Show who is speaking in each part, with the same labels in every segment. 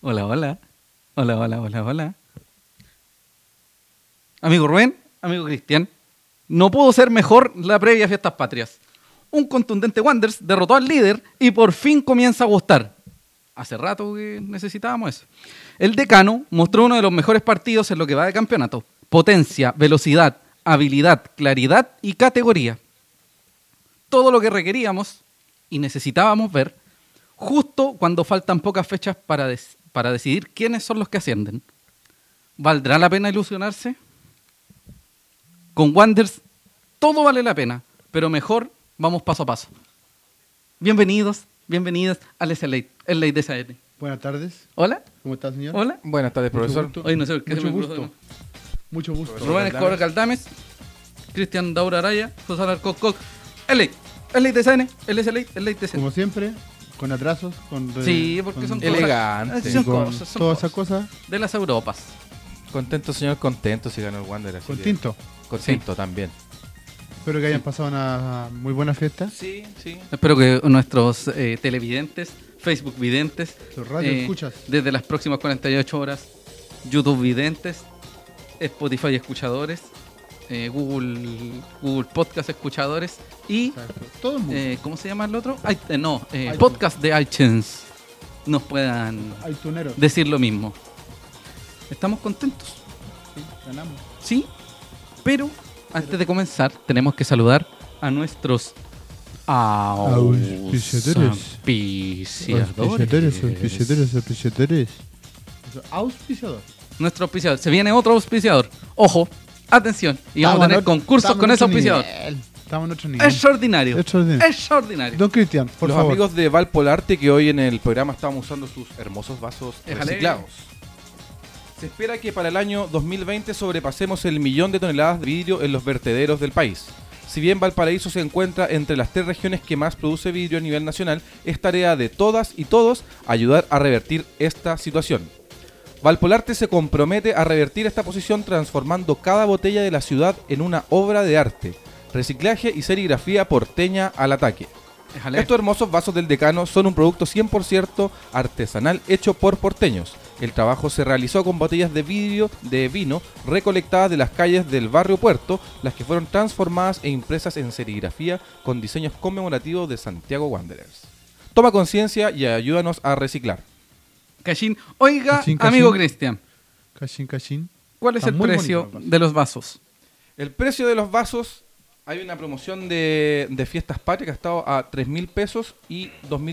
Speaker 1: hola. Hola, hola, hola, hola. Amigo Rubén, amigo Cristian, no pudo ser mejor la previa a Fiestas Patrias. Un contundente Wanders derrotó al líder y por fin comienza a gustar. Hace rato que necesitábamos eso. El decano mostró uno de los mejores partidos en lo que va de campeonato. Potencia, velocidad, habilidad, claridad y categoría. Todo lo que requeríamos y necesitábamos ver justo cuando faltan pocas fechas para, des- para decidir quiénes son los que ascienden. ¿Valdrá la pena ilusionarse? Con Wanders todo vale la pena, pero mejor vamos paso a paso. Bienvenidos, bienvenidas al SLA, el Late de SAN.
Speaker 2: Buenas tardes.
Speaker 1: ¿Hola?
Speaker 2: ¿Cómo está, señor?
Speaker 1: ¿Hola?
Speaker 3: Buenas tardes,
Speaker 2: Mucho
Speaker 3: profesor.
Speaker 2: gusto.
Speaker 1: Oye, no sé por qué se
Speaker 2: Mucho
Speaker 1: me cruzó
Speaker 2: gusto. Mucho gusto.
Speaker 1: Rubén Escobar Caldames, Cristian Daura Araya, José Alarcos Coc, el Late, el Late de SAN, el SLA, el Late de SAN.
Speaker 2: Como siempre, con atrasos, con... re-
Speaker 1: Sí, porque son cosas. Ah,
Speaker 3: elegante.
Speaker 1: Son
Speaker 2: con
Speaker 1: cosas, son
Speaker 2: todas
Speaker 1: cosas.
Speaker 2: esas cosas.
Speaker 1: De las Europas.
Speaker 3: Contento, señor, contento si ganó el Wander. así
Speaker 2: Con
Speaker 3: que-
Speaker 2: tinto.
Speaker 3: Contento también.
Speaker 2: Espero que hayan pasado una muy buena fiesta.
Speaker 3: Sí, sí.
Speaker 1: Espero que nuestros eh, televidentes, Facebook videntes, eh,
Speaker 2: Los radio escuchas.
Speaker 1: desde las próximas 48 horas, YouTube videntes, Spotify escuchadores, eh, Google, Google Podcast escuchadores y,
Speaker 2: Exacto. Todo el mundo.
Speaker 1: eh, ¿cómo se llama el otro? Ay- eh, no, eh,
Speaker 2: iTunes.
Speaker 1: podcast de iTunes nos puedan
Speaker 2: Hay tunero.
Speaker 1: decir lo mismo. Estamos contentos.
Speaker 2: Sí, ganamos.
Speaker 1: Sí, pero antes de comenzar tenemos que saludar a nuestros
Speaker 2: Auspiciadores.
Speaker 1: auspiciadores.
Speaker 2: auspiciadores. Eso, Auspiciador.
Speaker 1: Nuestro auspiciador. Se viene otro auspiciador. Ojo, atención. Y vamos
Speaker 2: Estamos
Speaker 1: a tener
Speaker 2: en ot-
Speaker 1: concursos
Speaker 2: estamos
Speaker 1: con
Speaker 2: en
Speaker 1: ese
Speaker 2: otro
Speaker 1: auspiciador.
Speaker 2: nivel. Estamos en otro nivel.
Speaker 1: Extraordinario.
Speaker 2: Extraordinario.
Speaker 1: Extraordinario.
Speaker 2: Don Cristian, por
Speaker 3: Los
Speaker 2: favor.
Speaker 3: amigos de Valpolarte que hoy en el programa estábamos usando sus hermosos vasos
Speaker 1: Éjale.
Speaker 3: reciclados. Se espera que para el año 2020 sobrepasemos el millón de toneladas de vidrio en los vertederos del país. Si bien Valparaíso se encuentra entre las tres regiones que más produce vidrio a nivel nacional, es tarea de todas y todos ayudar a revertir esta situación. Valpolarte se compromete a revertir esta posición transformando cada botella de la ciudad en una obra de arte, reciclaje y serigrafía porteña al ataque.
Speaker 1: Éjale.
Speaker 3: Estos hermosos vasos del decano son un producto 100% artesanal hecho por porteños. El trabajo se realizó con botellas de vidrio de vino recolectadas de las calles del barrio Puerto, las que fueron transformadas e impresas en serigrafía con diseños conmemorativos de Santiago Wanderers. Toma conciencia y ayúdanos a reciclar.
Speaker 1: Cachín. Oiga,
Speaker 2: Cachín, cachín.
Speaker 1: amigo Cristian,
Speaker 2: Cachín, cachín.
Speaker 1: ¿cuál es
Speaker 2: Está
Speaker 1: el
Speaker 2: muy
Speaker 1: precio
Speaker 2: bonito el vaso.
Speaker 1: de los vasos?
Speaker 3: El precio de los vasos, hay una promoción de, de fiestas patrias que ha estado a 3.000 pesos y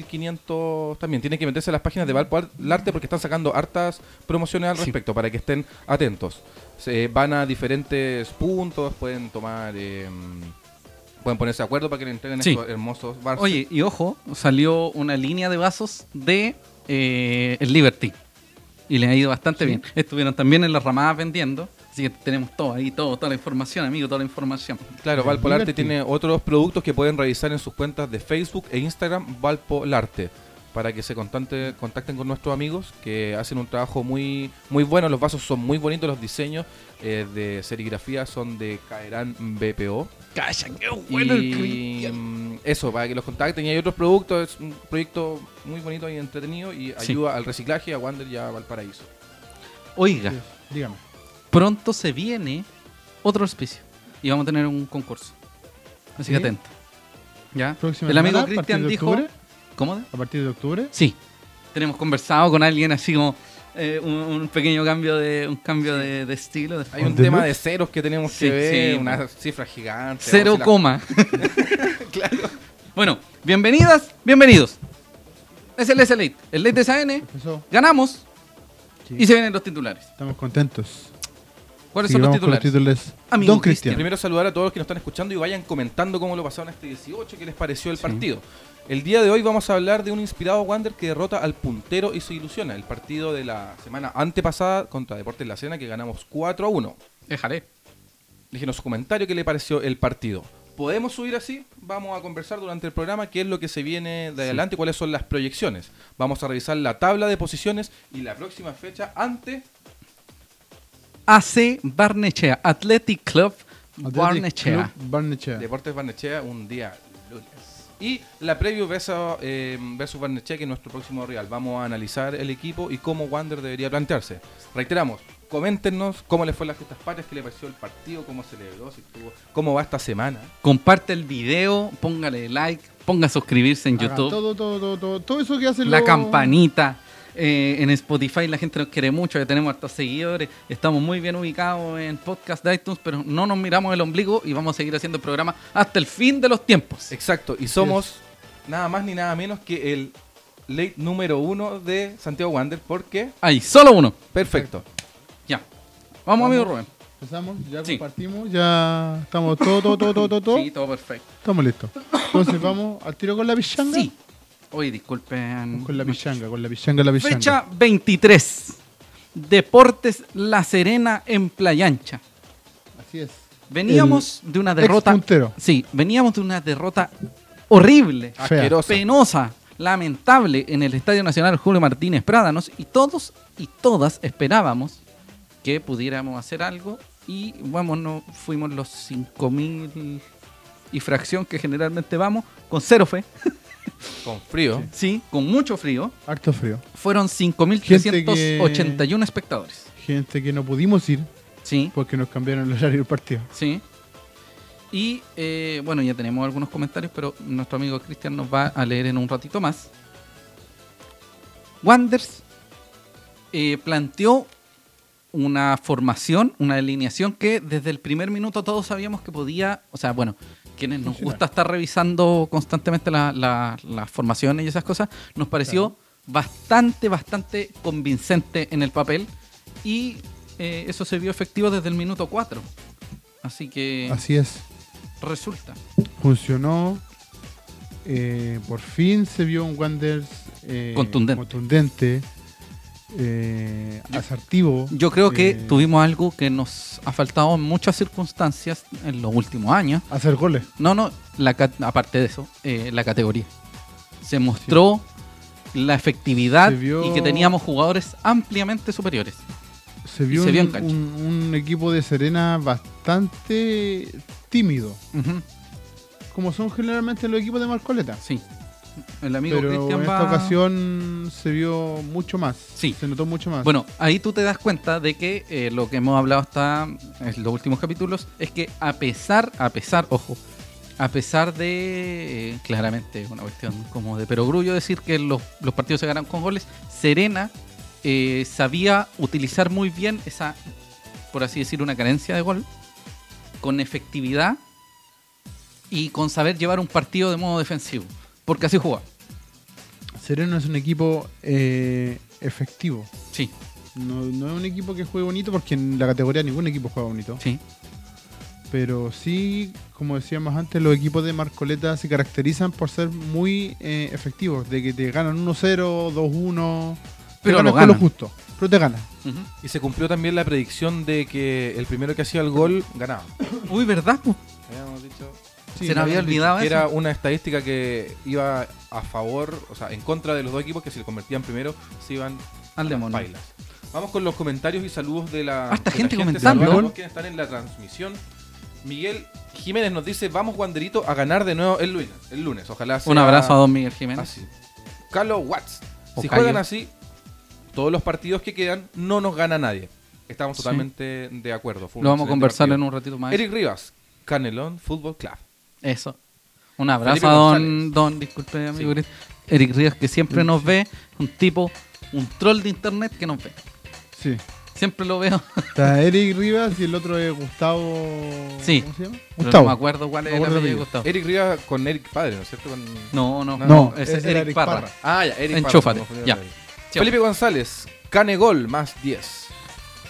Speaker 3: 2.500 también. Tienen que meterse a las páginas de Valpolarte porque están sacando hartas promociones al
Speaker 1: Sí.
Speaker 3: respecto para que estén atentos. Se van a diferentes puntos, pueden tomar... eh, pueden ponerse de acuerdo para que le entreguen
Speaker 1: Sí.
Speaker 3: estos hermosos vasos.
Speaker 1: Oye, y ojo, salió una línea de vasos de eh, el Liberty. Y le ha ido bastante bien. Estuvieron también en las ramadas vendiendo. Así que tenemos todo ahí, todo, toda la información, amigo, toda la información.
Speaker 3: Claro, Valpolarte
Speaker 2: Divertido.
Speaker 3: tiene otros productos que pueden revisar en sus cuentas de Facebook e Instagram Valpolarte para que se contante- contacten con nuestros amigos que hacen un trabajo muy muy bueno. Los vasos son muy bonitos, los diseños eh, de serigrafía son de Caerán BPO.
Speaker 1: Calla, qué
Speaker 3: y mm, eso, para que los contacten. Y hay otros productos, es un proyecto muy bonito y entretenido y
Speaker 1: Sí.
Speaker 3: ayuda al reciclaje, a Wander y a Valparaíso.
Speaker 1: Oiga,
Speaker 2: Sí, Dígame.
Speaker 1: pronto se viene otro auspicio y vamos a tener un concurso. Así que
Speaker 2: ¿Sí?
Speaker 1: atento. ¿Ya?
Speaker 2: Próxima
Speaker 1: El amigo
Speaker 2: semana, a partir
Speaker 1: Cristian
Speaker 2: de
Speaker 1: dijo.
Speaker 2: octubre.
Speaker 1: ¿Cómo? de-
Speaker 2: A partir de octubre.
Speaker 1: Sí. Tenemos conversado con alguien así como eh, un, un pequeño cambio de un cambio de, de estilo. de
Speaker 3: Hay
Speaker 1: forma.
Speaker 3: un tema de ceros que tenemos
Speaker 1: Sí,
Speaker 3: que ver,
Speaker 1: sí,
Speaker 3: una
Speaker 1: bueno.
Speaker 3: cifra gigante.
Speaker 1: Cero
Speaker 3: vamos a ver
Speaker 1: coma. Bueno, bienvenidas, bienvenidos. Es el SLA, el late de SAN.
Speaker 2: Empezó.
Speaker 1: Ganamos
Speaker 2: Sí.
Speaker 1: y se vienen los titulares.
Speaker 2: Estamos contentos.
Speaker 1: ¿Cuáles
Speaker 2: Sí,
Speaker 1: son los
Speaker 2: vamos con
Speaker 1: titulares? Amigo
Speaker 2: Don
Speaker 3: Bien.
Speaker 2: Cristian.
Speaker 3: Primero saludar a todos los que nos están escuchando y vayan comentando cómo lo pasaron este 18, qué les pareció el partido. El día de hoy vamos a hablar de un inspirado Wander que derrota al puntero y se ilusiona. El partido de la semana antepasada contra Deportes La Cena que ganamos 4 a 1.
Speaker 1: Déjale.
Speaker 3: Déjenos comentario qué le pareció el partido. ¿Podemos subir así? Vamos a conversar durante el programa qué es lo que se viene de adelante, cuáles son las proyecciones. Vamos a revisar la tabla de posiciones y la próxima fecha ante
Speaker 1: AC Barnechea, Athletic Club
Speaker 2: Athletic
Speaker 1: Barnechea.
Speaker 2: Club Barnechea.
Speaker 3: Deportes Barnechea un día lunes. Y la preview versus, eh, versus Barnechea, que es nuestro próximo rival. Vamos a analizar el equipo y cómo Wander debería plantearse. Reiteramos, coméntenos cómo les fue las fiestas patrias, qué le pareció el partido, cómo celebró, si estuvo- cómo va esta semana.
Speaker 1: Comparte el video, póngale like, ponga a suscribirse en
Speaker 2: Hagan
Speaker 1: YouTube.
Speaker 2: Todo, todo, todo, todo, todo eso que hacen
Speaker 1: la
Speaker 2: los-
Speaker 1: campanita. eh, en Spotify la gente nos quiere mucho, ya tenemos hartos seguidores, estamos muy bien ubicados en podcast de iTunes, pero no nos miramos el ombligo y vamos a seguir haciendo el programa hasta el fin de los tiempos.
Speaker 3: Exacto, y somos nada más ni nada menos que el late número uno de Santiago Wander, porque...
Speaker 1: Ahí, solo uno.
Speaker 3: Perfecto.
Speaker 1: Ya. Vamos, amigo Rubén.
Speaker 2: Empezamos, ya
Speaker 1: Sí.
Speaker 2: compartimos, ya estamos todo, todo, todo, todo, todo, todo.
Speaker 1: Sí, todo perfecto.
Speaker 2: Estamos listos. Entonces vamos al tiro con la pichanga.
Speaker 1: Sí. Oye, disculpen.
Speaker 2: Con la pichanga, con la pichanga, la pichanga.
Speaker 1: Fecha 23. Deportes La Serena en Playa Ancha.
Speaker 2: Así es.
Speaker 1: Veníamos de una
Speaker 2: ex
Speaker 1: derrota.
Speaker 2: puntero.
Speaker 1: Sí, veníamos de una derrota horrible.
Speaker 2: Fea.
Speaker 3: Asqueroso.
Speaker 1: penosa, lamentable en el Estadio Nacional Julio Martínez Prádanos y todos y todas esperábamos que pudiéramos hacer algo y vamos, no fuimos los 5.000 y fracción que generalmente vamos, con cero fe,
Speaker 3: Con frío.
Speaker 1: sí, con mucho frío,
Speaker 2: Harto frío.
Speaker 1: fueron
Speaker 2: Gente
Speaker 1: 5.381 espectadores.
Speaker 2: Gente que no pudimos ir
Speaker 1: Sí,
Speaker 2: porque nos cambiaron el horario del partido.
Speaker 1: sí. Y eh, bueno, ya tenemos algunos comentarios, pero nuestro amigo Cristian nos va a leer en un ratito más. Wanders eh, planteó una formación, una alineación que desde el primer minuto todos sabíamos que podía, o sea, bueno, quienes nos gusta estar revisando constantemente la- la- las formaciones y esas cosas, nos pareció bastante, bastante convincente en el papel y eh, eso se vio efectivo desde el minuto 4. Así que
Speaker 2: Así es.
Speaker 1: resulta.
Speaker 2: Funcionó. Eh, por fin se vio un Wanderers eh,
Speaker 1: Contundente.
Speaker 2: contundente, eh, asertivo.
Speaker 1: Yo creo que
Speaker 2: eh,
Speaker 1: tuvimos algo que nos ha faltado en muchas circunstancias en los últimos años.
Speaker 2: Hacer goles.
Speaker 1: No, no, la, ca- aparte de eso, eh, la categoría. Se mostró la efectividad
Speaker 2: Se vio-
Speaker 1: y que teníamos jugadores ampliamente superiores.
Speaker 2: Se
Speaker 1: Y
Speaker 2: vio,
Speaker 1: se vio en
Speaker 2: un,
Speaker 1: cancha.
Speaker 2: un- un equipo de Serena bastante tímido, como son generalmente los equipos de Marcoleta.
Speaker 1: Sí. El amigo
Speaker 2: Pero en
Speaker 1: Cristian
Speaker 2: esta
Speaker 1: va-
Speaker 2: ocasión se vio mucho más.
Speaker 1: Sí.
Speaker 2: Se notó mucho más.
Speaker 1: Ah. Bueno, ahí tú te das cuenta de que eh, lo que hemos hablado hasta en los últimos capítulos es que a pesar, a pesar, ojo, a pesar de, eh, claramente una cuestión como de perogrullo decir que los, los partidos se ganan con goles, Serena eh, sabía utilizar muy bien esa, por así decir, una carencia de gol con efectividad y con saber llevar un partido de modo defensivo, porque así jugaba.
Speaker 2: Serena es un equipo eh, efectivo.
Speaker 1: Sí,
Speaker 2: No, no es un equipo que juegue bonito porque en la categoría ningún equipo juega bonito.
Speaker 1: sí,
Speaker 2: Pero sí, como decíamos antes, los equipos de Marcoleta se caracterizan por ser muy eh, efectivos. De que te ganan 1-0, 2-1.
Speaker 1: Pero
Speaker 2: te
Speaker 1: lo
Speaker 2: con lo
Speaker 1: ganan.
Speaker 2: justo. Pero te ganan.
Speaker 1: ujú.
Speaker 3: Y se cumplió también la predicción de que el primero que hacía el gol ganaba.
Speaker 1: Uy, ¿verdad? po?
Speaker 3: Habíamos dicho
Speaker 2: Sí,
Speaker 1: Se nos había olvidado
Speaker 3: que
Speaker 1: eso.
Speaker 3: era una estadística que iba a favor, o sea, en contra de los dos equipos que si le convertían primero se iban
Speaker 1: Al demonio.
Speaker 3: bailas. Vamos con los comentarios y saludos de la,
Speaker 1: Harta
Speaker 3: de la
Speaker 1: gente comentando.
Speaker 3: Saludamos quienes están en la transmisión. Miguel Jiménez nos dice, vamos Wanderito a ganar de nuevo el lunes. El lunes. Ojalá sea ah,
Speaker 1: Un abrazo a don Miguel Jiménez.
Speaker 3: así. Carlos Watts.
Speaker 1: O
Speaker 3: si
Speaker 1: Cayo.
Speaker 3: juegan así, todos los partidos que quedan no nos gana nadie. Estamos
Speaker 1: Sí.
Speaker 3: totalmente de acuerdo. Fue un
Speaker 1: Lo vamos a
Speaker 3: excelente
Speaker 1: conversar
Speaker 3: partido.
Speaker 1: en un ratito más.
Speaker 3: Eric Rivas, Canelón Fútbol Club.
Speaker 1: Eso. Un abrazo
Speaker 3: Felipe
Speaker 1: a don,
Speaker 3: González.
Speaker 1: don, disculpe, amigo Gris. Eric Ríos, que siempre nos ve, un tipo, un troll de internet que nos ve.
Speaker 2: Sí.
Speaker 1: Siempre lo veo,
Speaker 2: Está Eric Rivas y el otro es Gustavo.
Speaker 1: Sí.
Speaker 2: ¿Cómo se llama?
Speaker 1: pero
Speaker 2: Gustavo.
Speaker 1: no me acuerdo cuál
Speaker 2: Me
Speaker 1: es el
Speaker 2: acuerdo
Speaker 1: apellido de
Speaker 2: bien.
Speaker 1: Gustavo.
Speaker 3: Eric Rivas con Eric Padre, ¿no es cierto? Con-
Speaker 1: No, no,
Speaker 3: No,
Speaker 1: no,
Speaker 2: no,
Speaker 1: ese es
Speaker 2: ese era
Speaker 1: Eric
Speaker 2: Eric
Speaker 1: Parra.
Speaker 2: Parra.
Speaker 3: Ah, ya, Eric
Speaker 1: Enchúfate,
Speaker 3: Parra, me
Speaker 1: ya.
Speaker 3: confundí.
Speaker 1: Sí,
Speaker 3: Felipe González, Canegol más 10.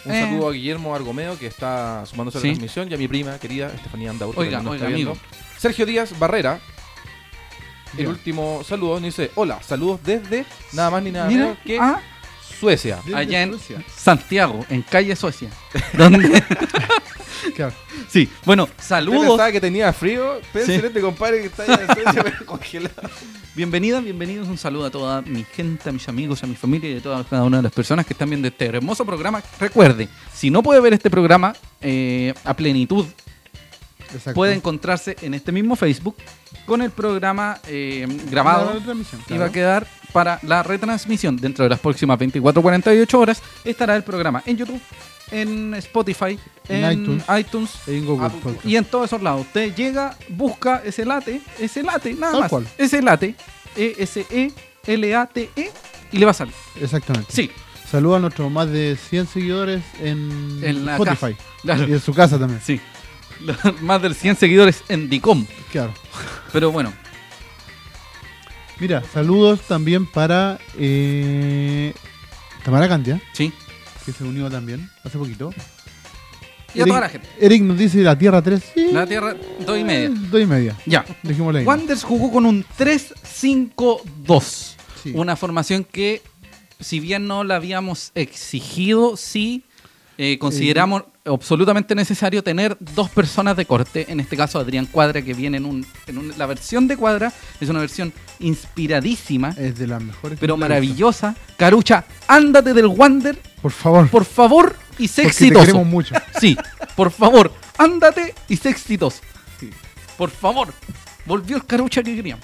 Speaker 3: Un
Speaker 1: Eh.
Speaker 3: saludo a Guillermo Argomeo que está sumándose a
Speaker 1: Sí.
Speaker 3: la transmisión y a mi prima querida Estefanía Andaur. que
Speaker 1: Oiga,
Speaker 3: también nos
Speaker 1: oiga,
Speaker 3: está
Speaker 1: amigo.
Speaker 3: viendo. Sergio Díaz Barrera, el
Speaker 2: Mira.
Speaker 3: último saludo, nos dice: Hola, saludos desde nada más ni nada
Speaker 1: Mira,
Speaker 3: menos que
Speaker 1: ah,
Speaker 3: Suecia.
Speaker 2: Desde
Speaker 1: allá en
Speaker 2: Suecia.
Speaker 1: Santiago, en calle Socia. ¿Dónde?
Speaker 2: Claro.
Speaker 1: sí, bueno,
Speaker 3: Yo
Speaker 1: saludos.
Speaker 3: pensaba que tenía frío, pero
Speaker 1: Sí.
Speaker 3: excelente compadre que está allá en Suecia me congelado.
Speaker 1: Bienvenidas, bienvenidos, un saludo a toda mi gente, a mis amigos, a mi familia y a todas cada una de las personas que están viendo este hermoso programa. Recuerde, si no puede ver este programa eh, a plenitud,
Speaker 2: Exacto.
Speaker 1: puede encontrarse en este mismo Facebook con el programa eh, grabado
Speaker 2: La retransmisión,
Speaker 1: y va a
Speaker 2: claro.
Speaker 1: quedar para la retransmisión. Dentro de las próximas 24 48 horas estará el programa en YouTube, en Spotify, en,
Speaker 2: En
Speaker 1: iTunes,
Speaker 2: iTunes. En Google
Speaker 1: Apple
Speaker 2: Podcast.
Speaker 1: Ah, y en todos esos lados. Usted llega, busca ese late, ese late, nada
Speaker 2: Tal
Speaker 1: más.
Speaker 2: cual.
Speaker 1: Ese late, E E-S-E-L-A-T-E, E, y le va a salir.
Speaker 2: Exactamente.
Speaker 1: Sí,
Speaker 2: Saluda a nuestros más de 100 seguidores en,
Speaker 1: En la
Speaker 2: Spotify.
Speaker 1: claro.
Speaker 2: Y en su casa también.
Speaker 1: Sí. Más de 100 seguidores en DICOM.
Speaker 2: Claro.
Speaker 1: Pero bueno,
Speaker 2: Mira, saludos también para eh, Tamara Cantia,
Speaker 1: sí.
Speaker 2: que se unió también hace poquito.
Speaker 1: Y a
Speaker 2: Eric-
Speaker 1: toda la gente.
Speaker 2: Eric nos dice la Tierra 3. Sí,
Speaker 1: La Tierra, dos y media.
Speaker 2: Dos y media.
Speaker 1: Ya.
Speaker 2: Dejémosle ahí.
Speaker 1: Wanders jugó con un 3-5-2.
Speaker 2: Sí.
Speaker 1: Una formación que, si bien no la habíamos exigido, sí eh, consideramos absolutamente necesario tener dos personas de corte. En este caso, Adrián Cuadra, que viene en, un, en un- la versión de Cuadra. Es una versión inspiradísima,
Speaker 2: Es de las mejores. que
Speaker 1: pero
Speaker 2: me gusta.
Speaker 1: maravillosa. Carucha, ándate del Wander,
Speaker 2: Por favor.
Speaker 1: por favor, y sé
Speaker 2: porque te
Speaker 1: exitoso.
Speaker 2: queremos mucho.
Speaker 1: Sí, por favor, ándate y sé exitoso. Por favor, volvió el carucha que queríamos.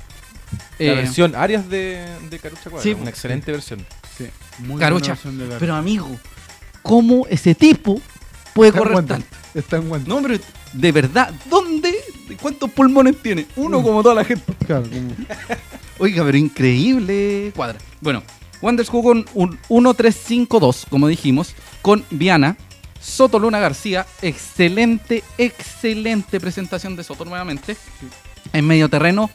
Speaker 3: La
Speaker 1: Eh,
Speaker 3: versión Arias de, de Carucha Cuadra.
Speaker 1: sí,
Speaker 3: una excelente versión.
Speaker 2: Sí, muy buena
Speaker 1: carucha,
Speaker 2: versión de la-
Speaker 1: pero amigo, ¿cómo ese tipo puede
Speaker 2: Está en
Speaker 1: correr
Speaker 2: Wander,
Speaker 1: tanto?
Speaker 2: Está en Wander.
Speaker 1: No, pero de verdad, ¿dónde? ¿Cuántos pulmones tiene? Uno como toda la gente.
Speaker 2: Mm. Claro, como-
Speaker 1: Oiga, pero increíble cuadra. Bueno, Wanderers jugó con un 1-3-5-2, como dijimos, con Viana, Soto Luna García. Excelente, excelente presentación de Soto nuevamente. En medio terreno,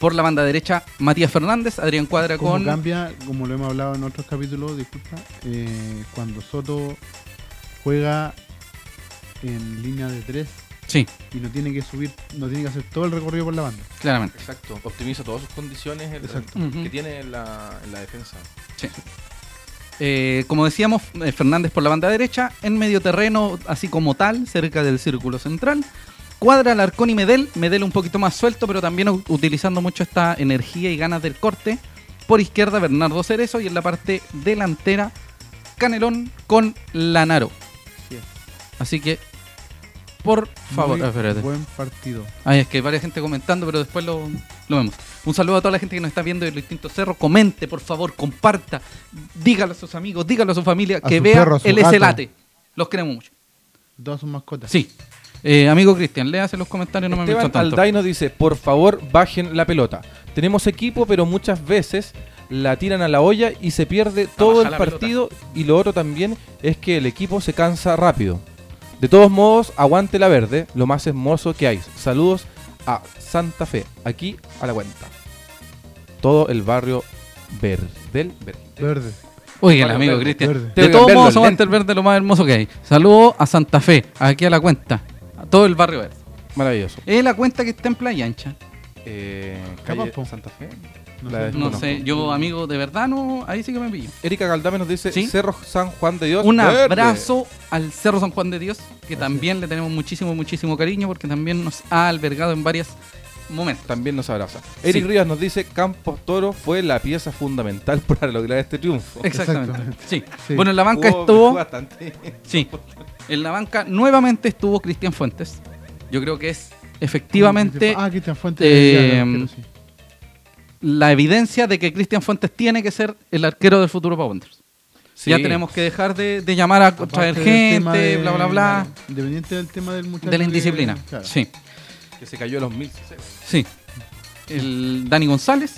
Speaker 1: por la banda derecha, Matías Fernández, Adrián Cuadra
Speaker 2: como
Speaker 1: con.
Speaker 2: cambia, como lo hemos hablado en otros capítulos, disculpa, eh, cuando Soto juega en línea de 3
Speaker 1: Sí,
Speaker 2: y no tiene que subir, no tiene que hacer todo el recorrido por la banda.
Speaker 1: claramente.
Speaker 3: Exacto. Optimiza todas sus condiciones el-
Speaker 2: Exacto.
Speaker 3: que
Speaker 1: Ujú.
Speaker 3: tiene en la, en la defensa.
Speaker 1: Sí. Eh, como decíamos, eh, Fernández por la banda derecha, en medio terreno, así como tal, cerca del círculo central. Cuadra Alarcón y Medel, Medel un poquito más suelto, pero también u- utilizando mucho esta energía y ganas del corte. Por izquierda, Bernardo Cerezo y en la parte delantera, Canelón con Lanaro.
Speaker 2: Así es.
Speaker 1: Así que, por favor,
Speaker 2: Muy
Speaker 1: Ah, espérate.
Speaker 2: Buen partido.
Speaker 1: Ay, es que hay varias gente comentando, pero después lo, lo vemos. Un saludo a toda la gente que nos está viendo de los distintos cerros. Comente, por favor, comparta. Dígalo a sus amigos, dígalo a su familia,
Speaker 2: A
Speaker 1: que
Speaker 2: su
Speaker 1: vea
Speaker 2: perro, a su
Speaker 1: el
Speaker 2: gato.
Speaker 1: SLATE. Los queremos mucho.
Speaker 2: Todas sus mascotas.
Speaker 1: Sí. Eh, amigo Cristian, léase los comentarios, no me
Speaker 3: Esteban
Speaker 1: metan tanto.
Speaker 3: Alday nos dice, por favor, bajen la pelota. Tenemos equipo, pero muchas veces la tiran a la olla y se pierde todo
Speaker 1: baja
Speaker 3: el
Speaker 1: la
Speaker 3: partido. Y lo otro también es que el equipo se cansa rápido. De todos modos, aguante la verde, lo más hermoso que hay. Saludos a Santa Fe, aquí a la cuenta. Todo el barrio verde. Del verde.
Speaker 2: Verde.
Speaker 1: Oigan,
Speaker 3: Vale,
Speaker 1: amigo
Speaker 2: verde.
Speaker 3: verde,
Speaker 1: Cristian.
Speaker 3: Tengo
Speaker 1: De
Speaker 3: que
Speaker 1: todos
Speaker 3: cambiarlo,
Speaker 1: modos,
Speaker 3: el
Speaker 1: aguante el
Speaker 3: lente.
Speaker 1: verde, lo más hermoso que hay. Saludo a Santa Fe, aquí a la cuenta. A todo el barrio verde.
Speaker 3: Maravilloso.
Speaker 1: Es la cuenta que está en Playa Ancha.
Speaker 3: Eh,
Speaker 2: Capaz,
Speaker 3: calle
Speaker 2: po.
Speaker 3: Santa Fe.
Speaker 2: No
Speaker 3: La
Speaker 2: sé.
Speaker 3: desconozco.
Speaker 1: No sé, yo, amigo, de verdad, no. Ahí sí que me pillo.
Speaker 3: Erika Galdame nos dice
Speaker 1: ¿Sí?
Speaker 3: Cerro San Juan de Dios.
Speaker 1: Un
Speaker 3: verde".
Speaker 1: abrazo al Cerro San Juan de Dios, que también le tenemos muchísimo, muchísimo cariño, porque también nos ha albergado en varios momentos.
Speaker 3: También nos abraza. Eric
Speaker 1: Sí.
Speaker 3: Rivas nos dice Campos Toro fue la pieza fundamental para lograr este triunfo.
Speaker 1: Exactamente.
Speaker 2: Exactamente.
Speaker 1: Sí.
Speaker 2: Sí.
Speaker 1: Bueno, en la banca
Speaker 3: Jugó- jugó
Speaker 1: estuvo.
Speaker 3: bastante.
Speaker 1: Sí. En la banca nuevamente estuvo Cristian Fuentes. Yo creo que es efectivamente
Speaker 2: Ah, Cristian Fuentes.
Speaker 1: eh,
Speaker 2: ya, no, pero sí.
Speaker 1: la evidencia de que Cristian Fuentes tiene que ser el arquero del futuro para Wanderers.
Speaker 3: Sí.
Speaker 1: Ya tenemos que dejar de, de llamar a traer
Speaker 2: Aparte del tema
Speaker 1: gente,
Speaker 2: de-
Speaker 1: bla, bla, bla,
Speaker 2: claro, Independiente del tema del muchacho.
Speaker 1: de la
Speaker 2: que-
Speaker 1: indisciplina.
Speaker 2: claro.
Speaker 1: Sí.
Speaker 3: Que se cayó a los mil.
Speaker 1: Sí. El Dani González,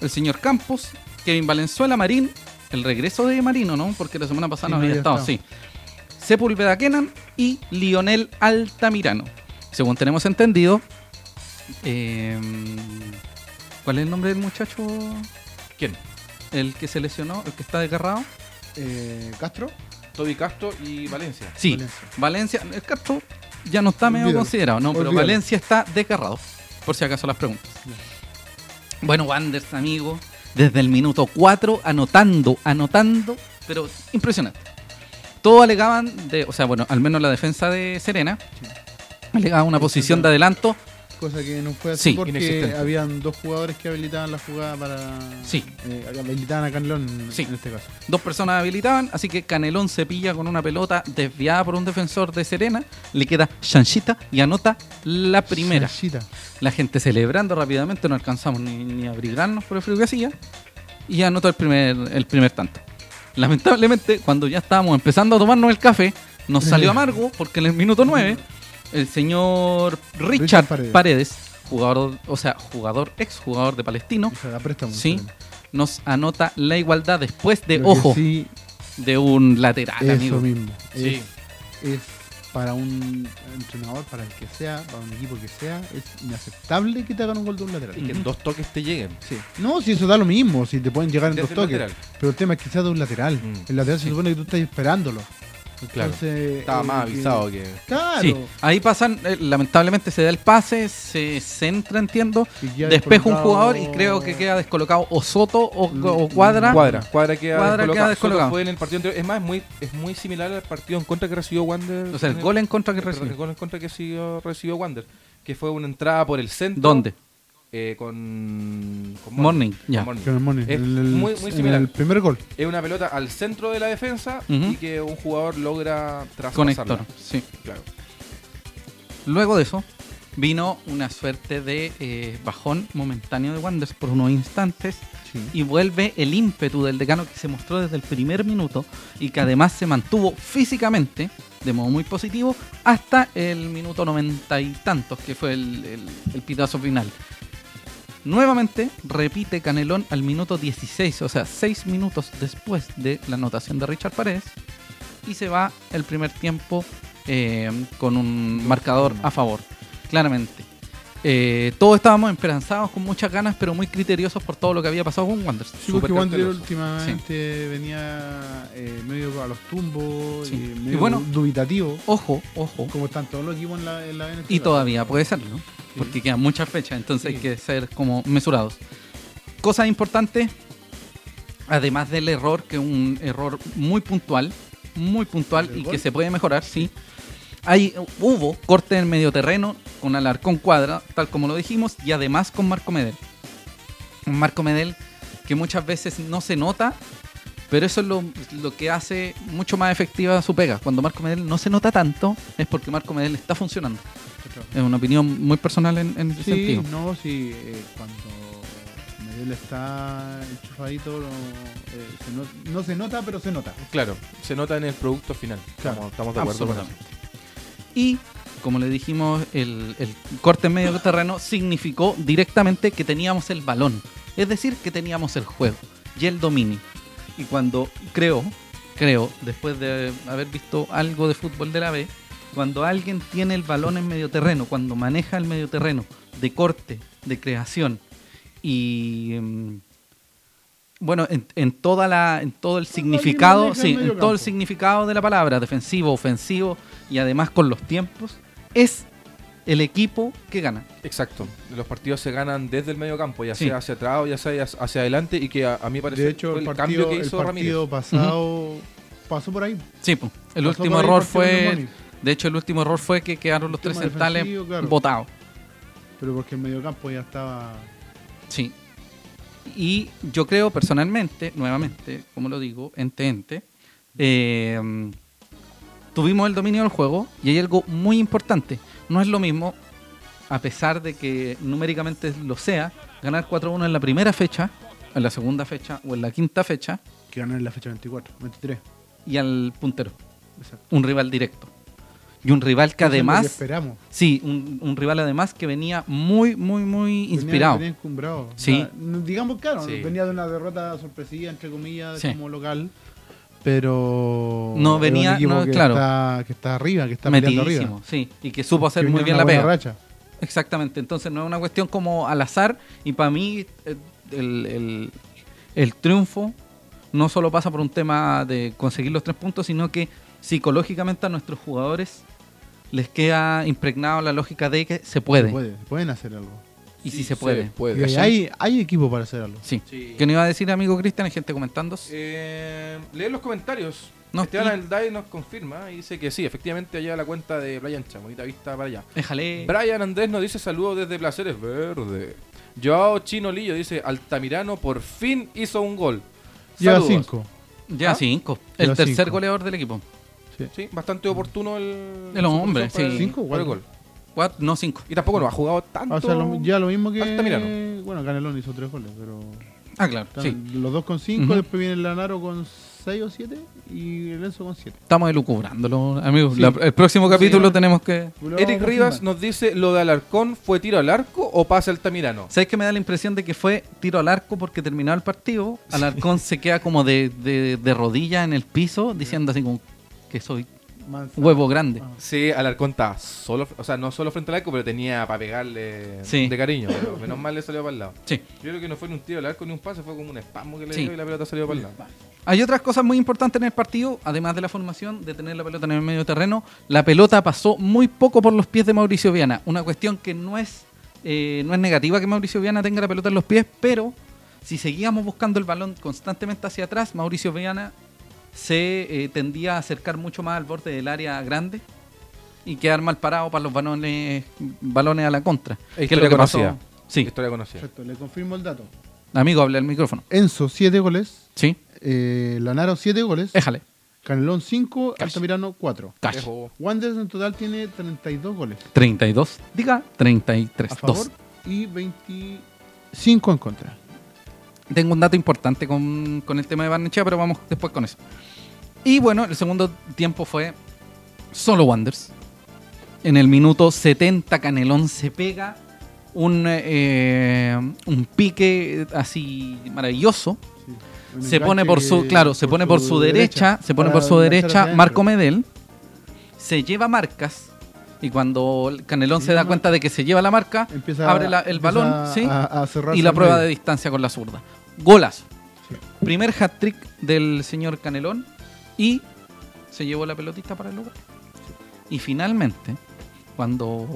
Speaker 1: el señor Campos, Kevin Valenzuela, Marín, el regreso de Marino, ¿no? Porque la semana pasada
Speaker 2: Sí,
Speaker 1: no
Speaker 2: no
Speaker 1: había
Speaker 2: había
Speaker 1: estado,
Speaker 2: estado.
Speaker 1: sí. Sepúlveda Kenan y Lionel Altamirano. Según tenemos entendido, eh, ¿cuál es el nombre del muchacho?
Speaker 3: ¿Quién?
Speaker 1: El que se lesionó, el que está desgarrado.
Speaker 2: Eh, Castro.
Speaker 3: Toby Castro y Valencia.
Speaker 1: Sí, Valencia, el Castro ya no está medio
Speaker 2: Olvídalo.
Speaker 1: considerado, no, pero
Speaker 2: Olvídalo.
Speaker 1: Valencia está desgarrado, por si acaso las preguntas.
Speaker 2: Ya.
Speaker 1: Bueno, Wanders, amigo, desde el minuto 4 anotando, anotando, pero impresionante. Todos alegaban de, o sea, bueno, al menos la defensa de Serena
Speaker 2: Sí.
Speaker 1: alegaba una posición de adelanto
Speaker 2: cosa que no fue así
Speaker 1: Sí,
Speaker 2: porque
Speaker 3: inexistente.
Speaker 2: habían dos jugadores que habilitaban la jugada para.
Speaker 1: Sí.
Speaker 2: eh, habilitaban a Canlón
Speaker 1: Sí.
Speaker 2: en este caso.
Speaker 1: Dos personas habilitaban, así que Canelón se pilla con una pelota desviada por un defensor de Serena, le queda chanchita y anota la primera.
Speaker 2: Chanchita.
Speaker 1: La gente celebrando rápidamente, no alcanzamos ni, ni a abrigarnos por el frío que hacía, y anotó el primer, el primer tanto. Lamentablemente, cuando ya estábamos empezando a tomarnos el café, nos salió amargo porque en el minuto 9 el señor Richard,
Speaker 2: Richard Paredes.
Speaker 1: Paredes. jugador, o sea, jugador, ex jugador de Palestino,
Speaker 2: O sea, da préstamo.
Speaker 1: Sí.
Speaker 2: Pero
Speaker 1: nos anota la igualdad después de
Speaker 2: que
Speaker 1: ojo
Speaker 2: Sí,
Speaker 1: de un lateral,
Speaker 2: eso
Speaker 1: amigo.
Speaker 2: mismo.
Speaker 3: Sí.
Speaker 2: Es, es para un entrenador, para el que sea, para un equipo que sea, es inaceptable que te hagan un gol de un lateral.
Speaker 3: Y que en dos toques te lleguen.
Speaker 2: Sí. No, si eso da lo mismo, si te pueden llegar en
Speaker 3: Desde
Speaker 2: dos
Speaker 3: el
Speaker 2: toques.
Speaker 3: lateral.
Speaker 2: Pero el tema es que sea de un lateral.
Speaker 3: Mm.
Speaker 2: El lateral
Speaker 1: Sí.
Speaker 2: se supone que tú estás esperándolo.
Speaker 3: Claro.
Speaker 2: Entonces,
Speaker 3: Estaba
Speaker 2: eh,
Speaker 3: más
Speaker 2: que-
Speaker 3: avisado que.
Speaker 2: Claro.
Speaker 1: Sí, ahí pasan, eh, lamentablemente se da el pase, se centra, entiendo,
Speaker 2: Y queda
Speaker 1: despeja un
Speaker 2: descolocado- Mm,
Speaker 1: jugador y creo que queda descolocado o Soto o, o Cuadra.
Speaker 3: Cuadra, cuadra queda
Speaker 1: Cuadra
Speaker 3: descolocado.
Speaker 1: queda
Speaker 3: Soto
Speaker 1: descolocado.
Speaker 3: fue en el partido anterior. Es más, es muy, es muy similar al partido en contra que recibió Wander.
Speaker 1: O sea, el
Speaker 3: en
Speaker 1: gol en contra que
Speaker 3: el- El
Speaker 1: recibe.
Speaker 3: gol en contra que recibió, recibió Wander. Que fue una entrada por el centro.
Speaker 1: ¿Dónde?
Speaker 3: Eh, con, con
Speaker 1: Morning,
Speaker 3: con
Speaker 1: ya.
Speaker 2: Con el Moni,
Speaker 3: Es
Speaker 2: en el-
Speaker 3: muy, muy
Speaker 2: en
Speaker 3: similar.
Speaker 2: el primer gol.
Speaker 3: Es una pelota al centro de la defensa
Speaker 1: Ujú.
Speaker 3: y que un jugador logra
Speaker 1: Conector,
Speaker 3: traspasarla.
Speaker 1: sí.
Speaker 3: Claro.
Speaker 1: Luego de eso, vino una suerte de eh, bajón momentáneo de Wanderers por unos instantes y vuelve el ímpetu del decano que se mostró desde el primer minuto y que además se mantuvo físicamente de modo muy positivo hasta el minuto noventa y tantos, que fue el, el, el pitazo final. Nuevamente repite Canelón al minuto 16, o sea, 6 minutos después de la anotación de Richard Paredes, y se va el primer tiempo eh, con un marcador a favor, claramente. Eh, todos estábamos esperanzados con muchas ganas, pero muy criteriosos por todo lo que había pasado con Wanderers.
Speaker 2: Sí, porque Wander
Speaker 3: cauteloso.
Speaker 2: últimamente venía eh, medio a los tumbos,
Speaker 1: Sí.
Speaker 2: eh,
Speaker 1: Y
Speaker 2: medio
Speaker 1: bueno-
Speaker 2: dubitativo,
Speaker 1: Ojo, ojo.
Speaker 2: como están todos los equipos en la, en la Venezuela.
Speaker 1: Y todavía puede ser, ¿no? Porque quedan muchas fechas, entonces
Speaker 2: Sí.
Speaker 1: hay que ser como mesurados. Cosas importantes, además del error, que es un error muy puntual, muy puntual
Speaker 2: ¿Del
Speaker 1: y
Speaker 2: gol?
Speaker 1: que se puede mejorar, sí. Hay, hubo corte en el medio terreno con Alarcón Cuadra, tal como lo dijimos, y además con Marco Medel. Un Marco Medel que muchas veces no se nota, pero eso es lo, lo que hace mucho más efectiva su pega. Cuando Marco Medel no se nota tanto, es porque Marco Medel está funcionando. Es una opinión muy personal en, en ese
Speaker 2: Sí,
Speaker 1: sentido.
Speaker 2: no, sí, eh, cuando Medel está enchufadito, no, eh, se no- no se nota, pero se nota.
Speaker 3: Claro, se nota en el producto final.
Speaker 2: Claro.
Speaker 3: Estamos, estamos de acuerdo con eso.
Speaker 1: Absolutamente. Y, como le dijimos, el, el corte en medio terreno significó directamente que teníamos el balón. Es decir, que teníamos el juego y el dominio. Y cuando creo, creo, después de haber visto algo de fútbol de la B, cuando alguien tiene el balón en medio terreno, cuando maneja el medio terreno de corte, de creación y mm, bueno, en, en toda la, en todo el
Speaker 2: Cuando alguien
Speaker 1: significado,
Speaker 2: maneja el
Speaker 1: sí, en
Speaker 2: medio
Speaker 1: todo el
Speaker 2: campo.
Speaker 1: significado de la palabra, defensivo, ofensivo y además con los tiempos, es el equipo que gana.
Speaker 3: Exacto. Los partidos se ganan desde el medio campo, ya
Speaker 1: Sí.
Speaker 3: sea hacia atrás o ya sea hacia hacia adelante y que a, a mí parece
Speaker 2: De hecho, el, partido,
Speaker 3: cambio que hizo
Speaker 2: el
Speaker 3: Ramírez.
Speaker 2: partido pasado pasó por ahí.
Speaker 1: Sí, po. el
Speaker 2: Pasó
Speaker 1: último
Speaker 2: por ahí
Speaker 1: error
Speaker 2: partido de
Speaker 1: fue,
Speaker 2: Moni,
Speaker 1: de hecho, el último error fue que quedaron los
Speaker 2: Último
Speaker 1: tres centrales
Speaker 2: defensivo, claro.
Speaker 1: botados.
Speaker 2: Pero porque el mediocampo ya estaba.
Speaker 1: Sí. Y yo creo personalmente, nuevamente, como lo digo, ente ente, eh, tuvimos el dominio del juego y hay algo muy importante. No es lo mismo, a pesar de que numéricamente lo sea, ganar 4-1 en la primera fecha, en la segunda fecha o en la quinta fecha
Speaker 2: que ganar en la fecha 24, 23.
Speaker 1: y al puntero,
Speaker 2: Exacto.
Speaker 1: un rival directo. Y un rival que
Speaker 2: Eso es lo
Speaker 1: además,
Speaker 2: esperamos.
Speaker 1: sí, un, un rival además que venía muy, muy, muy
Speaker 2: Venía-
Speaker 1: inspirado.
Speaker 2: venía encumbrado. O
Speaker 1: Sí.
Speaker 2: sea, no- digamos, claro,
Speaker 3: Sí.
Speaker 2: venía de una derrota sorpresiva, entre comillas,
Speaker 1: Sí.
Speaker 2: como local. Pero.
Speaker 1: No,
Speaker 2: es un
Speaker 1: venía-
Speaker 2: equipo
Speaker 1: no,
Speaker 2: que
Speaker 1: claro.
Speaker 2: Está, que está arriba, que está peleando arriba.
Speaker 1: Metidísimo, sí, y que supo hacer
Speaker 2: Que
Speaker 1: muy
Speaker 2: viene
Speaker 1: bien
Speaker 2: una
Speaker 1: la
Speaker 2: buena
Speaker 1: pega.
Speaker 2: racha.
Speaker 1: Exactamente, entonces no es una cuestión como al azar y para mí eh, el, el- el triunfo no solo pasa por un tema de conseguir los tres puntos, sino que psicológicamente a nuestros jugadores les queda impregnado la lógica de que se puede,
Speaker 2: Se puede, pueden hacer algo.
Speaker 1: y si se puede.
Speaker 2: Y hay, hay equipo para hacer algo.
Speaker 1: Sí.
Speaker 3: Sí.
Speaker 1: ¿Qué nos iba a decir amigo Cristian? Hay gente comentando.
Speaker 3: Eh, leer Eh, los comentarios.
Speaker 1: No,
Speaker 3: Esteban
Speaker 1: y-
Speaker 3: Alday nos confirma y dice que sí, efectivamente allá la cuenta de Playa Ancha, bonita vista para allá.
Speaker 1: Déjale.
Speaker 3: Brian Andrés nos dice saludos desde Placeres Verde. Joao Chino Lillo dice Altamirano por fin hizo un gol.
Speaker 2: Lleva
Speaker 3: Saludos.
Speaker 2: 5.
Speaker 1: Ya
Speaker 3: ¿Ah?
Speaker 1: cinco. El
Speaker 2: Lleva
Speaker 1: tercer
Speaker 2: cinco.
Speaker 1: goleador del equipo.
Speaker 3: Sí, bastante oportuno el.
Speaker 1: El hombre,
Speaker 3: su posición para
Speaker 1: sí.
Speaker 3: el-
Speaker 2: Cinco,
Speaker 3: para el
Speaker 2: igual.
Speaker 3: gol.
Speaker 1: Cuat- No, cinco.
Speaker 3: Y tampoco nos ha jugado tanto.
Speaker 2: O sea, lo- ya lo mismo que.
Speaker 3: Altamirano.
Speaker 2: Bueno, Canelón hizo 3 goles, pero.
Speaker 1: Ah, claro.
Speaker 2: están
Speaker 1: Sí.
Speaker 2: Los dos con 5,
Speaker 1: Ujú.
Speaker 2: después viene el Lanaro con 6 o 7 y el Enzo con 7.
Speaker 1: Estamos elucubrándolo, amigos.
Speaker 2: Sí.
Speaker 1: La- el próximo capítulo
Speaker 2: Sí.
Speaker 1: tenemos que.
Speaker 3: Eric Rivas nos dice lo de Alarcón fue tiro al arco o pase Altamirano.
Speaker 1: ¿Sabes que me da la impresión de que fue tiro al arco porque terminó el partido? Alarcón se queda como de, de, de rodilla en el piso diciendo así como que soy huevo grande.
Speaker 2: Ah.
Speaker 3: Sí, Alarcón está solo, o sea, no solo frente al arco, pero tenía para pegarle
Speaker 1: Sí.
Speaker 3: de cariño. pero menos mal le salió para el lado.
Speaker 1: Sí.
Speaker 3: Yo creo que no fue ni un tiro al arco ni un pase, fue como un espasmo que le
Speaker 1: Sí.
Speaker 3: dio y la pelota salió para el lado.
Speaker 1: Hay otras cosas muy importantes en el partido, además de la formación, de tener la pelota en el medio terreno. La pelota pasó muy poco por los pies de Mauricio Viana. Una cuestión que no es, eh, no es negativa que Mauricio Viana tenga la pelota en los pies, pero si seguíamos buscando el balón constantemente hacia atrás, Mauricio Viana se eh, tendía a acercar mucho más al borde del área grande y quedar mal parado para los balones, balones a la contra.
Speaker 3: Es
Speaker 1: Que es lo
Speaker 3: historia
Speaker 1: que pasó.
Speaker 3: conocida.
Speaker 1: Sí,
Speaker 3: Historia conocida.
Speaker 2: Perfecto, le confirmo el dato.
Speaker 1: amigo, habla el micrófono.
Speaker 2: Enzo, 7 goles.
Speaker 1: Sí,
Speaker 2: Eh, Lanaro, 7 goles.
Speaker 1: déjale.
Speaker 2: Canelón, 5.
Speaker 1: Cash.
Speaker 2: Altamirano, 4.
Speaker 1: Cash.
Speaker 3: Dejó.
Speaker 2: Wanderers en total tiene 32 goles.
Speaker 1: 32, diga 33.
Speaker 2: A
Speaker 1: dos.
Speaker 2: favor y 25 en contra.
Speaker 1: Tengo un dato importante con, con el tema de Barnechea, pero vamos después con eso. Y bueno, el segundo tiempo fue solo Wanders. En el minuto 70, Canelón se pega un, eh, un pique así maravilloso.
Speaker 2: Un
Speaker 1: Se
Speaker 2: enganche
Speaker 1: pone por su,
Speaker 2: que-
Speaker 1: claro, se pone por su derecha, se pone
Speaker 2: para
Speaker 1: por su
Speaker 2: enganchar hacia
Speaker 1: derecha
Speaker 2: adentro.
Speaker 1: Marco Medel. Se lleva marcas. Y cuando el Canelón
Speaker 2: Se
Speaker 1: se da
Speaker 2: llama-
Speaker 1: cuenta de que se lleva la marca,
Speaker 2: Empieza,
Speaker 1: abre la- el
Speaker 2: empieza
Speaker 1: balón
Speaker 2: a-
Speaker 1: ¿sí?
Speaker 2: a- a cerrarse
Speaker 1: y la
Speaker 2: al
Speaker 1: prueba de
Speaker 2: medio.
Speaker 1: distancia con la zurda. Golazo.
Speaker 2: Sí.
Speaker 1: Primer hat trick del señor Canelón y se llevó la pelotita para el lugar. Y finalmente, cuando.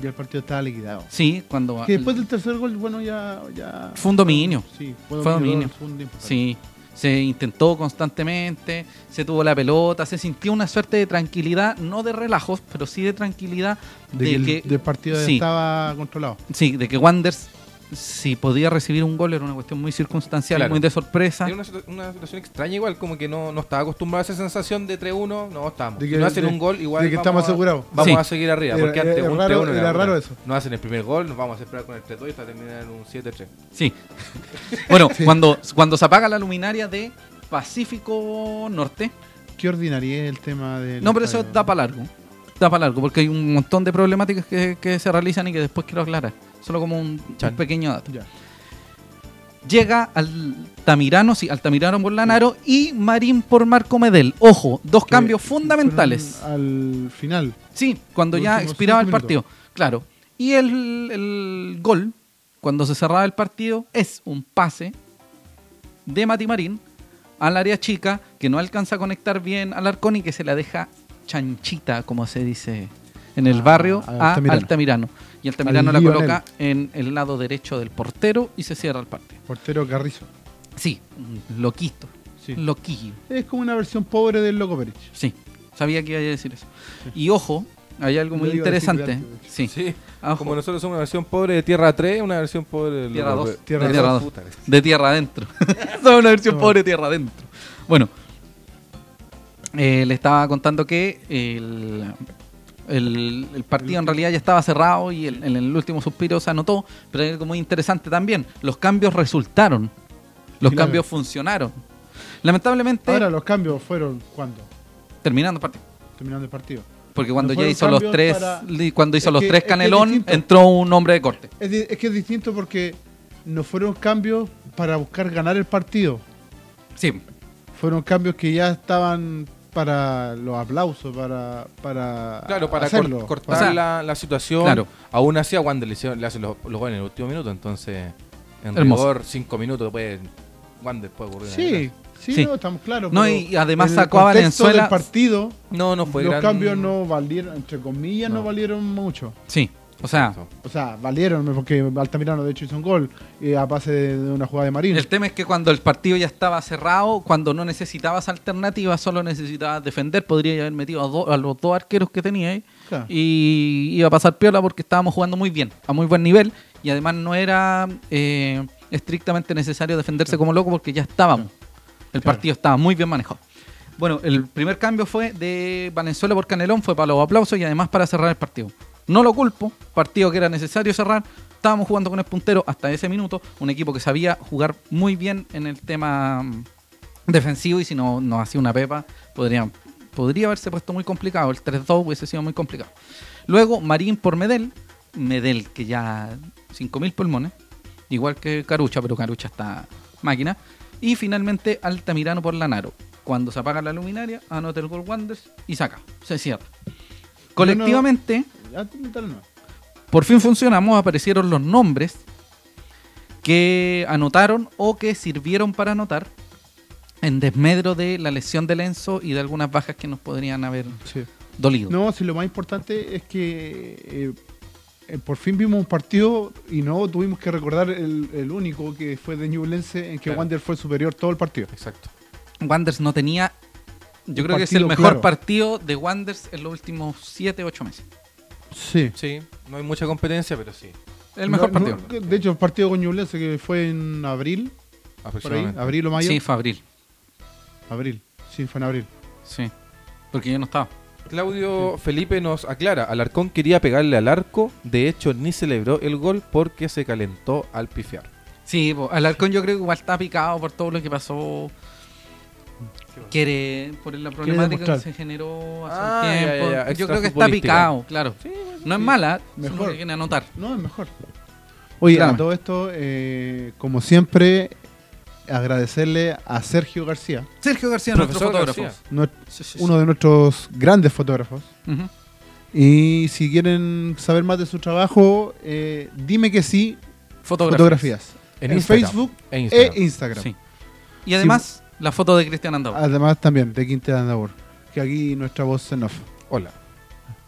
Speaker 2: Ya el partido estaba liquidado.
Speaker 1: Sí, cuando.
Speaker 2: Que después del tercer gol, bueno, ya. ya
Speaker 1: Ah, Fue un dominio.
Speaker 2: Sí,
Speaker 1: Fue un dominio.
Speaker 2: el segundo tiempo.
Speaker 1: Sí, se intentó constantemente, se tuvo la pelota, se sintió una suerte de tranquilidad, no de relajos, pero sí de tranquilidad
Speaker 2: De, que el, del partido ya
Speaker 1: sí.
Speaker 2: estaba controlado.
Speaker 1: Sí, de que Wanders, si podía recibir un gol, era una cuestión muy circunstancial,
Speaker 3: Claro.
Speaker 1: muy de sorpresa.
Speaker 3: Era una, situ- una situación extraña igual, como que no, no estaba acostumbrado a esa sensación de 3-1, no estamos.
Speaker 2: De
Speaker 3: Si
Speaker 2: que-
Speaker 3: no hacen
Speaker 2: de-
Speaker 3: un gol, igual
Speaker 2: de que
Speaker 3: vamos
Speaker 2: estamos
Speaker 3: a-
Speaker 2: asegurados.
Speaker 3: Vamos
Speaker 1: Sí.
Speaker 3: a seguir arriba,
Speaker 2: Era-
Speaker 3: porque antes
Speaker 2: era
Speaker 3: un
Speaker 2: raro-
Speaker 3: 3-1
Speaker 2: era
Speaker 3: bueno.
Speaker 2: raro eso.
Speaker 3: No hacen el primer gol, nos vamos a esperar con el 3-2 y hasta terminar en un 7-3.
Speaker 1: Sí. Bueno, Cuando, cuando se apaga la luminaria de Pacífico Norte,
Speaker 2: Qué ordinaria es el tema del.
Speaker 1: no, pero eso
Speaker 2: estadio.
Speaker 1: da para largo. Da para largo, porque hay un montón de problemáticas que, que se realizan y que después quiero aclarar. Solo como un- un
Speaker 3: Chan.
Speaker 1: pequeño dato.
Speaker 2: Ya.
Speaker 1: llega Altamirano, sí, Altamirano por Lanaro y Marín por Marco Medel. Ojo, dos
Speaker 2: Que
Speaker 1: cambios fundamentales.
Speaker 2: Eh, fueron Al final.
Speaker 1: Sí, cuando
Speaker 2: los
Speaker 1: ya
Speaker 2: últimos
Speaker 1: expiraba el
Speaker 2: cinco
Speaker 1: partido. Claro. Y el, el gol, cuando se cerraba el partido, es un pase de Mati Marín al área chica que no alcanza a conectar bien al arcón y que se la deja chanchita, como se dice en el
Speaker 2: Ah,
Speaker 1: barrio,
Speaker 2: a
Speaker 1: a
Speaker 2: Altamirano.
Speaker 1: Altamirano. Y Altamirano
Speaker 2: Al
Speaker 1: la
Speaker 2: Lionel.
Speaker 1: coloca en el lado derecho del portero y se cierra el partido.
Speaker 2: Portero Carrizo.
Speaker 1: Sí, un loquito.
Speaker 2: Sí.
Speaker 1: Loquillo.
Speaker 2: Es como una versión pobre del Loco Perich.
Speaker 1: Mm. Sí, sabía que iba a decir eso. Y ojo, hay algo
Speaker 2: Lo
Speaker 1: muy
Speaker 2: iba a decir
Speaker 1: interesante.
Speaker 2: antes, de hecho.
Speaker 1: Sí. Ojo.
Speaker 3: Como nosotros somos una versión pobre de Tierra 3, una versión pobre de
Speaker 1: Tierra 2.
Speaker 2: Tierra
Speaker 1: de Tierra
Speaker 3: dos,
Speaker 1: 2.
Speaker 3: puta, que-
Speaker 1: De tierra adentro. Somos una versión pobre de tierra adentro. Bueno, eh, le estaba contando que el, el- el partido en realidad ya estaba cerrado y el- en el último suspiro se anotó. Pero hay algo muy interesante también. Los cambios resultaron. Los
Speaker 2: Claro.
Speaker 1: cambios funcionaron. Lamentablemente,
Speaker 2: Ahora los cambios fueron cuando
Speaker 1: terminando el partido.
Speaker 2: terminando el partido.
Speaker 1: Porque cuando ya
Speaker 2: No fueron
Speaker 1: hizo los
Speaker 2: cambios
Speaker 1: tres,
Speaker 2: para-
Speaker 1: li- cuando hizo
Speaker 2: Es
Speaker 1: los
Speaker 2: que-
Speaker 1: tres
Speaker 2: es que es
Speaker 1: Canelón,
Speaker 2: distinto.
Speaker 1: entró un hombre de corte.
Speaker 2: Es, di- es que es distinto porque no fueron cambios para buscar ganar el partido.
Speaker 1: Sí,
Speaker 2: Fueron cambios que ya estaban para los aplausos, para, para
Speaker 3: Claro, para cor-
Speaker 2: hacerlo.
Speaker 3: cortar
Speaker 1: O sea,
Speaker 3: la, la situación.
Speaker 1: claro.
Speaker 3: Aún así a Wander le, hicieron- le hacen los, los goles en el último minuto, entonces en
Speaker 1: Hermoso.
Speaker 3: rigor 5 minutos después Wander puede ocurrir. una
Speaker 2: Sí, sí,
Speaker 1: Sí.
Speaker 2: no, estamos claros.
Speaker 1: No,
Speaker 2: pero
Speaker 1: y además
Speaker 2: en el
Speaker 1: sacó a
Speaker 2: contexto
Speaker 1: Valenzuela-
Speaker 2: del partido,
Speaker 3: No, no fue
Speaker 2: los
Speaker 3: gran-
Speaker 2: cambios no valieron, entre comillas, no,
Speaker 3: No.
Speaker 2: valieron mucho.
Speaker 1: sí. O sea,
Speaker 2: O sea, valieron porque Altamirano de hecho hizo un gol eh, a base de, de una jugada de Marín.
Speaker 1: el tema es que cuando el partido ya estaba cerrado, cuando no necesitabas alternativas, solo necesitabas defender, podría haber metido a, do- a los dos arqueros que tenía ahí.
Speaker 2: Claro.
Speaker 1: Y iba a pasar piola porque estábamos jugando muy bien, a muy buen nivel. Y además no era eh, estrictamente necesario defenderse como loco porque ya estábamos. El
Speaker 2: Claro.
Speaker 1: partido estaba muy bien manejado. Bueno, el primer cambio fue de Valenzuela por Canelón, fue para los aplausos y además para cerrar el partido. No lo culpo, partido que era necesario cerrar. Estábamos jugando con el puntero hasta ese minuto, un equipo que sabía jugar muy bien en el tema mm, defensivo y si no nos hacía una pepa, podría, podría haberse puesto muy complicado. El 3-2 hubiese sido muy complicado. Luego Marín por Medel, Medel que ya 5.000 pulmones, igual que Carucha, pero Carucha está máquina. Y finalmente Altamirano por Lanaro. Cuando se apaga la luminaria, anota el gol Wanders y saca, se cierra. Colectivamente,
Speaker 2: Ah, tú metale nomás.
Speaker 1: por fin funcionamos, aparecieron los nombres que anotaron o que sirvieron para anotar en desmedro de la lesión de Lenzo y de algunas bajas que nos podrían haber
Speaker 2: Sí.
Speaker 1: dolido.
Speaker 2: No, si lo más importante es que eh, eh, por fin vimos un partido y no tuvimos que recordar el, el único que fue de Newlense en que
Speaker 3: Claro.
Speaker 2: Wander fue superior todo el partido.
Speaker 3: Exacto.
Speaker 1: Wanderers no tenía. Yo
Speaker 2: Un
Speaker 1: creo que es el
Speaker 2: partido
Speaker 1: mejor
Speaker 2: claro.
Speaker 1: partido de Wanderers en los últimos 7, 8 meses.
Speaker 2: Sí.
Speaker 3: Sí, no hay mucha competencia, pero sí.
Speaker 1: El mejor
Speaker 2: No,
Speaker 1: partido.
Speaker 2: no, de hecho, el partido con Ñublense que fue en abril, por ahí,
Speaker 3: Aproximadamente.
Speaker 2: abril o mayo.
Speaker 1: sí, fue abril.
Speaker 2: Abril, sí, fue en abril.
Speaker 1: Sí. Porque yo no estaba.
Speaker 3: Claudio Felipe nos aclara, Alarcón quería pegarle al arco, de hecho ni celebró el gol porque se calentó al pifiar.
Speaker 1: Sí, po, Alarcón yo creo que igual está picado por todo lo que pasó. Quiere, por la problemática que
Speaker 2: demostrar.
Speaker 1: se generó hace
Speaker 3: Ah, ya,
Speaker 1: un tiempo.
Speaker 3: ya, ya,
Speaker 1: Yo creo que está
Speaker 3: extrafutbolística.
Speaker 1: picado, claro. No es mala,
Speaker 2: Mejor.
Speaker 1: mejor que quiere anotar.
Speaker 2: No, es mejor. Oye,
Speaker 1: Claro.
Speaker 2: a todo esto, eh, como siempre, agradecerle a Sergio García,
Speaker 1: Sergio García,
Speaker 3: Profesor
Speaker 1: nuestro fotógrafo.
Speaker 3: García.
Speaker 2: no-
Speaker 1: Sí, sí, sí.
Speaker 2: uno de nuestros grandes fotógrafos.
Speaker 1: Ujú.
Speaker 2: Y si quieren saber más de su trabajo, eh, dime que sí,
Speaker 1: Fotografías.
Speaker 2: fotografías.
Speaker 3: En
Speaker 2: En,
Speaker 3: Instagram
Speaker 2: Facebook
Speaker 3: e
Speaker 2: e
Speaker 3: Instagram.
Speaker 2: Instagram.
Speaker 1: Sí. Ah. Y además, la foto de Cristian Andau.
Speaker 2: Además también de Quintana Andabur, que aquí nuestra voz en off.
Speaker 3: Hola.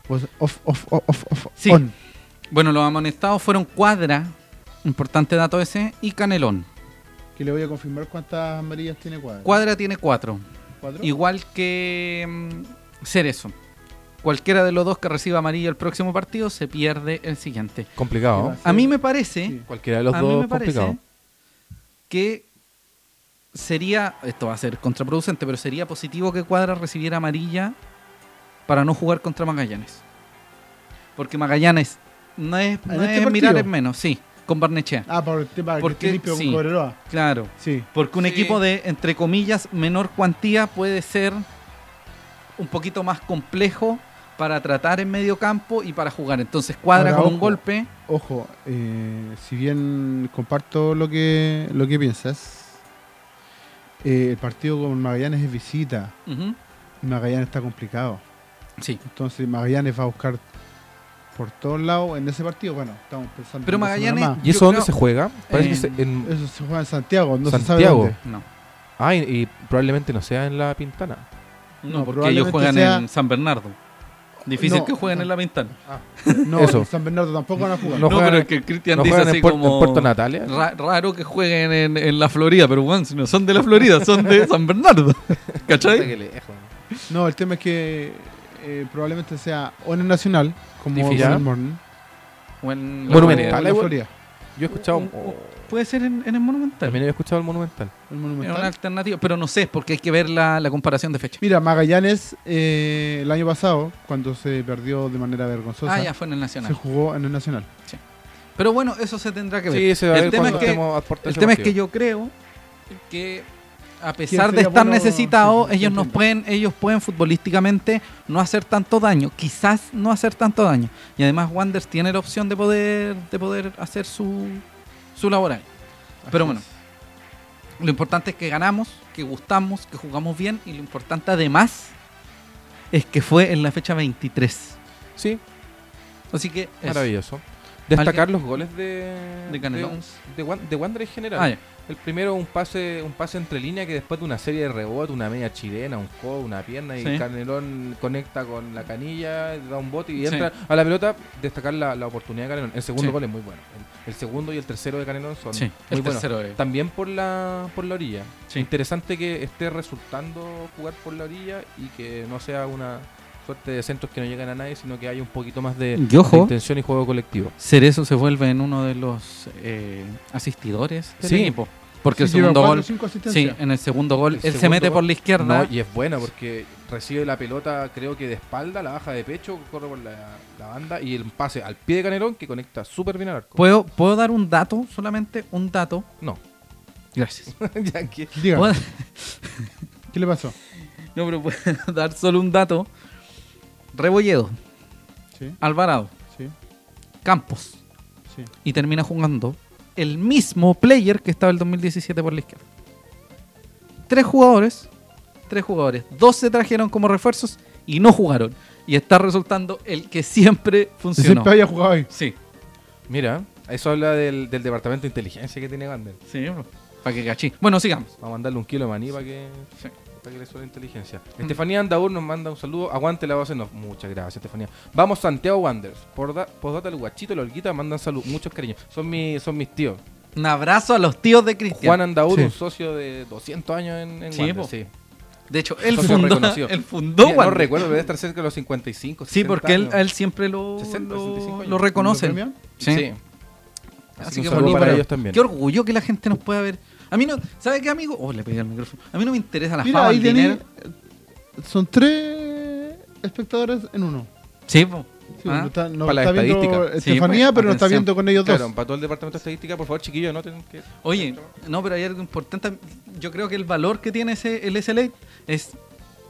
Speaker 2: Voz off, off, off, off, off,
Speaker 1: Sí.
Speaker 2: on.
Speaker 1: Bueno, los amonestados fueron Cuadra, importante dato ese, y Canelón.
Speaker 2: Que le voy a confirmar cuántas amarillas tiene Cuadra.
Speaker 1: Cuadra tiene cuatro,
Speaker 2: ¿Cuatro?
Speaker 1: igual que mm, Cerezo. Cualquiera de los dos que reciba amarillo el próximo partido se pierde el siguiente.
Speaker 3: Complicado. ¿eh?
Speaker 2: Sí.
Speaker 1: A mí me parece,
Speaker 2: Sí.
Speaker 3: Cualquiera de los
Speaker 1: a mí
Speaker 3: dos
Speaker 1: me parece
Speaker 3: complicado.
Speaker 1: que sería, esto va a ser contraproducente, pero sería positivo que Cuadra recibiera amarilla para no jugar contra Magallanes. Porque Magallanes no es,
Speaker 2: ¿En
Speaker 1: no
Speaker 2: este
Speaker 1: es
Speaker 2: partido?
Speaker 1: mirar en menos, sí, con Barnechea.
Speaker 2: Ah, por el tema que
Speaker 1: Porque-
Speaker 2: esté limpio
Speaker 1: sí.
Speaker 2: con Cobreloa.
Speaker 1: Claro.
Speaker 2: Sí.
Speaker 1: Porque un
Speaker 3: Sí.
Speaker 1: equipo de, entre comillas, menor cuantía puede ser un poquito más complejo para tratar en medio campo y para jugar. Entonces cuadra
Speaker 2: Ahora,
Speaker 1: con un
Speaker 2: ojo.
Speaker 1: golpe.
Speaker 2: Ojo, eh, si bien comparto lo que, lo que piensas, eh, el partido con Magallanes es visita.
Speaker 1: Ujú.
Speaker 2: Y Magallanes está complicado.
Speaker 1: Sí.
Speaker 2: Entonces Magallanes va a buscar por todos lados en ese partido. Bueno, estamos pensando.
Speaker 1: Pero
Speaker 2: en una semana
Speaker 1: Magallanes-
Speaker 3: ¿Y eso
Speaker 1: Yo
Speaker 3: dónde
Speaker 1: creo-
Speaker 3: se juega? Parece que
Speaker 1: en-
Speaker 3: se- en-
Speaker 2: más. Eso se juega en Santiago, no se sabe
Speaker 3: Santiago.
Speaker 2: dónde.
Speaker 1: No.
Speaker 3: Ah, y, y probablemente no sea en la Pintana.
Speaker 1: No,
Speaker 2: No,
Speaker 1: porque ellos
Speaker 2: probablemente
Speaker 1: juegan
Speaker 2: sea-
Speaker 1: en San Bernardo. Difícil
Speaker 2: No,
Speaker 1: que jueguen
Speaker 2: no.
Speaker 1: en la ventana.
Speaker 2: No,
Speaker 3: Eso.
Speaker 2: en San Bernardo tampoco van a jugar.
Speaker 3: No
Speaker 1: No,
Speaker 3: juegan
Speaker 1: pero
Speaker 3: en-
Speaker 1: es que Cristian
Speaker 3: ¿No
Speaker 1: dice
Speaker 3: juegan en,
Speaker 1: así
Speaker 3: Puer- en
Speaker 1: como
Speaker 3: Puerto Natalia?
Speaker 1: ra- raro que jueguen en, en la Florida, pero bueno, si no son de la Florida, son de San Bernardo. ¿Cachai?
Speaker 2: No, el tema es que eh, probablemente sea o en el Nacional, como
Speaker 1: Difícil.
Speaker 2: en el Morning,
Speaker 1: O en la
Speaker 3: Monumental.
Speaker 2: o
Speaker 1: Florida.
Speaker 2: en la
Speaker 3: igual.
Speaker 2: Florida,
Speaker 3: Yo he escuchado...
Speaker 1: Un-
Speaker 3: oh,
Speaker 1: Puede ser en, en el Monumental.
Speaker 3: también he escuchado el Monumental.
Speaker 2: el
Speaker 1: Es
Speaker 2: Monumental.
Speaker 1: una alternativa, pero no sé, porque hay que ver la, la comparación de fecha.
Speaker 2: Mira, Magallanes eh, el año pasado, cuando se perdió de manera vergonzosa,
Speaker 1: ah, ya fue en el
Speaker 2: se
Speaker 1: Nacional.
Speaker 2: jugó en el Nacional.
Speaker 1: Pero bueno, eso se tendrá que ver.
Speaker 3: Sí, se va a
Speaker 1: el
Speaker 3: ver
Speaker 1: tema,
Speaker 3: cuando
Speaker 1: es que,
Speaker 3: estemos a puerta
Speaker 1: el
Speaker 3: ese
Speaker 1: tema es
Speaker 3: partido.
Speaker 1: que yo creo que a pesar
Speaker 2: ¿Quién
Speaker 1: de
Speaker 2: sería
Speaker 1: estar
Speaker 2: bueno?
Speaker 1: necesitados,
Speaker 2: Sí, sí,
Speaker 1: ellos nos
Speaker 2: entiendo.
Speaker 1: pueden, ellos pueden futbolísticamente no hacer tanto daño, quizás no hacer tanto daño. Y además Wanders tiene la opción de poder, de poder hacer su, su labor ahí. Pero bueno, Lo importante es que ganamos, que gustamos, que jugamos bien y lo importante además es que fue en la fecha 23.
Speaker 3: Sí,
Speaker 1: Así que eso.
Speaker 3: maravilloso. Destacar los goles de,
Speaker 1: De Canelón.
Speaker 3: de, Wan- de Wander en general.
Speaker 1: Ah, ya.
Speaker 3: El primero un pase, un pase entre línea que después de una serie de rebote, una media chilena, un codo, una pierna y
Speaker 1: Sí.
Speaker 3: Canelón conecta con la canilla, da un bote y
Speaker 1: Sí.
Speaker 3: entra a la pelota, destacar la, la oportunidad de Canelón. El segundo
Speaker 1: Sí.
Speaker 3: gol es muy bueno. El, el segundo y el tercero de Canelón son
Speaker 1: Sí,
Speaker 3: muy
Speaker 1: el
Speaker 3: buenos.
Speaker 1: tercero es-
Speaker 3: También por la por la orilla.
Speaker 1: Sí.
Speaker 3: Interesante que esté resultando jugar por la orilla y que no sea una suerte de centros que no llegan a nadie, sino que haya un poquito más de,
Speaker 1: Y ojo.
Speaker 3: de intención y juego colectivo.
Speaker 1: Cerezo se vuelve en uno de los eh, asistidores del
Speaker 3: Sí.
Speaker 1: equipo. Porque el
Speaker 2: Sí, lleva
Speaker 1: segundo
Speaker 2: cuatro,
Speaker 1: gol.
Speaker 2: cinco asistencias.
Speaker 1: Sí, en el segundo gol
Speaker 3: El
Speaker 1: él se
Speaker 3: segundo
Speaker 1: mete por
Speaker 3: gol.
Speaker 1: la izquierda.
Speaker 3: No, y es buena porque recibe la pelota, creo que de espalda, la baja de pecho, corre por la, la banda y el pase al pie de Canelón que conecta súper bien al arco.
Speaker 1: ¿Puedo, ¿Puedo dar un dato? Solamente un dato.
Speaker 3: no.
Speaker 1: Gracias.
Speaker 3: Ya que-
Speaker 2: Diga,
Speaker 1: ¿Puedo-
Speaker 2: ¿qué le pasó?
Speaker 1: No, pero puedo dar solo un dato. Rebolledo,
Speaker 2: Sí,
Speaker 1: Alvarado,
Speaker 2: sí,
Speaker 1: Campos.
Speaker 2: sí.
Speaker 1: Y termina jugando el mismo player que estaba el 2017 por la izquierda. Tres jugadores. Tres jugadores. Dos se trajeron como refuerzos y no jugaron. Y está resultando el que siempre funcionó.
Speaker 2: Siempre había jugado ahí.
Speaker 1: Sí,
Speaker 3: Mira, eso habla del, del departamento de inteligencia que tiene Gander.
Speaker 1: sí. Para que cachí. Bueno, sigamos.
Speaker 3: Vamos a mandarle un kilo de maní para que,
Speaker 1: Sí. Mm.
Speaker 3: para que le suene inteligencia. Estefanía Andaur nos manda un saludo. Aguante la base. No, muchas gracias, Estefanía. Vamos, Santiago Wanderers. Por da- Postdata, el guachito y la holguita mandan salud. Muchos cariños. Son, mi, son mis tíos.
Speaker 1: Un abrazo a los tíos de Cristian.
Speaker 3: Juan Andaur,
Speaker 2: Sí.
Speaker 3: un socio de 200 años en, en
Speaker 1: Sí,
Speaker 3: Wander,
Speaker 1: po.
Speaker 3: sí.
Speaker 1: De hecho, él
Speaker 3: Socio
Speaker 1: fundó,
Speaker 3: reconocido.
Speaker 1: él fundó
Speaker 3: Mira, no
Speaker 1: Wander.
Speaker 3: recuerdo, debe estar cerca de los 55.
Speaker 1: Sí,
Speaker 3: 60
Speaker 1: porque él,
Speaker 3: años.
Speaker 1: a él siempre lo,
Speaker 3: 60,
Speaker 1: lo-
Speaker 3: 65 años.
Speaker 1: lo reconocen.
Speaker 2: ¿Lo premian?
Speaker 1: Sí.
Speaker 3: Sí.
Speaker 1: Así que
Speaker 3: un saludo
Speaker 1: bonito.
Speaker 3: para ellos también.
Speaker 1: Qué orgullo que la gente nos pueda ver. A mí no, ¿sabe qué, amigo? Oh, le pegué al micrófono. A mí no me interesa la
Speaker 2: Mira,
Speaker 1: fama,
Speaker 2: ahí
Speaker 1: el dinero.
Speaker 2: tenés. Son tres espectadores en uno.
Speaker 1: Sí, po.
Speaker 2: Sí,
Speaker 1: Ah,
Speaker 2: no está, no
Speaker 3: Para la
Speaker 2: está viendo
Speaker 3: estadística.
Speaker 2: Estefanía,
Speaker 1: Sí,
Speaker 2: pero no está
Speaker 1: atención.
Speaker 2: viendo con ellos dos.
Speaker 3: Claro, para todo el departamento de estadística, por favor, chiquillos, anoten que.
Speaker 1: Oye, no, pero hay algo importante. Yo creo que el valor que tiene ese, el SLA es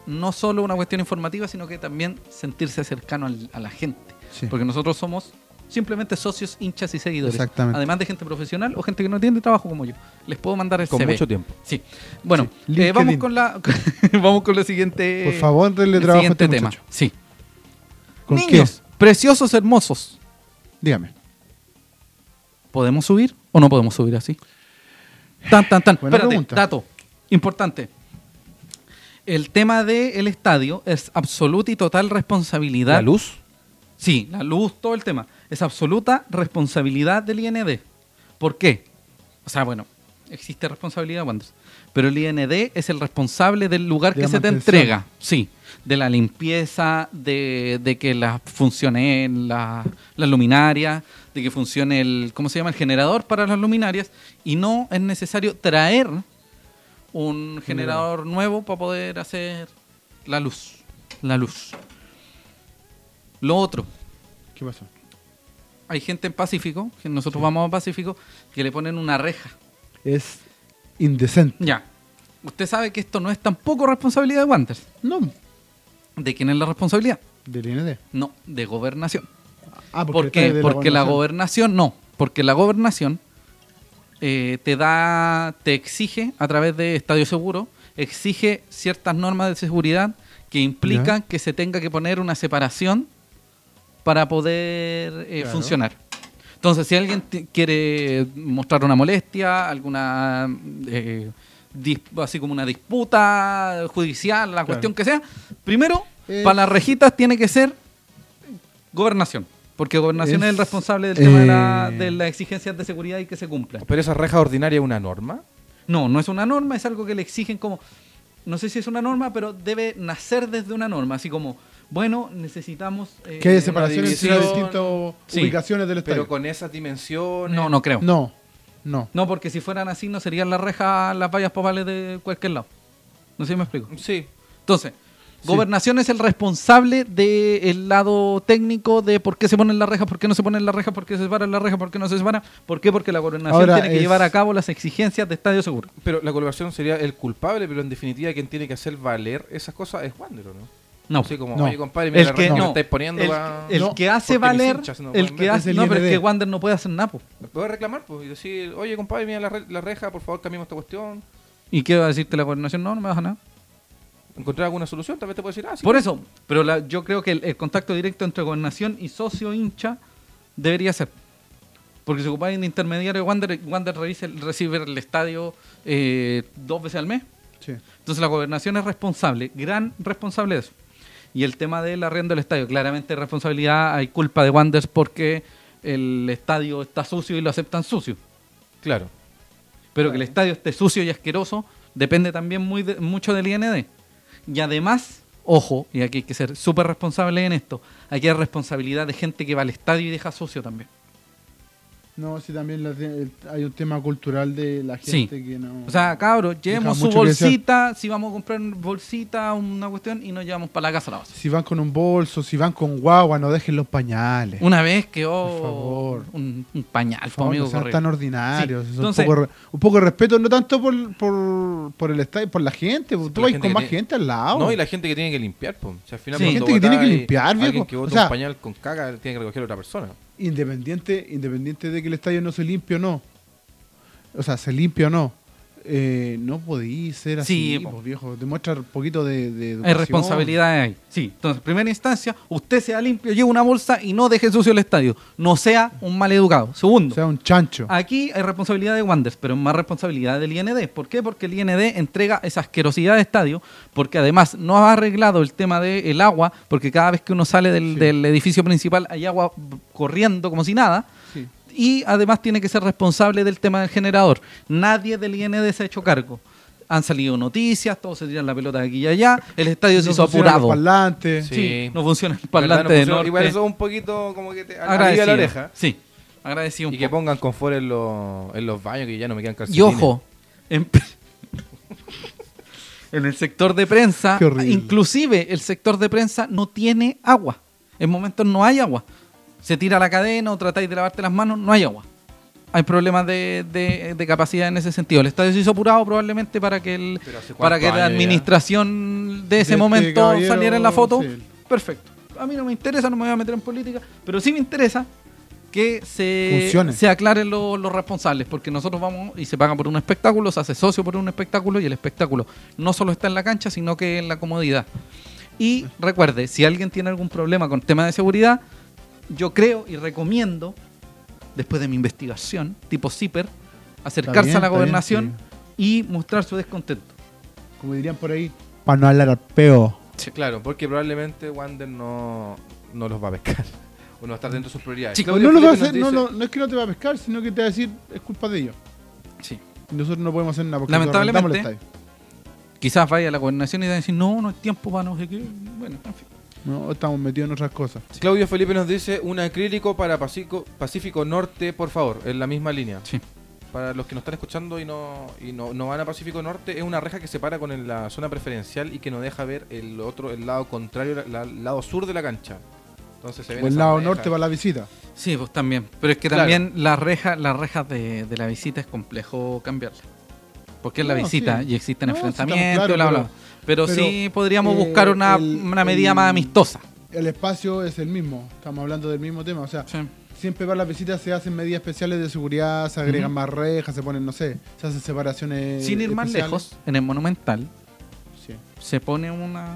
Speaker 1: no solo una cuestión informativa, sino que también sentirse cercano al- a la gente.
Speaker 2: Sí.
Speaker 1: Porque nosotros somos simplemente socios, hinchas y seguidores.
Speaker 2: Exactamente.
Speaker 1: Además de gente profesional o gente que no tiene trabajo como yo. Les puedo mandar el
Speaker 3: Con
Speaker 1: CV.
Speaker 3: mucho tiempo.
Speaker 1: Sí. Bueno,
Speaker 2: Sí.
Speaker 1: eh,
Speaker 2: LinkedIn.
Speaker 1: vamos con la vamos con la siguiente
Speaker 2: Por favor, denle
Speaker 1: el
Speaker 2: trabajo a
Speaker 1: siguiente
Speaker 2: este
Speaker 1: tema.
Speaker 2: muchacho.
Speaker 1: Sí.
Speaker 2: ¿Con
Speaker 1: Niños, preciosos, hermosos.
Speaker 2: qué? Dígame.
Speaker 1: ¿Podemos subir o no podemos subir así? Tan tan tan.
Speaker 2: Buena
Speaker 1: Espérate,
Speaker 2: pregunta.
Speaker 1: dato importante. El tema del estadio es absoluta y total responsabilidad.
Speaker 3: La luz.
Speaker 1: Sí, la luz, todo el tema. Es absoluta responsabilidad del IND. ¿Por qué? O sea, bueno, existe responsabilidad cuando. Pero el IND es el responsable del lugar
Speaker 2: De
Speaker 1: que
Speaker 2: la
Speaker 1: se te
Speaker 2: mantención.
Speaker 1: entrega. Sí, de la limpieza, de, de que las funcionen las las luminarias, de que funcione el, ¿cómo se llama? El generador para las luminarias. Y no es necesario traer un generador nuevo para poder hacer la luz. La luz. Lo otro,
Speaker 2: ¿Qué pasó?
Speaker 1: hay gente en Pacífico, que nosotros vamos a Pacífico, que le ponen una reja.
Speaker 2: Es indecente.
Speaker 1: Ya. Usted sabe que esto no es tampoco responsabilidad de Wanderers.
Speaker 2: No,
Speaker 1: ¿De quién es la responsabilidad?
Speaker 2: del IND.
Speaker 1: No, de gobernación.
Speaker 2: Ah,
Speaker 1: ¿Por qué?
Speaker 2: está de
Speaker 1: porque la gobernación
Speaker 2: gobernación.
Speaker 1: no. Porque la gobernación eh, te da, te exige a través de Estadio Seguro, exige ciertas normas de seguridad que implican que se tenga que poner una separación para poder eh,
Speaker 2: Claro.
Speaker 1: funcionar. Entonces, si alguien te- quiere mostrar una molestia, alguna eh, dis- así como una disputa judicial, la cuestión que sea, primero
Speaker 2: Eh,
Speaker 1: para las rejitas tiene que ser Gobernación. Porque Gobernación es,
Speaker 2: Es,
Speaker 1: el responsable del tema de, la-
Speaker 2: eh,
Speaker 1: de las exigencias de seguridad y que se cumplan.
Speaker 3: Pero esa reja ordinaria es una norma.
Speaker 1: No, no es una norma, es algo que le exigen como. No sé si es una norma, pero debe nacer desde una norma. Así como, bueno, necesitamos. eh,
Speaker 2: Que haya
Speaker 1: una
Speaker 2: separación entre las
Speaker 1: división.
Speaker 2: distintas
Speaker 1: Sí,
Speaker 2: ubicaciones del estadio.
Speaker 3: Pero con esas dimensiones.
Speaker 1: No, no creo. No.
Speaker 2: No, no.
Speaker 1: porque si fueran así, no serían las rejas, las vallas papales de cualquier lado. No sé si me explico.
Speaker 3: Sí.
Speaker 1: Entonces,
Speaker 2: Sí.
Speaker 1: Gobernación es el responsable del lado técnico de por qué se ponen las rejas, por qué no se ponen las rejas, por qué se separan las rejas, por qué no se separan. ¿Por qué? Porque la Gobernación
Speaker 2: Ahora
Speaker 1: tiene que
Speaker 2: es-
Speaker 1: llevar a cabo las exigencias de Estadio Seguro.
Speaker 3: Pero la colaboración sería el culpable, pero en definitiva, quien tiene que hacer valer esas cosas es Wander, ¿o ¿no?
Speaker 1: No.
Speaker 3: Así como,
Speaker 2: No.
Speaker 3: oye, compadre, mira
Speaker 1: El
Speaker 3: la
Speaker 1: que-
Speaker 3: reja que
Speaker 1: no.
Speaker 3: me estáis poniendo.
Speaker 1: el,
Speaker 3: va-
Speaker 1: el
Speaker 2: No,
Speaker 1: que hace
Speaker 3: porque mis
Speaker 1: valer,
Speaker 3: hinchas no
Speaker 1: el
Speaker 3: pueden
Speaker 1: que
Speaker 3: ver.
Speaker 1: hace,
Speaker 2: Es el
Speaker 1: no, pero es
Speaker 2: IND.
Speaker 1: que Wander no puede hacer napo.
Speaker 3: Me puedo reclamar, pues, y decir, oye, compadre, mira la, re- la reja, por favor, cambiemos esta cuestión.
Speaker 1: ¿Y qué va a decirte la gobernación? No, no me vas a nada.
Speaker 3: Encontrar alguna solución, tal vez te puedo decir, ah, sí.
Speaker 1: Por eso, pero la- yo creo que el, el contacto directo entre gobernación y socio hincha debería ser. Porque si ocupáis un intermediario de Wander, Wander revisa- recibe el estadio eh, dos veces al mes.
Speaker 2: Sí.
Speaker 1: Entonces la gobernación es responsable, gran responsable de eso. Y el tema del arriendo del estadio, claramente hay responsabilidad, hay culpa de Wanderers porque el estadio está sucio y lo aceptan sucio.
Speaker 3: Claro.
Speaker 1: Pero que el estadio esté sucio y asqueroso depende también muy de- mucho del IND. Y además, ojo, y aquí hay que ser súper responsable en esto, aquí hay responsabilidad de gente que va al estadio y deja sucio también.
Speaker 2: No, sí, también la- el- hay un tema cultural de la
Speaker 1: Sí.
Speaker 2: gente que no.
Speaker 1: O sea, cabros, llevemos su
Speaker 2: mucho que desear.
Speaker 1: bolsita, si vamos a comprar una bolsita, una cuestión, y nos llevamos para la casa la basura.
Speaker 2: si van con un bolso, si van con guagua, no dejen los pañales.
Speaker 1: Una vez quedó
Speaker 2: Por favor.
Speaker 1: Un, un pañal,
Speaker 2: Por
Speaker 1: fue
Speaker 2: favor,
Speaker 1: amigo
Speaker 2: no sean
Speaker 1: Correa.
Speaker 2: tan ordinarios.
Speaker 1: Sí,
Speaker 2: Es
Speaker 1: entonces-
Speaker 2: un, poco, de re- un poco de respeto, no tanto por, por, por el estadio, por la gente. pues,
Speaker 3: por
Speaker 2: tú
Speaker 3: la
Speaker 2: vas
Speaker 3: gente
Speaker 2: con
Speaker 3: que
Speaker 2: más
Speaker 3: tiene-
Speaker 2: gente al lado.
Speaker 3: No, y la gente que tiene que limpiar, po. O sea, al final
Speaker 1: Sí.
Speaker 3: cuando
Speaker 1: Gente
Speaker 2: que tiene que
Speaker 3: botáis
Speaker 2: limpiar,
Speaker 3: Alguien
Speaker 2: viejo.
Speaker 3: que
Speaker 2: O
Speaker 3: bota
Speaker 2: sea-
Speaker 3: un pañal con caca tiene que recoger otra persona.
Speaker 2: Independiente, independiente de que el estadio no se limpie o no. O sea, se limpie o no. eh, no podí ser así,
Speaker 1: Sí, po.
Speaker 2: pues, viejo. Demuestra un poquito de, de
Speaker 1: Hay
Speaker 2: educación.
Speaker 1: responsabilidad ahí. Sí, entonces, en primera instancia, usted sea limpio, lleve una bolsa y no deje sucio el estadio. No sea un mal educado. Segundo,
Speaker 2: O sea, un chancho.
Speaker 1: aquí hay responsabilidad de Wanders, pero es más responsabilidad del IND. ¿Por qué? Porque el IND entrega esa asquerosidad de estadio, porque además no ha arreglado el tema del agua, porque cada vez que uno sale del,
Speaker 2: Sí.
Speaker 1: del edificio principal hay agua b- corriendo como si nada.
Speaker 2: Sí.
Speaker 1: y además tiene que ser responsable del tema del generador. Nadie del IND se ha hecho cargo. Han salido noticias, todos se tiran la pelota de aquí y allá, el estadio se
Speaker 2: No
Speaker 1: hizo
Speaker 2: funciona los
Speaker 1: apurado.
Speaker 2: parlantes.
Speaker 1: Sí,
Speaker 3: Sí.
Speaker 1: no funciona el
Speaker 3: ¿Verdad?
Speaker 1: parlante
Speaker 3: No
Speaker 1: de
Speaker 3: funciona.
Speaker 1: norte.
Speaker 3: Igual eso es un poquito como que te alivia
Speaker 1: Agradecido.
Speaker 3: la oreja.
Speaker 1: Sí, agradecido un
Speaker 3: Y que
Speaker 1: poco.
Speaker 3: pongan confort en los, en los baños que ya no me quedan
Speaker 1: Y
Speaker 3: calcetines.
Speaker 1: ojo, en, en el sector de prensa,
Speaker 2: Qué horrible.
Speaker 1: inclusive el sector de prensa no tiene agua. En momentos no hay agua. Se tira la cadena o tratáis de lavarte las manos, no hay agua. Hay problemas de, de- de capacidad en ese sentido. El estadio se hizo apurado probablemente para que, el,
Speaker 3: Pero ¿hace cuántos
Speaker 1: para que la
Speaker 3: años ya?
Speaker 1: administración de ese
Speaker 2: este
Speaker 1: momento
Speaker 2: caballero,
Speaker 1: saliera en la foto.
Speaker 2: sí.
Speaker 1: Perfecto. A mí no me interesa, no me voy a meter en política, pero sí me interesa que se,
Speaker 2: Funcione.
Speaker 1: se aclaren lo- los responsables, porque nosotros vamos y se paga por un espectáculo, se hace socio por un espectáculo y el espectáculo no solo está en la cancha, sino que en la comodidad. Y recuerde, si alguien tiene algún problema con tema de seguridad, yo creo y recomiendo, después de mi investigación, tipo CIPER, acercarse
Speaker 2: bien,
Speaker 1: a la
Speaker 2: está bien,
Speaker 1: gobernación y mostrar su descontento.
Speaker 2: Como dirían por ahí, para no hablar al peo.
Speaker 3: Sí, Claro, porque probablemente Wander no, no los va a pescar. Uno va a estar dentro de sus prioridades.
Speaker 1: Chicos,
Speaker 2: No,
Speaker 3: Claudio
Speaker 2: lo va a
Speaker 3: Felipe
Speaker 2: hacer, no,
Speaker 3: nos
Speaker 2: lo- no es que no te va a pescar, sino que te va a decir, es culpa de ellos.
Speaker 1: Sí.
Speaker 2: Y Nosotros no podemos hacer nada porque
Speaker 1: Lamentablemente,
Speaker 2: nosotros arrendamos el estadio.
Speaker 1: Quizás vaya a la gobernación y te va a decir, no, no hay tiempo para no sé qué. Bueno, en fin.
Speaker 2: No, estamos metidos en otras cosas.
Speaker 3: dice- Claudio Felipe nos dice un acrílico para Pacífico, Pacífico Norte, por favor, en la misma línea.
Speaker 1: Sí.
Speaker 3: Para los que nos están escuchando y no y no, no van a Pacífico Norte, es una reja que separa con el- la zona preferencial y que no deja ver el otro el lado contrario, la- la- el lado sur de la cancha. Entonces se ve
Speaker 2: O el
Speaker 3: esa
Speaker 2: lado
Speaker 3: reja.
Speaker 2: norte para la visita.
Speaker 1: Sí, pues también. Pero es que
Speaker 3: Claro.
Speaker 1: también las rejas las rejas de, de la visita es complejo cambiarlas. Porque es la
Speaker 2: No,
Speaker 1: visita
Speaker 2: sí.
Speaker 1: y existen
Speaker 2: No, sí, estamos
Speaker 1: enfrentamientos,
Speaker 2: claros,
Speaker 1: bla, bla.
Speaker 2: pero-
Speaker 1: Pero,
Speaker 2: pero,
Speaker 1: sí podríamos
Speaker 2: eh,
Speaker 1: buscar una,
Speaker 2: el-
Speaker 1: una medida
Speaker 2: el-
Speaker 1: más amistosa.
Speaker 2: El espacio es el mismo, estamos hablando del mismo tema. O sea,
Speaker 1: Sí.
Speaker 2: siempre para las visitas se hacen medidas especiales de seguridad, se agregan
Speaker 1: Ujú.
Speaker 2: más rejas, se ponen, no sé, se hacen separaciones.
Speaker 1: Sin ir más
Speaker 2: Eh, especiales.
Speaker 1: lejos, en el Monumental
Speaker 2: Sí,
Speaker 1: se pone una.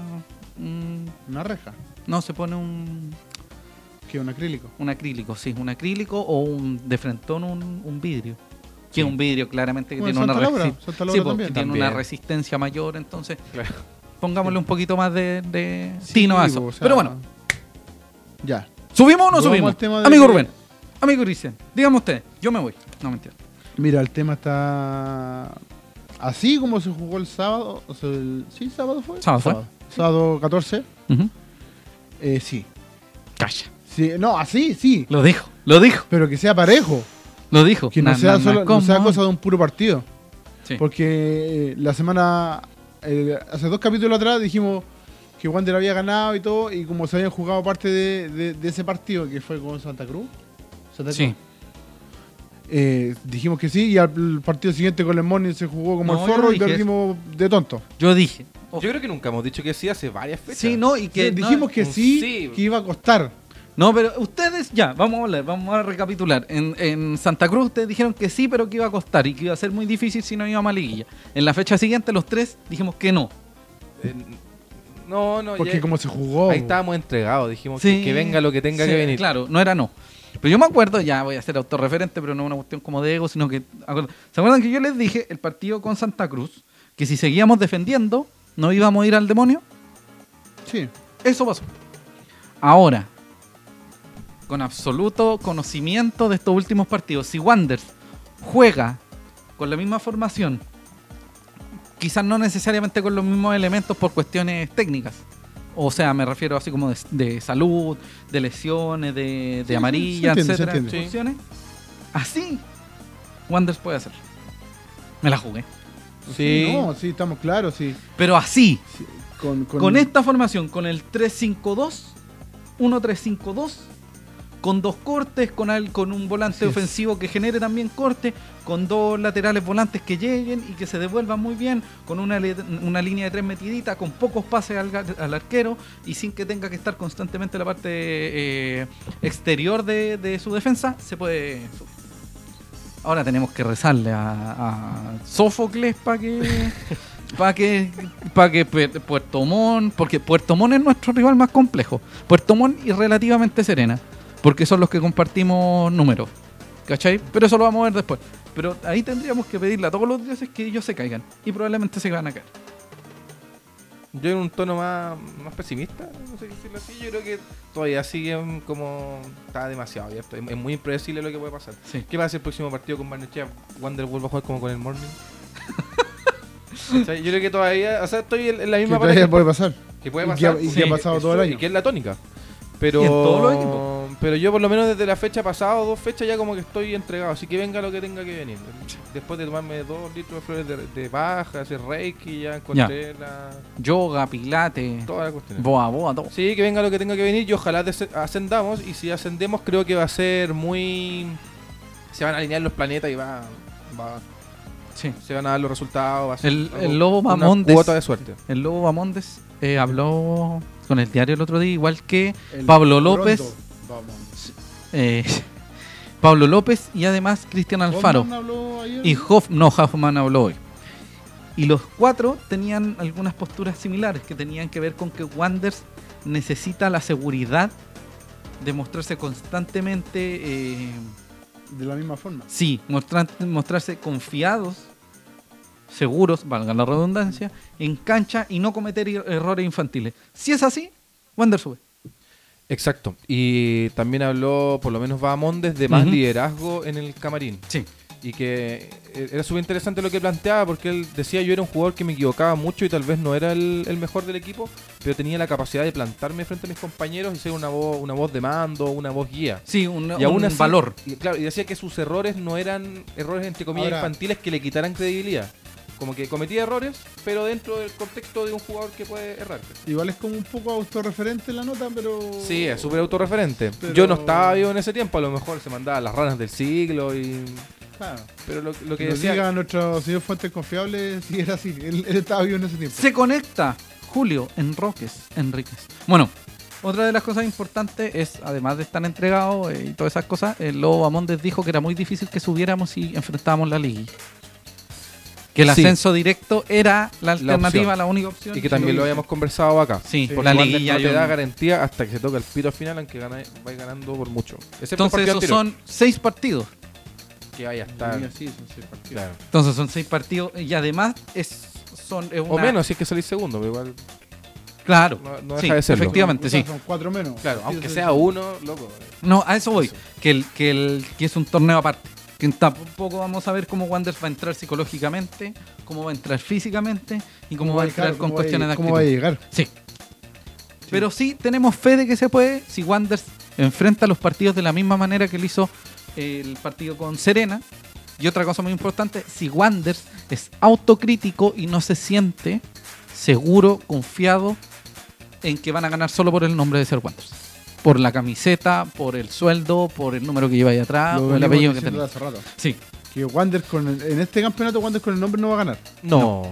Speaker 1: un-
Speaker 2: una reja,
Speaker 1: no, se pone un,
Speaker 2: que es un acrílico.
Speaker 1: un acrílico, sí, un acrílico o un de frentón, un, un vidrio. Que es
Speaker 3: Sí.
Speaker 1: un vidrio claramente que
Speaker 2: Bueno,
Speaker 1: tiene una,
Speaker 2: Santa Laura,
Speaker 1: resi-
Speaker 2: Santa Laura
Speaker 1: sí, pues, que
Speaker 2: también.
Speaker 1: tiene una
Speaker 3: También.
Speaker 1: resistencia mayor, entonces
Speaker 3: Claro.
Speaker 1: pongámosle un poquito más de, de
Speaker 2: Sí,
Speaker 1: tino a eso.
Speaker 2: o sea,
Speaker 1: Pero bueno,
Speaker 2: Ya.
Speaker 1: ¿Subimos o no
Speaker 2: Volvamos
Speaker 1: subimos?
Speaker 2: al tema de
Speaker 1: Amigo
Speaker 2: que-
Speaker 1: Rubén, amigo Cristian, dígame usted, yo me voy. No, mentira.
Speaker 2: Mira, el tema está. Así como se jugó el sábado. O sea, el- ¿Sí, sábado fue?
Speaker 1: Sábado fue.
Speaker 2: Sábado 14.
Speaker 1: Ujú.
Speaker 2: Eh, sí.
Speaker 1: Calla.
Speaker 2: sí. No, así, sí.
Speaker 1: Lo dijo, lo dijo,
Speaker 2: Pero que sea parejo.
Speaker 1: lo dijo.
Speaker 2: Que no,
Speaker 1: Na,
Speaker 2: sea,
Speaker 1: na, na,
Speaker 2: solo, no
Speaker 1: ¿cómo?
Speaker 2: sea cosa de un puro partido.
Speaker 1: Sí.
Speaker 2: Porque eh, la semana. eh, hace dos capítulos atrás dijimos que Wander había ganado y todo. Y como se habían jugado parte de, de- de ese partido que fue con Santa Cruz. Santa
Speaker 1: Sí.
Speaker 2: eh, dijimos que sí. Y al el partido siguiente con el Morning se jugó como
Speaker 1: No,
Speaker 2: el
Speaker 1: yo no
Speaker 2: zorro y
Speaker 1: dije eso.
Speaker 2: perdimos de tonto.
Speaker 1: yo dije.
Speaker 3: Yo creo que nunca hemos dicho que sí hace varias fechas.
Speaker 1: Sí, no, y que
Speaker 2: Sí, dijimos que
Speaker 3: no,
Speaker 2: sí,
Speaker 3: sí.
Speaker 2: que iba a costar.
Speaker 1: No, pero ustedes, ya, vamos a hablar, vamos a recapitular. En, en Santa Cruz ustedes dijeron que sí, pero que iba a costar y que iba a ser muy difícil si no íbamos a liguilla. En la fecha siguiente, los tres dijimos que no.
Speaker 3: Eh, no, no,
Speaker 2: Porque
Speaker 3: ya-
Speaker 2: como se jugó.
Speaker 3: Ahí estábamos entregados, dijimos
Speaker 1: Sí,
Speaker 3: que, que venga lo que tenga
Speaker 1: sí,
Speaker 3: que venir.
Speaker 1: Claro, no era no. Pero yo me acuerdo, ya voy a ser autorreferente, pero no una cuestión como de ego, sino que. acuerdo- ¿Se acuerdan que yo les dije el partido con Santa Cruz? Que si seguíamos defendiendo, no íbamos a ir al demonio.
Speaker 2: Sí.
Speaker 1: Eso pasó. Ahora, con absoluto conocimiento de estos últimos partidos, si Wanders juega con la misma formación, quizás no necesariamente con los mismos elementos por cuestiones técnicas. O sea, me refiero así como de, de salud, de lesiones, de, de
Speaker 2: sí,
Speaker 1: amarilla,
Speaker 2: se entiende, se
Speaker 1: etcétera,
Speaker 2: entiende.
Speaker 3: Sí.
Speaker 1: expulsiones. Así, Wanders puede hacer. Me la jugué.
Speaker 3: Sí.
Speaker 2: No, sí, estamos claros, sí.
Speaker 1: Pero así,
Speaker 2: Sí, Con, con, este
Speaker 1: con, esta formación, con el 3-5-2, 1-3-5-2, con dos cortes, con, al- con un volante
Speaker 2: Así es.
Speaker 1: ofensivo que genere también corte, con dos laterales volantes que lleguen y que se devuelvan muy bien, con una, le- una línea de tres metidita, con pocos pases al, ga- al arquero y sin que tenga que estar constantemente la parte eh, exterior de, de su defensa, se puede... subir. Ahora tenemos que rezarle a, a Sófocles para que... Para que, pa que Pu- Puerto Montt, porque Puerto Montt es nuestro rival más complejo. Puerto Montt y relativamente Serena, porque son los que compartimos números. ¿Cachai? Pero eso lo vamos a ver después. Pero ahí tendríamos que pedirle a todos los dioses que ellos se caigan. Y probablemente se van a caer.
Speaker 3: Yo en un tono más, más pesimista, no sé decirlo así, yo creo que todavía siguen como... Está demasiado abierto, es, es muy impredecible lo que puede pasar.
Speaker 1: Sí.
Speaker 3: ¿Qué pasa el próximo partido con Barnechea? ¿Wander vuelve a jugar como con el Morning? O sea, yo creo que todavía, o sea, estoy en, en la
Speaker 2: que
Speaker 3: misma
Speaker 2: todavía
Speaker 3: parte
Speaker 2: puede pasar.
Speaker 3: que puede
Speaker 2: y que
Speaker 3: pasar pues,
Speaker 2: ha- y
Speaker 3: sí,
Speaker 2: que ha pasado todo el
Speaker 3: eso,
Speaker 2: año.
Speaker 3: Y que es la tónica. Pero,
Speaker 1: Y en todos los equipos.
Speaker 3: pero yo por lo menos desde la fecha pasada, dos fechas ya como que estoy entregado, así que venga lo que tenga que venir. Después de tomarme dos litros de flores de, de baja, hacer reiki, ya encontré la,
Speaker 1: Yoga, pilate,
Speaker 3: toda la cuestión.
Speaker 1: boa boa, todo.
Speaker 3: Sí, que venga lo que tenga que venir y ojalá des- ascendamos. Y si ascendemos, creo que va a ser muy. Se van a alinear los planetas y va, va-
Speaker 1: Sí.
Speaker 3: se van a dar los resultados. Va a ser
Speaker 1: El-
Speaker 3: algo-
Speaker 1: el lobo
Speaker 3: una
Speaker 1: mamón de-
Speaker 3: cuota de suerte.
Speaker 1: El Lobo Bamondes eh, habló con el diario el otro día, igual que
Speaker 2: El
Speaker 1: Pablo López.
Speaker 2: pronto, Vamos.
Speaker 1: eh, Pablo López y además Cristian Alfaro.
Speaker 2: Hoffman habló ayer.
Speaker 1: Y Hoff, no, Hoffman habló hoy. Y los cuatro tenían algunas posturas similares que tenían que ver con que Wanders necesita la seguridad de mostrarse constantemente, eh,
Speaker 2: De la misma forma.
Speaker 1: sí, mostran- mostrarse confiados, seguros, valga la redundancia, en cancha y no cometer er- errores infantiles. Si es así, Wanders sube.
Speaker 3: Exacto. Y también habló, por lo menos Bamondes, de más
Speaker 1: Ujú.
Speaker 3: liderazgo en el camarín.
Speaker 1: Sí.
Speaker 3: Y que eh, era súper interesante lo que planteaba, porque él decía yo era un jugador que me equivocaba mucho y tal vez no era el, el mejor del equipo, pero tenía la capacidad de plantarme frente a mis compañeros y ser una voz, una voz de mando, una voz guía.
Speaker 1: Sí, un,
Speaker 3: y aún
Speaker 1: un
Speaker 3: así-
Speaker 1: valor.
Speaker 3: Y, claro, y decía que sus errores no eran errores entre comillas
Speaker 2: Ahora-
Speaker 3: infantiles que le quitaran credibilidad. Como que cometía errores, pero dentro del contexto de un jugador que puede errar.
Speaker 2: Igual es como un poco autorreferente la nota, pero.
Speaker 3: Sí, es súper autorreferente.
Speaker 2: Pero-
Speaker 3: Yo no estaba vivo en ese tiempo, a lo mejor se mandaba las ranas del siglo y...
Speaker 2: Claro.
Speaker 3: Pero lo, lo
Speaker 2: Ah, Que
Speaker 3: que
Speaker 2: nos
Speaker 3: decía...
Speaker 2: diga nuestro señor Fuentes Confiable si era así. Él, él estaba vivo en ese tiempo.
Speaker 1: Se conecta Julio Enroques, Enríquez. Bueno, otra de las cosas importantes es, además de estar entregado eh, y todas esas cosas, el Lobo Amondes dijo que era muy difícil que subiéramos si enfrentábamos la liga. Que el
Speaker 3: Sí.
Speaker 1: ascenso directo era la
Speaker 3: opción.
Speaker 1: alternativa, la, única opción.
Speaker 3: Y que también lo habíamos conversado acá.
Speaker 1: Sí,
Speaker 2: Sí.
Speaker 1: por la
Speaker 3: Igual
Speaker 1: liguilla.
Speaker 3: no te
Speaker 1: yo-
Speaker 3: da garantía hasta que se toca el pito al final, aunque gana, vais ganando por mucho. Excepto el
Speaker 1: Entonces,
Speaker 3: partido
Speaker 1: esos
Speaker 3: anterior,
Speaker 1: son seis partidos.
Speaker 3: Que vaya a estar...
Speaker 2: Sí, son seis partidos.
Speaker 3: claro.
Speaker 1: Entonces, son seis partidos y además es, son. es
Speaker 3: O
Speaker 1: una-
Speaker 3: menos si es que salís segundo, pero igual...
Speaker 1: Claro.
Speaker 3: No- no
Speaker 1: sí,
Speaker 3: deja de serlo.
Speaker 1: efectivamente,
Speaker 2: O sea,
Speaker 1: sí.
Speaker 2: Son cuatro menos.
Speaker 3: Claro, aunque
Speaker 2: Partidos
Speaker 3: sea uno, loco. eh,
Speaker 1: No, a eso voy.
Speaker 3: Eso.
Speaker 1: Que, el, que, el, que es un torneo aparte. Que tampoco vamos a ver cómo Wanderers va a entrar psicológicamente, cómo va a entrar físicamente y cómo, va a entrar
Speaker 2: llegar,
Speaker 1: con
Speaker 2: cómo va a
Speaker 1: cuestiones de
Speaker 2: llegar, ¿Cómo va a
Speaker 1: actitud.
Speaker 2: llegar?
Speaker 1: Sí. Pero sí tenemos fe de que se puede si Wanderers enfrenta los partidos de la misma manera que lo hizo eh, el partido con Serena. Y otra cosa muy importante, si Wanderers es autocrítico y no se siente seguro, confiado en que van a ganar solo por el nombre de ser Wanderers. Por la camiseta, por el sueldo, por el número que lleva ahí atrás,
Speaker 2: Lo
Speaker 1: por Ah, el
Speaker 2: venimos
Speaker 1: apellido que
Speaker 2: diciendo
Speaker 1: tenía.
Speaker 2: hace rato.
Speaker 1: Sí,
Speaker 2: Que Wander con el- en este campeonato Wander con el nombre no va a ganar.
Speaker 3: No,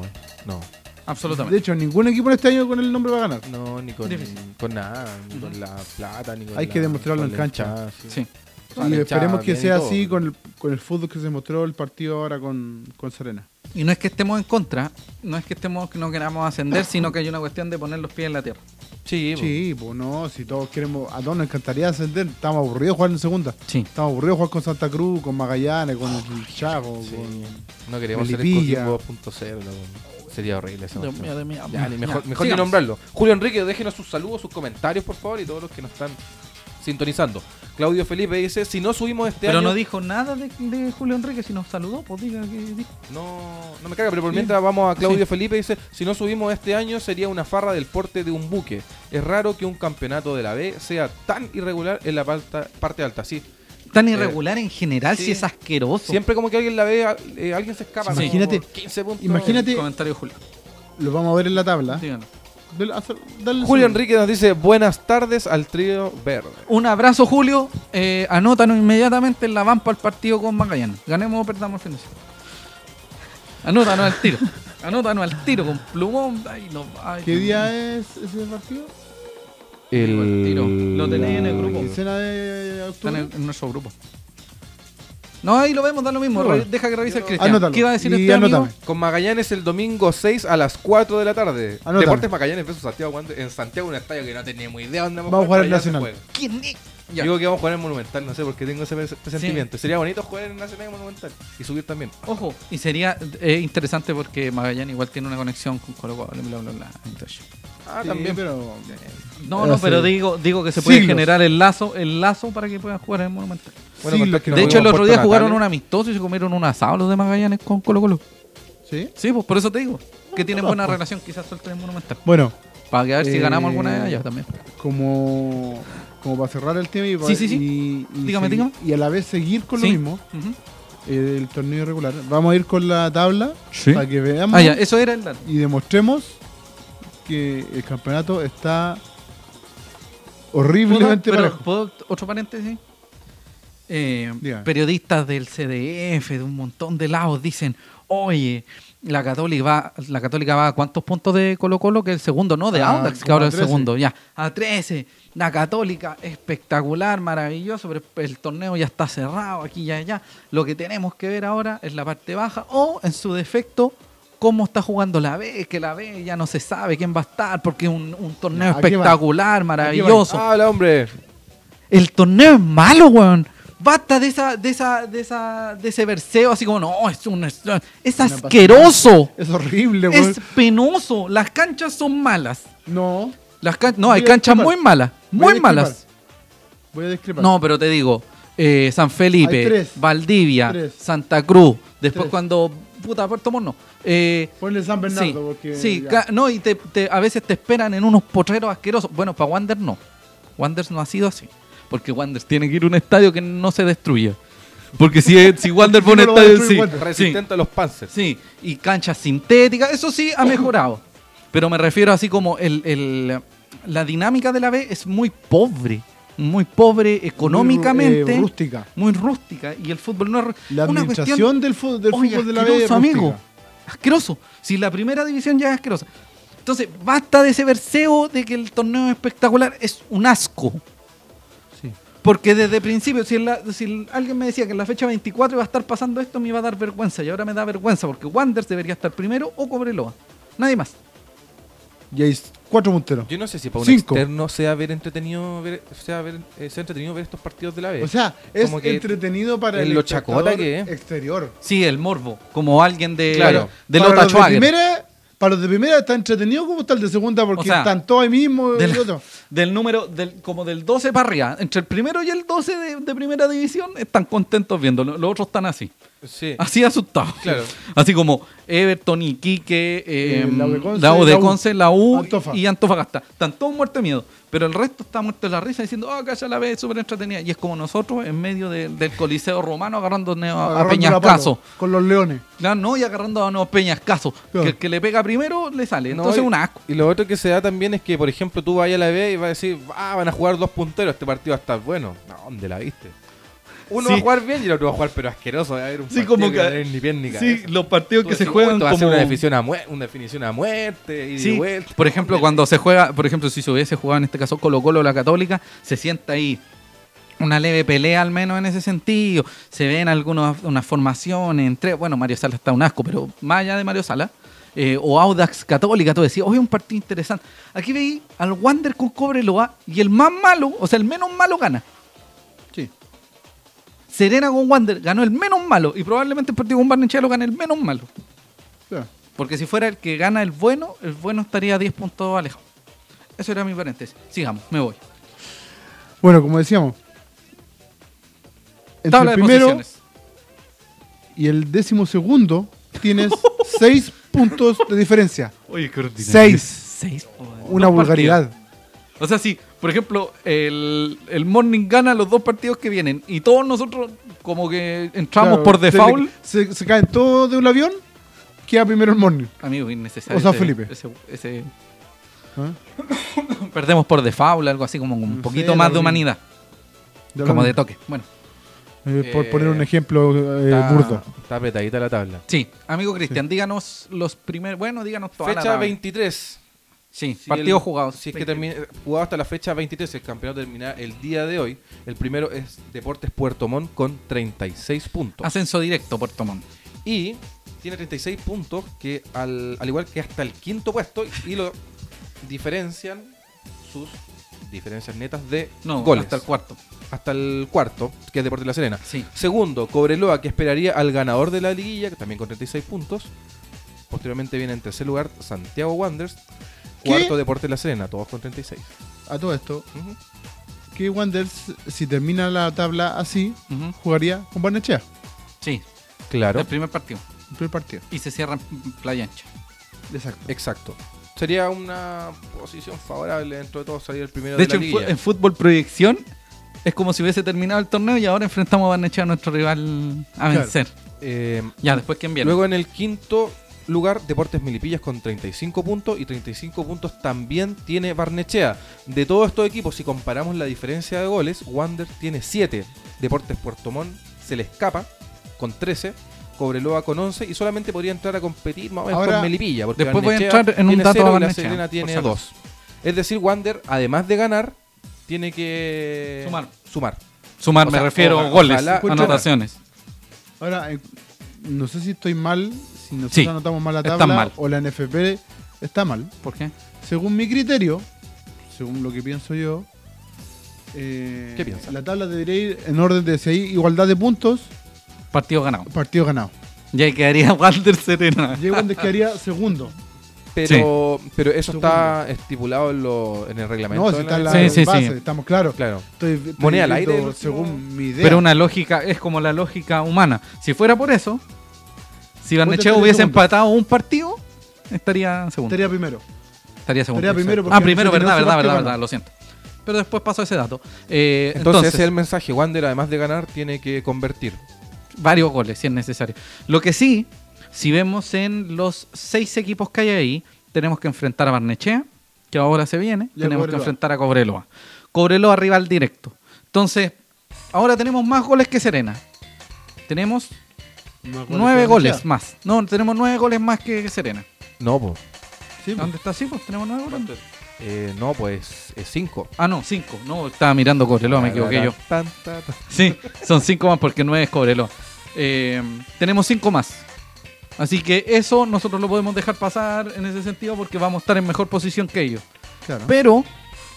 Speaker 3: no.
Speaker 1: absolutamente.
Speaker 2: De hecho, ningún equipo en este año con el nombre va a ganar.
Speaker 3: No, ni con,
Speaker 1: Difícil.
Speaker 3: con nada, ni
Speaker 1: Ujú.
Speaker 3: con la plata, ni con
Speaker 2: Hay
Speaker 3: la-
Speaker 2: que demostrarlo en
Speaker 3: con la
Speaker 2: cancha.
Speaker 3: hinchada, sí.
Speaker 1: Sí.
Speaker 3: O sea,
Speaker 2: y
Speaker 3: la
Speaker 2: esperemos
Speaker 3: hinchada
Speaker 2: que
Speaker 3: bien y
Speaker 2: sea
Speaker 3: todo,
Speaker 2: así
Speaker 3: pero-
Speaker 2: con el, con el fútbol que se mostró el partido ahora con, con Serena.
Speaker 1: Y no es que estemos en contra, no es que estemos que no queramos ascender, sino que hay una cuestión de poner los pies en la tierra.
Speaker 3: Sí, po.
Speaker 2: Sí, pues no, si todos queremos, a todos nos encantaría ascender, estamos aburridos de jugar en segunda.
Speaker 1: Sí.
Speaker 2: Estamos aburridos de jugar con Santa Cruz, con Magallanes, con el Chaco,
Speaker 3: Ah, Sí.
Speaker 2: con...
Speaker 3: No queremos ser
Speaker 2: Melipilla.
Speaker 3: Coquimbo 2.0. loco. Sería horrible eso.
Speaker 1: Dios mío, Dios mío.
Speaker 3: Ya, ni mejor,
Speaker 1: Ya,
Speaker 3: mejor ni
Speaker 1: sigamos.
Speaker 3: nombrarlo. Julio Enrique, déjenos sus saludos, sus comentarios, por favor, y todos los que nos están sintonizando. Claudio Felipe dice, si no subimos este
Speaker 1: Pero
Speaker 3: año...
Speaker 1: no dijo nada de, de Julio Enrique, si nos saludó, pues diga que dijo.
Speaker 3: No, no me caga, pero por mientras vamos a Claudio Felipe, dice, si no subimos este año sería una farra del porte de un buque. Es raro que un campeonato de la B sea tan irregular en la parta- parte alta, sí.
Speaker 1: Tan irregular en general,
Speaker 3: sí.
Speaker 1: si es asqueroso.
Speaker 3: Siempre como que alguien la ve, a- eh, alguien se escapa.
Speaker 1: Oh. Sí.
Speaker 3: ¿no?
Speaker 2: Imagínate-
Speaker 3: Por 15 puntos.
Speaker 2: imagínate-
Speaker 1: El Comentario de Julio.
Speaker 2: Lo vamos a ver en la tabla.
Speaker 1: Díganlo.
Speaker 2: Dale- hacer- dale segundo.
Speaker 3: Julio Enrique nos dice, buenas tardes al trío verde.
Speaker 1: Un abrazo, Julio. Eh, anótanos inmediatamente en la vampa al partido con Magallanes. Ganemos o perdamos el fin de semana. Anótanos al tiro. Anótanos al tiro con plumón. Ay, no, ay,
Speaker 2: ¿Qué día es ese partido?
Speaker 1: El tiro. Lo tenéis en el grupo.
Speaker 2: Quincena de
Speaker 1: Está en,
Speaker 2: octubre.
Speaker 1: el- en nuestro grupo. No, ahí lo vemos, da lo mismo.
Speaker 2: Lo veo.
Speaker 1: Re- Deja que revise el Cristian.
Speaker 2: Anótalo.
Speaker 1: ¿Qué iba a decir
Speaker 2: Y
Speaker 1: este amigo?
Speaker 2: anótame.
Speaker 3: Con Magallanes el domingo 6 a las 4 de la tarde.
Speaker 2: Anótame.
Speaker 3: Deportes Magallanes versus Santiago Wander- en Santiago, un estadio que no teníamos idea dónde
Speaker 2: Vamos a jugar
Speaker 3: pero
Speaker 2: en
Speaker 3: ya se
Speaker 2: Nacional.
Speaker 3: juega.
Speaker 1: ¿Quién es? Ya.
Speaker 3: Digo que vamos a jugar en Monumental, no sé por qué tengo ese pres- presentimiento. Sería bonito jugar en Nacional y Monumental y subir también.
Speaker 1: Ojo, y sería eh, interesante porque Magallanes igual tiene una conexión con Colo Colo, bla, bla, bla. Entonces,
Speaker 3: Ah,
Speaker 2: Sí,
Speaker 3: también.
Speaker 2: pero.
Speaker 1: no,
Speaker 2: Pero
Speaker 1: no, pero
Speaker 2: Ah, sí.
Speaker 1: digo, digo que se puede
Speaker 2: Siglos.
Speaker 1: generar el lazo, el lazo para que puedan jugar en el Monumental.
Speaker 3: Bueno,
Speaker 2: Sí,
Speaker 3: contar
Speaker 2: lo-
Speaker 3: que
Speaker 2: de
Speaker 3: nos
Speaker 1: de hecho, el
Speaker 3: fuimos a
Speaker 1: otro
Speaker 3: Puerto
Speaker 1: día jugaron un
Speaker 3: Natales.
Speaker 1: amistoso y se comieron un asado los de Magallanes con Colo Colo.
Speaker 2: ¿Sí?
Speaker 1: Sí, pues por eso te digo, que tienen buena relación, quizás suelten el Monumental.
Speaker 2: Bueno,
Speaker 1: Para que a ver si
Speaker 2: Eh,
Speaker 1: ganamos alguna de ellas también.
Speaker 2: como. Como para cerrar el tema y para-
Speaker 1: Sí, sí, sí.
Speaker 2: Y, y
Speaker 1: Dígame,
Speaker 2: segui-
Speaker 1: dígame.
Speaker 2: y a la vez seguir con
Speaker 1: Sí.
Speaker 2: lo mismo,
Speaker 1: Ujú.
Speaker 2: eh, el torneo irregular. Vamos a ir con la tabla
Speaker 1: Sí.
Speaker 2: para que veamos
Speaker 1: Ah, ya, eso era el dato.
Speaker 2: y demostremos que el campeonato está horriblemente
Speaker 1: ¿Puedo- pero,
Speaker 2: parejo.
Speaker 1: ¿puedo otro paréntesis? Eh,
Speaker 2: Dígame.
Speaker 1: periodistas del CDF, de un montón de lados, dicen, oye, la Católica va, la Católica va a cuántos puntos de Colo Colo, que el segundo, no, de
Speaker 2: Ah,
Speaker 1: Audax, que
Speaker 2: como
Speaker 1: ahora
Speaker 2: a
Speaker 1: el
Speaker 2: 13.
Speaker 1: segundo, ya, a 13, la Católica, espectacular, maravilloso, pero el torneo ya está cerrado, aquí, ya, ya. Lo que tenemos que ver ahora es la parte baja o, en su defecto, cómo está jugando la B, que la B ya no se sabe quién va a estar, porque es un, un torneo
Speaker 2: ¿A qué va? Ah,
Speaker 1: espectacular, maravilloso.
Speaker 3: Habla, hombre.
Speaker 1: El torneo es malo, weón. Basta de esa, de esa, de esa, de ese verseo así como, no, es un es, es
Speaker 2: pasada. Este
Speaker 1: asqueroso.
Speaker 2: Es horrible, weón.
Speaker 1: Es penoso. Las canchas son malas.
Speaker 2: No,
Speaker 1: Las can- no, hay
Speaker 2: Voy a
Speaker 1: canchas
Speaker 2: discrepar.
Speaker 1: muy malas.
Speaker 2: Voy a
Speaker 1: Muy
Speaker 2: discrepar.
Speaker 1: malas.
Speaker 2: Voy a discrepar.
Speaker 1: No, pero te digo, eh, San
Speaker 2: Hay
Speaker 1: Felipe,
Speaker 2: tres.
Speaker 1: Valdivia,
Speaker 2: Tres.
Speaker 1: Santa Cruz, después
Speaker 2: Tres.
Speaker 1: cuando. Puta, Puerto Montt no. Eh,
Speaker 2: Ponle San Bernardo
Speaker 1: sí,
Speaker 2: porque.
Speaker 1: sí,
Speaker 2: ya.
Speaker 1: ca- no, y te- te- a veces te esperan en unos potreros asquerosos. Bueno, para Wander no. Wander no ha sido así. Porque Wander tiene que ir a un estadio que no se destruya. Porque si, es- si Wander
Speaker 2: Si no
Speaker 1: pone
Speaker 2: lo va a
Speaker 1: estadio,
Speaker 2: destruir
Speaker 1: sí,
Speaker 2: Wander.
Speaker 1: sí,
Speaker 3: Resistente a los Panzers.
Speaker 1: sí. Y canchas sintéticas, eso sí ha mejorado. Pero me refiero así como el, el- la dinámica de la B es muy pobre. Muy pobre económicamente.
Speaker 2: Muy, eh, rústica.
Speaker 1: muy rústica. Y el fútbol no es. rú-
Speaker 2: La
Speaker 1: una cuestión-
Speaker 2: administración del, fu- del
Speaker 1: Oye,
Speaker 2: fútbol de la B. es
Speaker 1: asqueroso, amigo.
Speaker 2: rústica.
Speaker 1: Asqueroso. Si la primera división ya es asquerosa. Entonces, basta de ese verseo de que el torneo es espectacular. Es un asco.
Speaker 2: Sí.
Speaker 1: Porque desde el principio, si, en la- si el- alguien me decía que en la fecha 24 iba a estar pasando esto, me iba a dar vergüenza. Y ahora me da vergüenza porque Wanders debería estar primero o Cobreloa. Nadie más.
Speaker 2: Y hay s- cuatro punteros.
Speaker 3: Yo no sé si para un
Speaker 2: Cinco.
Speaker 3: externo sea ver entretenido ver, sea ver, eh, sea entretenido ver estos partidos de la B.
Speaker 2: O sea, es
Speaker 3: Como que
Speaker 2: entretenido para
Speaker 3: en
Speaker 2: el
Speaker 3: lo chacota
Speaker 2: espectador
Speaker 3: que es.
Speaker 2: exterior.
Speaker 1: Sí, el morbo. Como alguien de,
Speaker 3: Claro.
Speaker 1: de
Speaker 2: para
Speaker 1: Lota
Speaker 2: los de
Speaker 1: Schwager.
Speaker 2: primera, Para los de primera está entretenido como está el de segunda porque
Speaker 1: O sea,
Speaker 2: están todos ahí mismo y
Speaker 1: del,
Speaker 2: otro.
Speaker 1: del número, del, como del 12 para arriba, entre el primero y el 12 de, de primera división, están contentos viéndolo. Los otros están así,
Speaker 3: sí.
Speaker 1: así asustados.
Speaker 3: Claro.
Speaker 1: Así como Everton, Iquique, eh,
Speaker 2: Eh, la U de Conce,
Speaker 1: la U de Conce, la U
Speaker 2: la U. Antofa.
Speaker 1: y Antofagasta. Están todos muertos de miedo, pero el resto está muerto de la risa diciendo, ah, calla la vez, súper entretenida. Y es como nosotros en medio de- del Coliseo Romano agarrando a- a,
Speaker 2: agarrando la
Speaker 1: Peñascaso.
Speaker 2: palo Con los leones.
Speaker 1: Claro, no, y agarrando a unos peñascasos.
Speaker 2: Claro.
Speaker 1: Que el que le pega primero le sale.
Speaker 3: No,
Speaker 1: Entonces
Speaker 3: y-
Speaker 1: un asco.
Speaker 3: Y lo otro que se da también es que, por ejemplo, tú vas a la B y vas a decir, ah, van a jugar dos punteros, este partido va a estar bueno. No, ¿dónde la viste? Uno
Speaker 1: Sí.
Speaker 3: va a jugar bien y el otro va a jugar, pero asqueroso. Va a haber un
Speaker 1: Sí,
Speaker 3: partido
Speaker 1: como
Speaker 3: que va a
Speaker 1: que-
Speaker 3: tener ni bien ni cabeza.
Speaker 1: Sí, los partidos
Speaker 3: Tú
Speaker 1: que se
Speaker 3: decís,
Speaker 1: juegan
Speaker 3: "Esto va a
Speaker 1: como...
Speaker 3: ser una definición a, mue- una definición a muerte y
Speaker 1: Sí,
Speaker 3: de vuelta. Eh,
Speaker 1: por ejemplo, cuando se juega, por ejemplo, si se hubiese jugado en este caso Colo Colo la Católica, se sienta ahí una leve pelea al menos en ese sentido. Se ven algunas unas formaciones entre, bueno, Mario Sala está un asco, pero más allá de Mario Sala, eh, o Audax Católica, todo decía, oye, un partido interesante. Aquí veí al Wander con Cobreloa y el más malo, o sea, el menos malo gana.
Speaker 2: Sí.
Speaker 1: Serena con Wander ganó el menos malo y probablemente el partido con Barnechea lo gane el menos malo.
Speaker 2: Claro.
Speaker 1: Porque si fuera el que gana el bueno, el bueno estaría a 10 puntos alejado. Eso era mi paréntesis. Sigamos, me voy.
Speaker 2: Bueno, como decíamos. Entre
Speaker 1: Tabla
Speaker 2: el
Speaker 1: de
Speaker 2: primero
Speaker 1: posiciones.
Speaker 2: y el décimo segundo tienes seis puntos de diferencia.
Speaker 1: Oye, qué
Speaker 2: Seis.
Speaker 1: Seis. joder.
Speaker 2: Una
Speaker 1: Dos
Speaker 2: vulgaridad.
Speaker 1: partidos. O sea, sí, por ejemplo, el, el Morning gana los dos partidos que vienen y todos nosotros como que entramos
Speaker 2: Claro,
Speaker 1: por
Speaker 2: se-
Speaker 1: default.
Speaker 2: Se, se caen todos de un avión, queda primero el morning.
Speaker 1: Amigo, innecesario.
Speaker 2: O sea,
Speaker 1: ese-
Speaker 2: Felipe.
Speaker 1: ese- ese-
Speaker 2: ¿Ah?
Speaker 1: perdemos por default, algo así como un
Speaker 2: Sí,
Speaker 1: poquito
Speaker 2: lo
Speaker 1: más de
Speaker 2: mismo.
Speaker 1: humanidad,
Speaker 2: Ya
Speaker 1: como
Speaker 2: hablamos.
Speaker 1: de toque. Bueno,
Speaker 2: Eh, por
Speaker 3: Eh,
Speaker 2: poner un ejemplo eh,
Speaker 3: Está-
Speaker 2: burdo.
Speaker 3: Está apretadita la tabla.
Speaker 1: sí, amigo Cristian, díganos los primeros, bueno, díganos toda la
Speaker 3: Fecha
Speaker 1: tabla.
Speaker 3: 23.
Speaker 1: Sí,
Speaker 3: Si
Speaker 1: partidos
Speaker 3: el-
Speaker 1: jugados.
Speaker 3: Si es que termina, jugado hasta la fecha 23, el campeonato termina el día de hoy. El primero es Deportes Puerto Montt con 36 puntos.
Speaker 1: Ascenso directo, Puerto Montt.
Speaker 3: Y tiene 36 puntos, que al, al igual que hasta el quinto puesto, y lo diferencian sus diferencias netas de
Speaker 1: No,
Speaker 3: goles.
Speaker 1: hasta el cuarto.
Speaker 3: Hasta el cuarto, que es Deportes La Serena.
Speaker 1: Sí.
Speaker 3: Segundo, Cobreloa, que esperaría al ganador de la liguilla, que también con 36 puntos. Posteriormente viene en tercer lugar Santiago Wanderers.
Speaker 2: ¿Qué?
Speaker 3: Cuarto, Deportes La Serena, todos con 36.
Speaker 2: A todo esto,
Speaker 3: Ujú.
Speaker 2: que Wanderers, si termina la tabla así,
Speaker 1: Ujú.
Speaker 2: jugaría con Barnechea.
Speaker 1: Sí,
Speaker 3: Claro.
Speaker 1: el primer partido.
Speaker 2: El primer partido.
Speaker 1: Y se cierra en Playa Ancha.
Speaker 2: Exacto.
Speaker 3: Exacto. Sería una posición favorable dentro de todo salir el primero
Speaker 1: De
Speaker 3: de,
Speaker 1: hecho,
Speaker 3: la
Speaker 1: en, fu-
Speaker 3: liguilla.
Speaker 1: en fútbol proyección es como si hubiese terminado el torneo y ahora enfrentamos a Barnechea, nuestro rival a
Speaker 2: Claro.
Speaker 1: vencer.
Speaker 3: Eh,
Speaker 1: Ya, después quién viene.
Speaker 3: Luego en el quinto lugar, Deportes Milipillas con 35 puntos y 35 puntos también tiene Barnechea. De todos estos equipos, si comparamos la diferencia de goles, Wander tiene 7, Deportes Puerto Montt se le escapa con 13, Cobreloa con 11 y solamente podría entrar a competir más o menos
Speaker 2: Ahora,
Speaker 3: con Melipilla. Porque
Speaker 1: después voy a
Speaker 3: Barnechea
Speaker 1: entrar en un
Speaker 3: tiene
Speaker 1: dato
Speaker 3: cero
Speaker 1: a
Speaker 3: y La
Speaker 1: Barnechea,
Speaker 3: Serena
Speaker 1: por
Speaker 3: tiene
Speaker 1: si acaso.
Speaker 3: 2. Es decir, Wander, además de ganar, tiene que
Speaker 1: Sumar.
Speaker 3: sumar.
Speaker 1: Sumar,
Speaker 3: o
Speaker 1: me
Speaker 3: sea,
Speaker 1: refiero
Speaker 3: ojalá-
Speaker 1: goles,
Speaker 3: ojalá-
Speaker 1: anotaciones.
Speaker 2: Ahora, eh, no sé si estoy mal, si nosotros
Speaker 1: Sí,
Speaker 2: anotamos mal la
Speaker 1: está
Speaker 2: tabla
Speaker 1: mal.
Speaker 2: o la NFP está mal.
Speaker 1: ¿Por qué?
Speaker 2: Según mi criterio, según lo que pienso yo, eh,
Speaker 3: ¿Qué piensas?
Speaker 2: la tabla debería ir en orden de si hay igualdad de puntos,
Speaker 1: Partido ganado.
Speaker 2: partido ganado.
Speaker 1: Y ahí quedaría Walter Serena.
Speaker 2: Y ahí Wander quedaría segundo.
Speaker 3: Pero, pero eso
Speaker 2: Segundo.
Speaker 3: está estipulado en, lo- en el reglamento.
Speaker 2: No,
Speaker 3: de
Speaker 2: si está la
Speaker 1: Sí, sí, sí.
Speaker 2: base, estamos claros.
Speaker 3: Claro.
Speaker 2: Estoy, estoy
Speaker 3: Moneda al
Speaker 2: diciendo
Speaker 3: aire, el último.
Speaker 2: Según mi idea.
Speaker 1: Pero una lógica, es como la lógica humana. Si fuera por eso, si Barnechea
Speaker 2: estarías
Speaker 1: hubiese
Speaker 2: segundo.
Speaker 1: empatado un partido, estaría segundo.
Speaker 2: Estaría primero.
Speaker 1: Estaría segundo.
Speaker 2: estaría primero
Speaker 1: exacto.
Speaker 2: porque
Speaker 1: ah, primero,
Speaker 2: si no,
Speaker 1: verdad,
Speaker 2: se
Speaker 1: verdad,
Speaker 2: parte
Speaker 1: verdad,
Speaker 2: ganado.
Speaker 1: verdad, lo siento. Pero después pasó ese dato. Eh,
Speaker 3: Entonces,
Speaker 1: entonces,
Speaker 3: ese es el mensaje. Wander, además de ganar, tiene que convertir.
Speaker 1: varios goles si es necesario. Lo que sí, si vemos en los seis equipos que hay ahí, tenemos que enfrentar a Barnechea, que ahora se viene,
Speaker 2: Y a
Speaker 1: tenemos que
Speaker 2: Cobreloa.
Speaker 1: enfrentar a Cobreloa. Cobreloa rival directo. Entonces, ahora tenemos más goles que Serena. Tenemos nueve goles más. No, tenemos nueve goles más que Serena.
Speaker 3: No, pues.
Speaker 2: Sí,
Speaker 1: ¿Dónde está? Sí, pues tenemos nueve goles.
Speaker 3: no, pues es 5.
Speaker 1: Ah, no, cinco. No, estaba mirando Cobreloa,
Speaker 2: Ah,
Speaker 1: me equivoqué yo. Sí, son cinco más porque nueve es Cobreloa. Eh, tenemos cinco más. Así que eso nosotros lo podemos dejar pasar en ese sentido porque vamos a estar en mejor posición que ellos.
Speaker 2: claro.
Speaker 1: Pero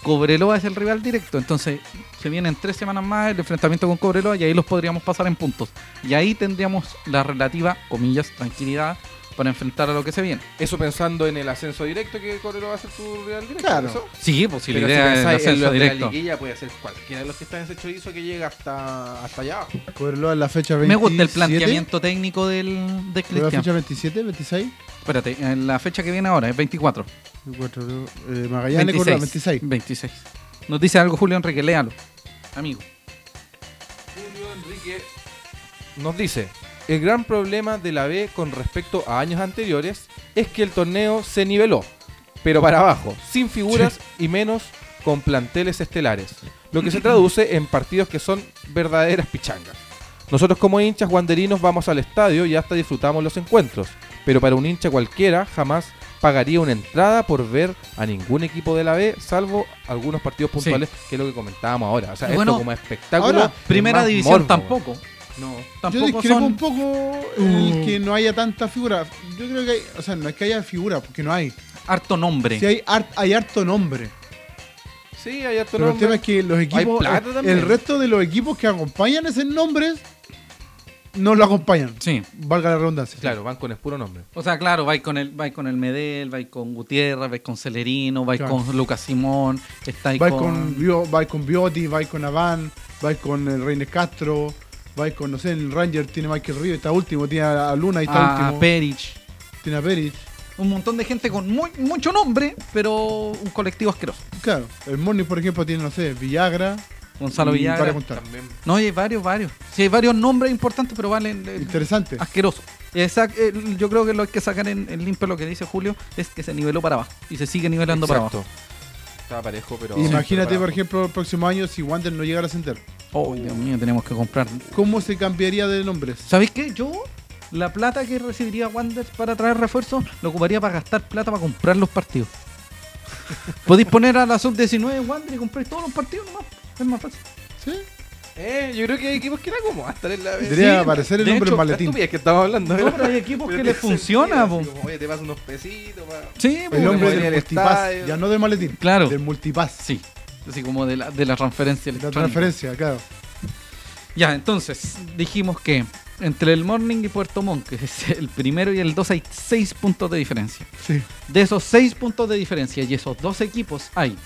Speaker 1: Cobreloa es el rival directo, entonces se vienen tres semanas más el enfrentamiento con Cobreloa y ahí los podríamos pasar en puntos. Y ahí tendríamos la relativa, comillas, tranquilidad para enfrentar a lo que se viene.
Speaker 3: Eso pensando en el ascenso directo que Corero va a ser tu real directo.
Speaker 2: Claro.
Speaker 3: ¿eso?
Speaker 1: Sí, pues si la
Speaker 3: Pero
Speaker 1: idea es
Speaker 3: pensáis en
Speaker 1: hacerlo
Speaker 3: los de la
Speaker 1: directo.
Speaker 3: liguilla puede ser cualquiera de los que están en ese chorizo que llega hasta, hasta allá. abajo.
Speaker 2: Cobreloa en la fecha 27.
Speaker 1: Me gusta el planteamiento técnico del, de
Speaker 2: Cobreloa en la fecha
Speaker 1: Cristian.
Speaker 2: 27, 26.
Speaker 1: Espérate, en la fecha que viene ahora es 24.
Speaker 2: Cuatro, eh, Magallanes Cobreloa, 26.
Speaker 1: 26. Nos dice algo Julio Enrique, léalo. Amigo.
Speaker 3: Julio Enrique nos dice: El gran problema de la B con respecto a años anteriores es que el torneo se niveló, pero para abajo, sin figuras y menos con planteles estelares, lo que se traduce en partidos que son verdaderas pichangas. Nosotros como hinchas guanderinos vamos al estadio y hasta disfrutamos los encuentros, pero para un hincha cualquiera jamás pagaría una entrada por ver a ningún equipo de la B, salvo algunos partidos puntuales, que es lo que comentábamos ahora. O sea,
Speaker 1: Y
Speaker 3: esto
Speaker 1: bueno,
Speaker 3: como espectáculo
Speaker 2: ahora,
Speaker 1: Primera
Speaker 3: más
Speaker 1: división
Speaker 3: morbo,
Speaker 1: tampoco.
Speaker 3: No.
Speaker 2: Yo
Speaker 1: Tampoco
Speaker 2: discrepo
Speaker 1: son... Uh.
Speaker 2: un poco el que no haya tanta figura. Yo creo que hay, o sea, no es que haya figura, porque no hay.
Speaker 1: harto nombre.
Speaker 2: Si hay, har- hay harto nombre.
Speaker 3: Sí, hay harto
Speaker 2: Pero el
Speaker 3: nombre.
Speaker 2: tema es que los equipos,
Speaker 3: plata
Speaker 2: el-
Speaker 3: también.
Speaker 2: el resto de los equipos que acompañan ese nombres no lo acompañan.
Speaker 1: Sí.
Speaker 2: Valga la redundancia.
Speaker 3: Claro, van con el puro nombre.
Speaker 1: O sea, claro, vais con el, vais con el Medel, vais con Gutiérrez, vais con Celerino, vais
Speaker 2: Claro.
Speaker 1: con Lucas Simón, estáis
Speaker 2: Vais
Speaker 1: con...
Speaker 2: con, Bio- vais con Bioti, vais con Avan, vais con el Reines Castro, vais con, no sé, el Ranger tiene Michael Río, está último, tiene a Luna y está
Speaker 1: a
Speaker 2: último,
Speaker 1: Ah, Perich.
Speaker 2: tiene a Pérez.
Speaker 1: Un montón de gente con muy, mucho nombre, pero un colectivo asqueroso.
Speaker 2: Claro, el Morning, por ejemplo, tiene, no sé, Villagra.
Speaker 1: Gonzalo
Speaker 2: y para
Speaker 1: Villagra.
Speaker 2: contar.
Speaker 3: También.
Speaker 1: No, y hay varios, varios. Sí, hay varios nombres importantes, pero valen eh,
Speaker 2: Interesante.
Speaker 1: asqueroso. Esa- eh, yo creo que lo que sacan en, en limpio lo que dice Julio es que se niveló para abajo y se sigue nivelando para
Speaker 3: Exacto. Estaba parejo, pero.
Speaker 2: Imagínate,
Speaker 3: pero
Speaker 2: por
Speaker 3: para abajo.
Speaker 2: ejemplo, el próximo año si Wander no llegara a ascender.
Speaker 1: abajo. Ay, Dios mío, tenemos que comprar.
Speaker 2: ¿Cómo se cambiaría de nombres?
Speaker 1: ¿Sabéis qué? Yo la plata que recibiría Wander para traer refuerzos lo ocuparía para gastar plata para comprar los partidos. Podéis poner a la sub-19 en Wander y comprar todos los partidos nomás. Es más fácil.
Speaker 2: ¿Sí?
Speaker 3: Eh, yo creo que hay equipos que era como hasta en la vez.
Speaker 2: Debería aparecer el
Speaker 1: de
Speaker 2: nombre
Speaker 1: hecho,
Speaker 2: en maletín.
Speaker 3: que estamos hablando.
Speaker 1: No,
Speaker 3: ¿verdad?
Speaker 1: pero hay equipos
Speaker 3: Pero
Speaker 1: que
Speaker 3: tiene
Speaker 1: les funciona,
Speaker 3: sentido,
Speaker 1: po.
Speaker 3: así como, Oye, te vas unos pesitos, pa.
Speaker 1: Sí, pues,
Speaker 2: El
Speaker 3: nombre
Speaker 2: nombre
Speaker 3: del
Speaker 2: del multipass,
Speaker 3: estadio.
Speaker 2: ya no del maletín.
Speaker 1: Claro.
Speaker 2: Del multipass.
Speaker 1: Sí. Así como de la, de la transferencia
Speaker 2: La
Speaker 1: electrónica.
Speaker 2: transferencia, claro.
Speaker 1: Ya, entonces, dijimos que entre el Morning y Puerto Montt, que es el primero y el 2, hay 6 puntos de diferencia.
Speaker 2: Sí.
Speaker 1: De esos 6 puntos de diferencia y esos dos equipos, hay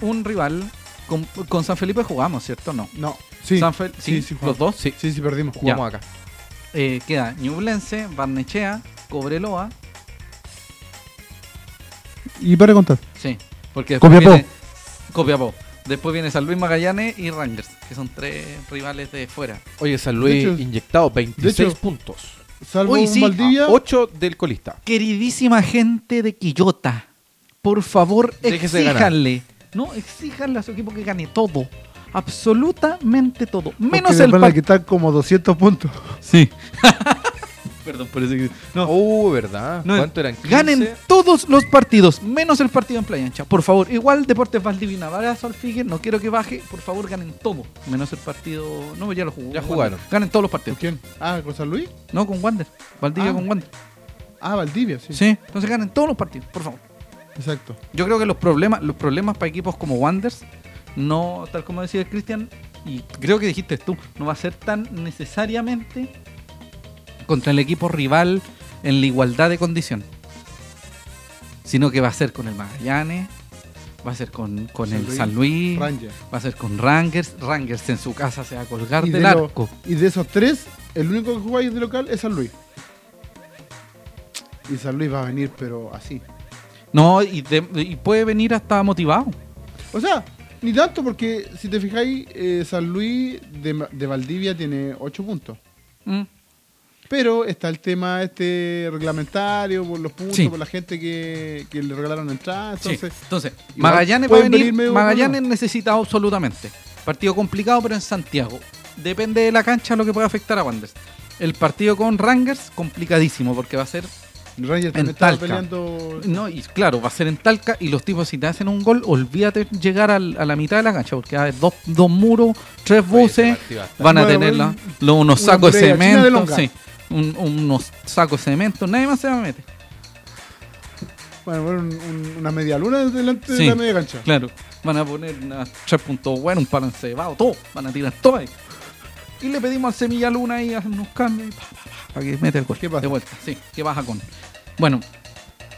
Speaker 1: un rival. Con, con San Felipe jugamos, ¿cierto? No.
Speaker 2: No. Sí.
Speaker 1: San Fel- sí, los
Speaker 2: jugamos.
Speaker 1: dos.
Speaker 2: Sí, sí, perdimos.
Speaker 3: Jugamos acá.
Speaker 1: Eh, queda Ñublense, Barnechea, Cobreloa.
Speaker 2: Y para contar.
Speaker 1: Sí, porque después
Speaker 2: Copiapó.
Speaker 1: viene Copiapó. Después viene San Luis Magallanes y Rangers, que son tres rivales de fuera.
Speaker 3: Oye, San Luis
Speaker 2: De hecho-
Speaker 3: inyectado 26
Speaker 2: de hecho-
Speaker 3: puntos.
Speaker 2: Salvo
Speaker 1: Uy,
Speaker 2: un
Speaker 1: sí.
Speaker 2: Valdivia.
Speaker 3: 8 del colista.
Speaker 1: Queridísima gente de Quillota, por favor,
Speaker 3: Déjese ganar.
Speaker 1: exíjanle. No, exíjanle a su equipo que gane todo. Absolutamente todo.
Speaker 2: porque
Speaker 1: Menos
Speaker 2: le
Speaker 1: el
Speaker 2: van a
Speaker 1: partido.
Speaker 2: quitar como 200 puntos.
Speaker 1: Sí. Perdón, parece que. No,
Speaker 3: Oh, ¿verdad?
Speaker 1: No,
Speaker 3: ¿Cuánto eran? 15?
Speaker 1: Ganen todos los partidos, menos el partido en Playa Ancha. Por favor, igual Deportes Valdivina, abrazo al Figuer, no quiero que baje. Por favor, ganen todo, menos el partido. No, ya lo jugó.
Speaker 3: Ya
Speaker 1: Wander.
Speaker 3: jugaron.
Speaker 1: Ganen todos los
Speaker 2: ¿Con
Speaker 1: partidos.
Speaker 2: quién? Ah, con San Luis.
Speaker 1: No, con Wander. Valdivia
Speaker 2: Ah.
Speaker 1: con Wander.
Speaker 2: Ah, Valdivia, sí.
Speaker 1: Sí. entonces ganen todos los partidos, por favor.
Speaker 2: Exacto.
Speaker 1: Yo creo que los problemas, los problemas para equipos como Wanders, no, tal como decía el Cristian, y creo que dijiste tú, no va a ser tan necesariamente contra el equipo rival en la igualdad de condición. Sino que va a ser con el Magallanes, va a ser con, con
Speaker 2: San
Speaker 1: el
Speaker 2: Luis,
Speaker 1: San Luis,
Speaker 2: Ranger.
Speaker 1: va a ser con Rangers, Rangers en su casa se va a colgar
Speaker 2: Y
Speaker 1: del
Speaker 2: de lo-
Speaker 1: arco.
Speaker 2: Y de esos tres, el único que jugáis de local es San Luis. Y San Luis va a venir, pero así.
Speaker 1: No, y, de- y puede venir hasta motivado.
Speaker 2: O sea, ni tanto porque si te fijáis, eh, San Luis de, Ma- de Valdivia tiene 8 puntos.
Speaker 1: Mm.
Speaker 2: Pero está el tema este reglamentario, por los puntos,
Speaker 1: Sí.
Speaker 2: por la gente que, que le regalaron entrada.
Speaker 1: Sí,
Speaker 2: Entonces,
Speaker 1: Entonces,
Speaker 2: igual
Speaker 1: Magallanes va a
Speaker 2: pueden
Speaker 1: venir.
Speaker 2: venir medio
Speaker 1: Magallanes necesitado absolutamente. Partido complicado, pero en Santiago. Depende de la cancha lo que pueda afectar a Wanderers. El partido con Rangers, complicadísimo, porque va a ser.
Speaker 2: Rangers
Speaker 1: En
Speaker 2: también estaba
Speaker 1: Talca.
Speaker 2: peleando.
Speaker 1: No, y claro, va a ser en Talca y los tipos, si te hacen un gol, olvídate llegar al- a la mitad de la cancha, porque va a haber dos, dos muros, tres
Speaker 3: Oye, se
Speaker 1: buses,
Speaker 3: partió hasta-
Speaker 1: van a
Speaker 2: Bueno,
Speaker 1: tener
Speaker 2: bueno,
Speaker 1: la- lo- unos
Speaker 2: ¿eh? una
Speaker 1: sacos de
Speaker 2: muralla china de
Speaker 1: cemento.
Speaker 2: longa.
Speaker 1: sí, un- unos sacos de cemento, nadie más se va a meter.
Speaker 2: Bueno, bueno, un- un- una media luna delante de
Speaker 1: Sí.
Speaker 2: la media cancha.
Speaker 1: Claro, van a poner una 3.1, un pan cebado, todo, van a tirar todo ahí. Y le pedimos al Semilla Luna ahí hacer unos cambios y pa, pa, pa, para que meta el gol.
Speaker 2: ¿Qué pasa?
Speaker 1: De vuelta, sí, que baja con. Bueno,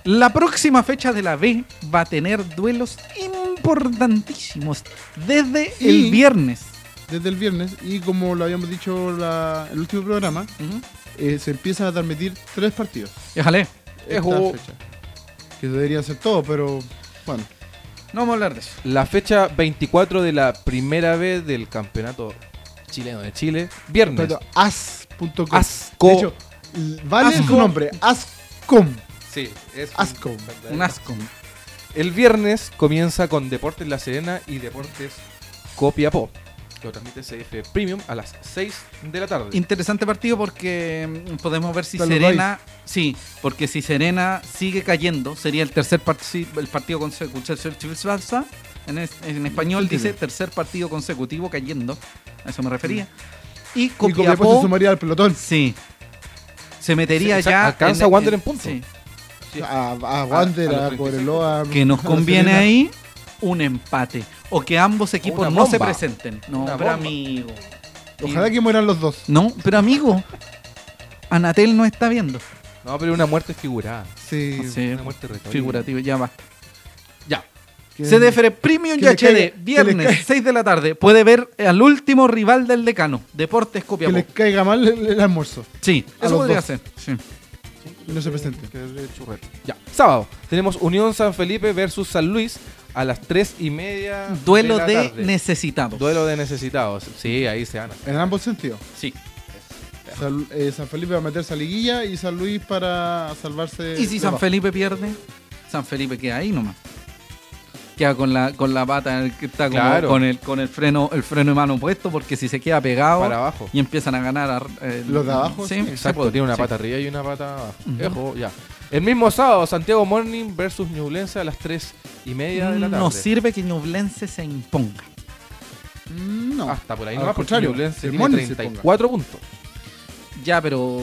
Speaker 1: la próxima fecha de la B va a tener duelos importantísimos desde el
Speaker 2: Y-
Speaker 1: viernes.
Speaker 2: Desde el viernes, y como lo habíamos dicho la- el último programa,
Speaker 1: Ujú.
Speaker 2: eh, se empiezan a transmitir tres partidos.
Speaker 1: Y ojalá.
Speaker 2: esta
Speaker 3: jugo.
Speaker 2: fecha. Que debería ser todo, pero bueno.
Speaker 1: No vamos a hablar de eso.
Speaker 3: La fecha 24 de la primera vez del campeonato chileno de Chile. Viernes.
Speaker 2: Pero as.com.
Speaker 3: Asco.
Speaker 2: De hecho, l- vale
Speaker 1: Asco.
Speaker 2: su nombre, ascom.
Speaker 3: sí, es
Speaker 2: Asco.
Speaker 1: Un asco.
Speaker 3: El viernes comienza con Deportes La Serena y Deportes Copiapó. Lo transmite CF Premium a las 6 de la tarde.
Speaker 1: Interesante partido porque mm, podemos ver si
Speaker 2: Tal vez.
Speaker 1: Serena, sí, porque si Serena sigue cayendo, sería el tercer partido el partido consecutivo en, es- en español dice tercer partido consecutivo cayendo, a eso me refería. y
Speaker 2: Y Copiapó se
Speaker 1: Copiapó.
Speaker 2: sumaría al pelotón.
Speaker 1: sí. Se metería
Speaker 3: Sí,
Speaker 1: ya.
Speaker 3: exacto, alcanza
Speaker 1: el-
Speaker 3: Wander en punto.
Speaker 1: sí. Sí.
Speaker 2: A, a
Speaker 3: a
Speaker 2: Wander,
Speaker 3: los
Speaker 2: a,
Speaker 3: 35.
Speaker 2: Cobreloa.
Speaker 1: Que nos
Speaker 2: a la
Speaker 1: conviene
Speaker 2: Serena.
Speaker 1: ahí un empate. O que ambos equipos
Speaker 3: Una
Speaker 1: no se
Speaker 3: bomba.
Speaker 1: presenten. No,
Speaker 3: Una
Speaker 1: pero
Speaker 3: bomba.
Speaker 1: amigo. Eh,
Speaker 2: Ojalá que mueran los dos.
Speaker 1: No, pero amigo. Anatel no está viendo.
Speaker 3: No, pero una muerte figurada.
Speaker 2: Sí.
Speaker 1: Sí,
Speaker 3: una muerte retórica.
Speaker 1: figurativo, ya basta. Ya.
Speaker 2: Que-
Speaker 1: CDFR Premium y
Speaker 2: que le caiga-
Speaker 1: HD,
Speaker 2: que le
Speaker 1: viernes
Speaker 2: caiga.
Speaker 1: 6 de la tarde. Puede ver al último rival del decano, Deportes
Speaker 2: Que
Speaker 1: Copiapó.
Speaker 2: les caiga mal el, el almuerzo.
Speaker 1: Sí,
Speaker 2: a
Speaker 1: eso
Speaker 2: los
Speaker 1: podría
Speaker 2: dos.
Speaker 1: ser. sí.
Speaker 2: Y no se presente.
Speaker 3: Que es de churrete. Ya. Sábado tenemos Unión San Felipe versus San Luis a las 3 y media.
Speaker 1: Duelo
Speaker 3: Ah, la
Speaker 1: de,
Speaker 3: tarde.
Speaker 1: necesitados.
Speaker 3: Duelo de necesitados. Sí, ahí se gana.
Speaker 2: En ambos sentidos.
Speaker 1: Sí.
Speaker 2: San, eh, San Felipe va a meterse a liguilla y San Luis para
Speaker 3: Eh,
Speaker 2: salvarse.
Speaker 1: Y si
Speaker 2: de
Speaker 1: San
Speaker 2: abajo.
Speaker 1: Felipe pierde, San Felipe queda ahí nomás. Queda con la, con la pata, en el que está como
Speaker 3: Claro.
Speaker 1: con, el, con el freno el freno de mano puesto, porque si se queda pegado
Speaker 3: Para abajo.
Speaker 1: y empiezan a ganar a- eh,
Speaker 2: Los de abajo, sí,
Speaker 1: se
Speaker 3: Exacto,
Speaker 1: puede,
Speaker 3: tiene una
Speaker 1: sí.
Speaker 3: pata arriba y una pata abajo.
Speaker 1: Ujú.
Speaker 3: Ejo, ya. El mismo sábado, Santiago Morning versus Ñublense a las 3 y media de la tarde.
Speaker 1: Nos sirve que Ñublense se imponga.
Speaker 2: Mm, No.
Speaker 1: Ah.
Speaker 3: Hasta Ah, por ahí
Speaker 2: Al
Speaker 3: nomás, porque
Speaker 2: contrario,
Speaker 3: Ñublense
Speaker 2: el
Speaker 3: tiene
Speaker 2: Morning se
Speaker 3: 34 puntos.
Speaker 1: Ya, pero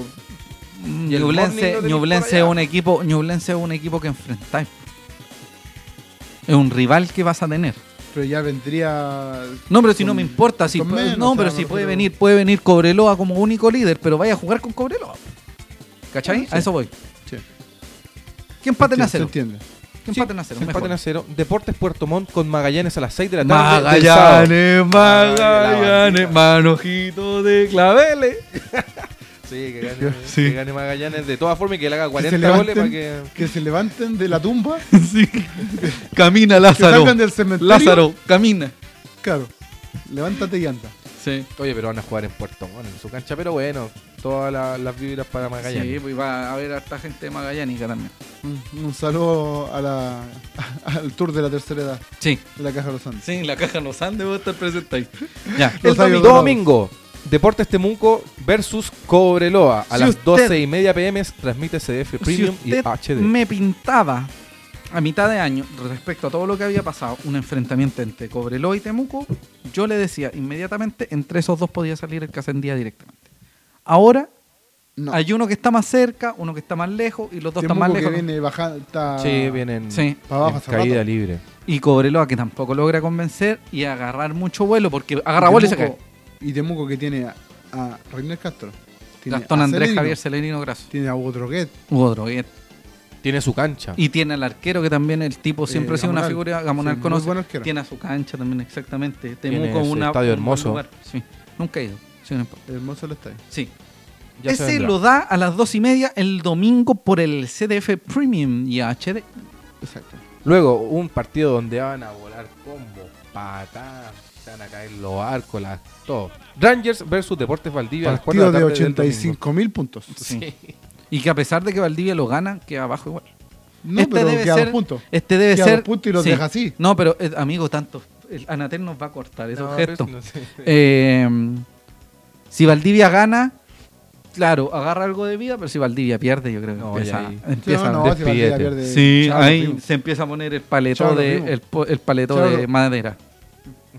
Speaker 1: mm,
Speaker 3: Y el Morning
Speaker 1: Ñublense,
Speaker 3: lo tenés
Speaker 1: Ñublense
Speaker 3: por
Speaker 1: es
Speaker 3: allá.
Speaker 1: un equipo, Ñublense es un equipo que enfrentáis. Es un rival que vas a tener.
Speaker 2: Pero ya vendría.
Speaker 1: No, pero si no
Speaker 2: Con-
Speaker 1: me importa, si
Speaker 2: con
Speaker 1: puede-
Speaker 2: menos,
Speaker 1: no,
Speaker 2: o sea,
Speaker 1: pero
Speaker 2: me
Speaker 1: si puede
Speaker 2: refiero-
Speaker 1: venir, puede venir Cobreloa como único líder, pero vaya a jugar con Cobreloa. ¿Cachai?
Speaker 2: Sí.
Speaker 1: A eso voy.
Speaker 2: Sí.
Speaker 1: ¿Qué empaten a
Speaker 2: Se
Speaker 1: cero?
Speaker 2: entiende.
Speaker 1: ¿Qué empaten a cero?
Speaker 3: Empaten
Speaker 1: Mejor.
Speaker 3: a cero. Deportes Puerto Montt con Magallanes a las 6 de la tarde. del sábado.
Speaker 1: Magallanes, Magallanes,
Speaker 3: bandita.
Speaker 1: manojito de claveles.
Speaker 3: Sí, que gane,
Speaker 1: Sí.
Speaker 3: que gane Magallanes de todas formas y que le haga
Speaker 2: Que
Speaker 3: 40
Speaker 2: se,
Speaker 3: goles para
Speaker 2: levanten,
Speaker 3: que.
Speaker 2: que se levanten de la tumba.
Speaker 1: Sí. Camina
Speaker 2: Que
Speaker 1: Lázaro.
Speaker 2: salgan del cementerio.
Speaker 1: Lázaro, camina.
Speaker 2: Claro. Levántate y anda.
Speaker 1: Sí.
Speaker 3: Oye, pero van a jugar en Puerto Montt, en su cancha, pero bueno, todas la- las vibras para Magallanes.
Speaker 1: Sí, pues va a haber harta gente magallánica también.
Speaker 2: Mm, Un, un saludo a la, al tour de la tercera edad
Speaker 1: Sí,
Speaker 2: de la Caja de los Andes.
Speaker 1: sí, la caja nos ande va a estar presente ahí. Ya.
Speaker 2: Los
Speaker 3: pues, El domingo,
Speaker 2: Dorados.
Speaker 3: domingo, Deportes Temuco versus Cobreloa. A
Speaker 1: Si
Speaker 3: las
Speaker 1: usted-
Speaker 3: 12 y media pm transmite CDF
Speaker 1: si
Speaker 3: Premium
Speaker 1: usted
Speaker 3: y HD.
Speaker 1: me pintaba a mitad de año respecto a todo lo que había pasado, un enfrentamiento entre Cobreloa y Temuco, yo le decía inmediatamente, entre esos dos podía salir el que ascendía directamente. Ahora
Speaker 2: No.
Speaker 1: hay uno que está más cerca, uno que está más lejos y los dos
Speaker 2: Temuco
Speaker 1: están más
Speaker 2: que
Speaker 1: lejos.
Speaker 2: viene bajando. Está...
Speaker 3: Sí, vienen
Speaker 1: Sí. Ah,
Speaker 2: Pa' abajo
Speaker 3: en
Speaker 2: hace
Speaker 3: caída
Speaker 2: rato.
Speaker 3: libre.
Speaker 1: Y Cobreloa que tampoco logra convencer y agarrar mucho vuelo porque agarra vuelo y se cae.
Speaker 2: Temuco- Y Temuco que tiene a, a Reiner Castro. Tiene
Speaker 1: Gastón
Speaker 2: a
Speaker 1: Andrés
Speaker 2: Celerino,
Speaker 1: Javier Celerino Graso.
Speaker 2: Tiene a Hugo Troquet.
Speaker 1: Hugo Droguet.
Speaker 3: Tiene su cancha.
Speaker 1: Y tiene al arquero que también el tipo siempre
Speaker 2: Eh,
Speaker 1: ha sido una
Speaker 2: Gamonal.
Speaker 1: figura Gamonal
Speaker 2: Sí, muy
Speaker 1: conoce.
Speaker 2: buen arquero.
Speaker 1: tiene a su cancha también, exactamente.
Speaker 3: Tiene
Speaker 1: Temuco
Speaker 3: ese
Speaker 1: una,
Speaker 3: estadio
Speaker 1: un buen
Speaker 3: hermoso.
Speaker 1: lugar. Sí, nunca he ido. Sí, no importa.
Speaker 2: Hermoso el estadio.
Speaker 1: Sí.
Speaker 3: Ya se
Speaker 1: Ese
Speaker 3: vendrá.
Speaker 1: lo da a las dos y media el domingo por el CDF Premium y HD.
Speaker 2: Exacto.
Speaker 3: Luego, un partido donde van a volar combos, patadas, se van a caer los arcos, las- todo. Rangers versus Deportes Valdivia. a las cuatro
Speaker 2: Partido de
Speaker 3: la tarde del domingo.
Speaker 2: 85 mil puntos.
Speaker 1: Sí. Y que a pesar de que Valdivia lo gana, queda abajo igual.
Speaker 2: No, pero queda dos puntos.
Speaker 1: Este debe
Speaker 2: Queda dos
Speaker 1: ser.
Speaker 2: puntos y los deja así.
Speaker 1: No, pero eh, amigo, tanto. El Anatel nos va a cortar esos
Speaker 3: No,
Speaker 1: gestos.
Speaker 3: pero no sé.
Speaker 1: Eh, si Valdivia gana, claro, agarra algo de vida, pero si Valdivia pierde, yo creo que
Speaker 3: No,
Speaker 1: empieza,
Speaker 3: ya ahí.
Speaker 1: empieza-
Speaker 2: no, no, si Valdivia
Speaker 3: despídete.
Speaker 2: pierde-
Speaker 1: Sí,
Speaker 2: Chao,
Speaker 1: ahí
Speaker 2: los vimos.
Speaker 1: se empieza a poner el paleto
Speaker 2: Chao, los
Speaker 1: de
Speaker 2: vimos.
Speaker 1: el, po- el paleto
Speaker 2: Chao,
Speaker 1: de
Speaker 2: los-
Speaker 1: madera.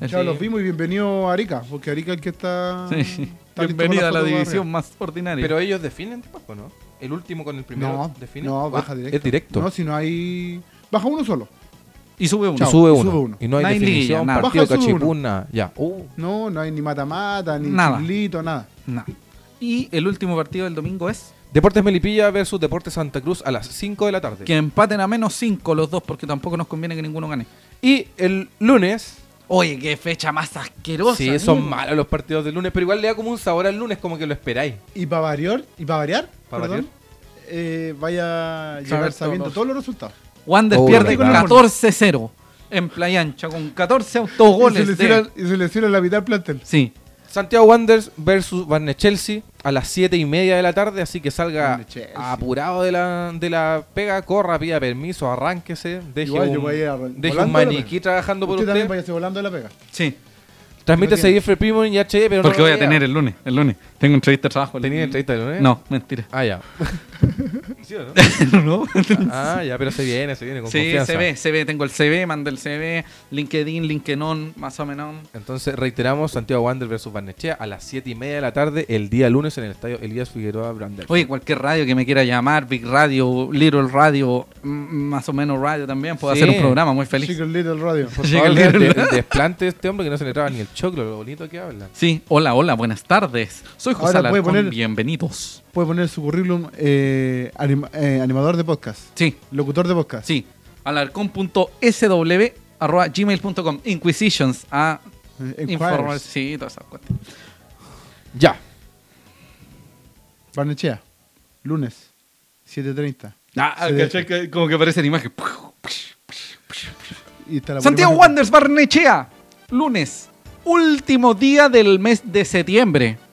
Speaker 2: Chao,
Speaker 1: Sí.
Speaker 2: los vimos y bienvenido a Arica, porque Arica es el que está.
Speaker 1: Sí.
Speaker 2: está listo con
Speaker 1: Bienvenida a la
Speaker 2: foto
Speaker 1: división más ordinaria.
Speaker 3: Pero ellos definen tampoco, ¿no? El último con el primero
Speaker 2: No,
Speaker 3: define.
Speaker 2: no,
Speaker 3: Ah,
Speaker 2: baja directo.
Speaker 3: Es directo.
Speaker 2: No, si no hay. Baja uno solo.
Speaker 1: y sube
Speaker 3: Y
Speaker 1: uno.
Speaker 2: Chao.
Speaker 3: sube,
Speaker 2: y
Speaker 3: uno.
Speaker 2: sube uno.
Speaker 3: Y no hay
Speaker 1: No hay
Speaker 3: definición,
Speaker 1: liguilla, nada.
Speaker 3: partido
Speaker 2: Baja, sube uno.
Speaker 3: cachipuna. Ya. Uh,
Speaker 2: No, no hay ni mata-mata, ni
Speaker 1: Nada.
Speaker 2: chilito, nada.
Speaker 1: Nah. Y el último partido del domingo es
Speaker 3: Deportes Melipilla versus Deportes Santa Cruz a las 5 de la tarde.
Speaker 1: que empaten a menos 5 los dos, porque tampoco nos conviene que ninguno gane.
Speaker 3: Y el lunes.
Speaker 1: Oye, qué fecha más asquerosa.
Speaker 3: sí, son
Speaker 1: Mm.
Speaker 3: malos los partidos del lunes, pero igual le da como un sabor al lunes, como que lo esperáis.
Speaker 2: Y para variar, y para variar,
Speaker 3: Pa'
Speaker 2: perdón,
Speaker 3: variar.
Speaker 2: eh, vaya a llegar
Speaker 1: Saber
Speaker 2: sabiendo
Speaker 1: todos.
Speaker 2: todos los resultados.
Speaker 1: Wander
Speaker 3: Oh,
Speaker 1: pierde
Speaker 3: verdad.
Speaker 1: 14-0 en Playa Ancha con 14
Speaker 2: y, se
Speaker 1: autogoles.
Speaker 2: les
Speaker 1: de-
Speaker 2: hicieron- y se les hicieron la mitad del plantel.
Speaker 1: Sí,
Speaker 3: Santiago Wanderers versus Barne Chelsea a las 7 y media de la tarde, así que salga
Speaker 2: Barnechelsea.
Speaker 3: apurado de la, de la pega, corra, pida permiso, arránquese, deje
Speaker 2: Igual yo
Speaker 3: un,
Speaker 2: voy a ir arran-
Speaker 3: deje un
Speaker 2: volando de la
Speaker 3: maniquí
Speaker 2: pega.
Speaker 3: trabajando por
Speaker 2: Usted
Speaker 3: usted.
Speaker 2: también vaya volando de la pega.
Speaker 1: sí.
Speaker 3: Transmite
Speaker 2: Lo tiene.
Speaker 3: CDF Premium y HD, pero
Speaker 1: Porque
Speaker 3: no
Speaker 1: voy
Speaker 3: lo
Speaker 1: a tener
Speaker 3: vea.
Speaker 1: el lunes, el lunes. Tengo entrevista de trabajo. el
Speaker 3: ¿Tenía
Speaker 1: lunes.
Speaker 3: Ah, entrevista el lunes?
Speaker 1: No, mentira.
Speaker 3: Ah, ya. hicieron, ¿no?
Speaker 1: ¿No?
Speaker 3: Ah, ya, pero se viene, se viene con
Speaker 1: Sí,
Speaker 3: confianza.
Speaker 1: CV, CV, tengo el CV, mandé el CV, LinkedIn, LinkedIn, más o menos.
Speaker 3: Entonces reiteramos Santiago Wander versus Barnechea a las 7 y media de la tarde el día lunes en el estadio Elías Figueroa Brander.
Speaker 1: Oye, cualquier radio que me quiera llamar, Big Radio, Little Radio, mm, más o menos Radio también, puedo
Speaker 3: Sí.
Speaker 1: hacer un programa muy feliz.
Speaker 2: Secret Little Radio.
Speaker 3: Por
Speaker 1: llega
Speaker 3: favor,
Speaker 1: el
Speaker 3: el,
Speaker 1: libro.
Speaker 3: de- el desplante de este hombre que no se le traba ni el choclo, lo bonito que habla.
Speaker 1: Sí, hola, hola, buenas tardes. Soy José
Speaker 2: Ahora puede
Speaker 1: Alarcón,
Speaker 2: poner-
Speaker 1: bienvenidos.
Speaker 2: Puede poner su currículum eh, anima- eh, animador de podcast.
Speaker 1: Sí,
Speaker 2: Locutor de podcast.
Speaker 1: sí, alarcón.sw arroba gmail.com, Inquisitions, a
Speaker 2: Eh, Enquiries.
Speaker 1: informar, sí, todas esas cuentas.
Speaker 3: Ya.
Speaker 2: Barnechea. Lunes. 7.30.
Speaker 1: Ah,
Speaker 2: Sí.
Speaker 1: caché que- como que aparece en imagen.
Speaker 2: Y está la
Speaker 1: Santiago
Speaker 2: buena
Speaker 1: Wanderers Barnechea, lunes, último día del mes de septiembre.
Speaker 2: imagen.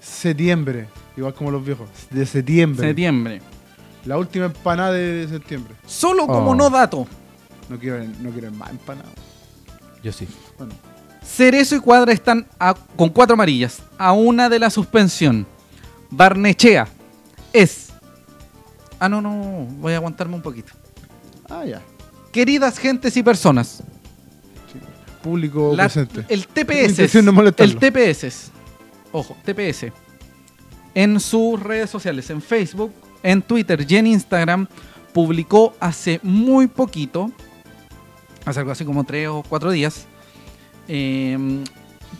Speaker 2: Septiembre. Igual como los viejos. De septiembre.
Speaker 1: Septiembre.
Speaker 2: La última empanada de septiembre.
Speaker 1: Solo
Speaker 3: Oh.
Speaker 1: como no dato,
Speaker 2: No quieren, no quieren más empanadas.
Speaker 3: Yo sí.
Speaker 2: Bueno.
Speaker 1: Cerezo y Cuadra están a- con cuatro amarillas, a una de la suspensión. Barnechea es. Ah, no, no, voy a aguantarme un poquito.
Speaker 2: Ah, ya.
Speaker 1: Queridas gentes y personas,
Speaker 2: Público
Speaker 1: la-
Speaker 2: presente.
Speaker 1: el TPS,
Speaker 2: Intención de molestarlo.
Speaker 1: el TPS, ojo, TPS, en sus redes sociales, en Facebook, en Twitter y en Instagram, publicó hace muy poquito, hace algo así como tres o cuatro días, eh,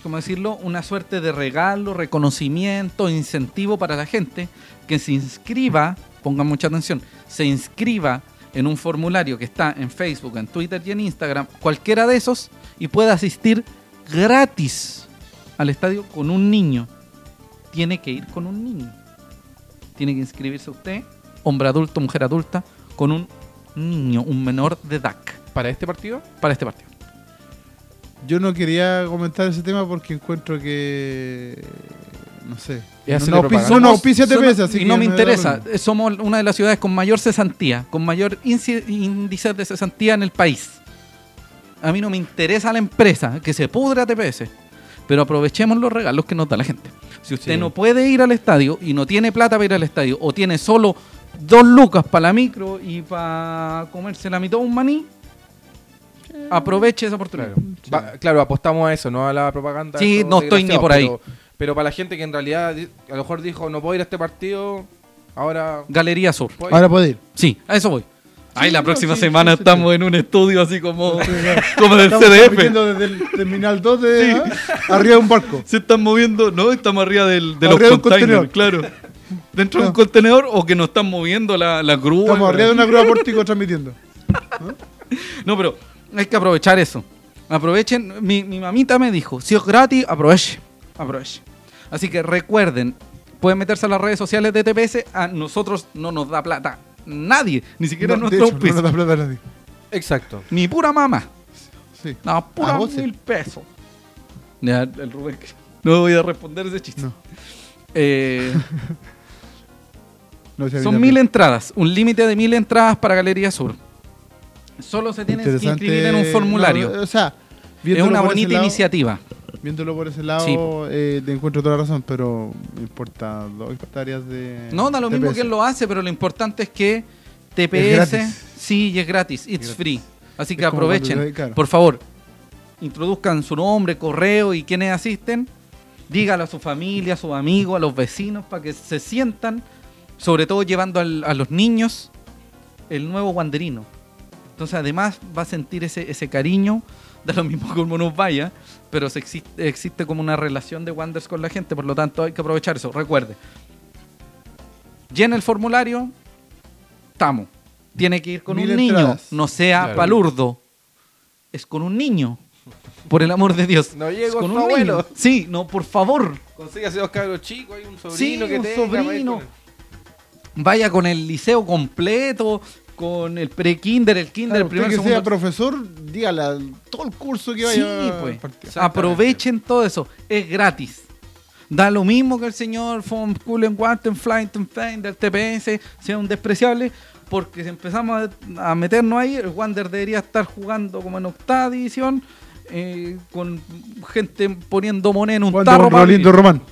Speaker 1: ¿cómo decirlo? Una suerte de regalo, reconocimiento, incentivo para la gente que se inscriba, pongan mucha atención, se inscriba en un formulario que está en Facebook, en Twitter y en Instagram, cualquiera de esos, y pueda asistir gratis al estadio con un niño. Tiene que ir con un niño. Tiene que inscribirse usted, hombre adulto, mujer adulta, con un niño, un menor de edad,
Speaker 3: Para este partido,
Speaker 1: para este partido.
Speaker 2: Yo no quería comentar ese tema porque encuentro que. No sé.
Speaker 3: Es
Speaker 2: No,
Speaker 3: hacerle
Speaker 2: no, auspicia-
Speaker 3: propaganda.
Speaker 2: no, no auspicia
Speaker 1: Somos-
Speaker 2: TPS, así
Speaker 1: y
Speaker 2: que
Speaker 1: no me
Speaker 2: da lo
Speaker 1: interesa.
Speaker 2: mismo.
Speaker 1: Eh, Somos una de las ciudades con mayor cesantía, con mayor inci- índice de cesantía en el país. A mí no me interesa la empresa, que se pudra TPS. Pero aprovechemos los regalos que nos da la gente. Si usted
Speaker 3: Sí.
Speaker 1: no puede ir al estadio y no tiene plata para ir al estadio, o tiene solo dos lucas para la micro y para comerse la mitad de un maní,
Speaker 2: Eh.
Speaker 1: aproveche esa oportunidad.
Speaker 3: claro. Va- claro, apostamos a eso, no a la propaganda.
Speaker 1: Sí,
Speaker 3: Esto
Speaker 1: no estoy ni
Speaker 3: desgraciado,
Speaker 1: por ahí.
Speaker 3: Pero, pero para la gente que en realidad di- a lo mejor dijo, no puedo ir a este partido, ahora
Speaker 1: Galería Sur.
Speaker 3: voy.
Speaker 2: Ahora puede ir.
Speaker 1: Sí, a eso voy. Ay, la
Speaker 2: no,
Speaker 1: próxima
Speaker 2: sí,
Speaker 1: semana
Speaker 2: sí, sí,
Speaker 1: estamos en un estudio así como, como del
Speaker 2: Estamos
Speaker 1: CDF.
Speaker 2: transmitiendo desde el terminal 2 de. ¿ah? Arriba de un barco.
Speaker 1: Se están moviendo, no, estamos arriba del, de los
Speaker 2: Arriba de un
Speaker 1: containers, claro. Dentro de un contenedor o que nos están moviendo la, la grúa.
Speaker 2: Estamos arriba de una grúa pórtico transmitiendo.
Speaker 1: No, pero hay que aprovechar eso. Aprovechen. Mi, mi mamita me dijo, si es gratis, aproveche. Aproveche. Así que recuerden, pueden meterse a las redes sociales de TPS. A nosotros no nos da plata. Nadie. Ni siquiera
Speaker 2: No, de
Speaker 1: nuestro
Speaker 2: hecho, no
Speaker 1: auspicio.
Speaker 2: nos da plata a nadie.
Speaker 3: Exacto.
Speaker 1: Ni pura mamá.
Speaker 2: Sí.
Speaker 1: No,
Speaker 2: A
Speaker 1: pura
Speaker 2: vos sí.
Speaker 1: mil pesos. Ya, el Rubén. que- No voy a responder ese chiste.
Speaker 2: No.
Speaker 1: Eh,
Speaker 2: No, sí, a mí
Speaker 1: son
Speaker 2: también.
Speaker 1: mil entradas. Un límite de mil entradas para Galería Sur. Solo se tienen que
Speaker 2: Interesante.
Speaker 1: inscribir en un formulario.
Speaker 2: No, o sea,
Speaker 1: es
Speaker 2: viéndolo
Speaker 1: una
Speaker 2: por ese
Speaker 1: bonita
Speaker 2: lado- Eh,
Speaker 1: iniciativa.
Speaker 2: Viéndolo por ese lado,
Speaker 1: Sí.
Speaker 2: eh, te encuentro toda la razón, pero me importa dos hectáreas de.
Speaker 1: No, da lo mismo
Speaker 2: TPS.
Speaker 1: quién lo hace, pero lo importante es que
Speaker 2: Es
Speaker 1: TPS,
Speaker 2: gratis.
Speaker 1: sí, y es gratis, it's
Speaker 2: gratis.
Speaker 1: free. Así que
Speaker 2: Es como cuando
Speaker 1: aprovechen,
Speaker 2: te- claro.
Speaker 1: por favor, introduzcan su nombre, correo y quienes asisten. Dígalo a su familia, a sus amigos, a los vecinos, para que se sientan, sobre todo llevando al- a los niños, el nuevo guanderino. Entonces, además, va a sentir ese, ese cariño, da lo mismo como nos vaya, pero se existe, existe como una relación de Wanders con la gente, por lo tanto, hay que aprovechar eso. Recuerde, llena el formulario, estamos. Tiene que ir con
Speaker 2: Mil
Speaker 1: un
Speaker 2: entradas.
Speaker 1: niño, no sea
Speaker 3: Claro.
Speaker 1: palurdo. Es con un niño, por el amor de Dios.
Speaker 3: No
Speaker 1: Es
Speaker 3: llego
Speaker 1: con
Speaker 3: su
Speaker 1: un
Speaker 3: abuelo.
Speaker 1: niño. Sí, no, por favor.
Speaker 3: Consígase dos cabros chicos, hay un
Speaker 1: Sí,
Speaker 3: sobrino que
Speaker 1: un
Speaker 3: tenga.
Speaker 1: sobrino.
Speaker 3: maestro.
Speaker 1: Vaya con el liceo completo, con el pre-kinder, el kinder,
Speaker 2: Claro,
Speaker 1: el primer,
Speaker 2: usted que
Speaker 1: segundo.
Speaker 2: sea profesor, dígale a todo el curso que vaya
Speaker 1: Sí,
Speaker 2: a
Speaker 1: pues.
Speaker 2: partir.
Speaker 3: Exactamente.
Speaker 1: Aprovechen todo eso. Es gratis. Da lo mismo que el señor von Kuhlenwarten, Flyten, Fein del TPS, sea un despreciable, porque si empezamos a, a meternos ahí, el Wander debería estar jugando como en octava división, eh, con gente poniendo moneda en un
Speaker 2: Cuando
Speaker 1: tarro. para
Speaker 2: Rolindo
Speaker 1: abrir.
Speaker 2: Román.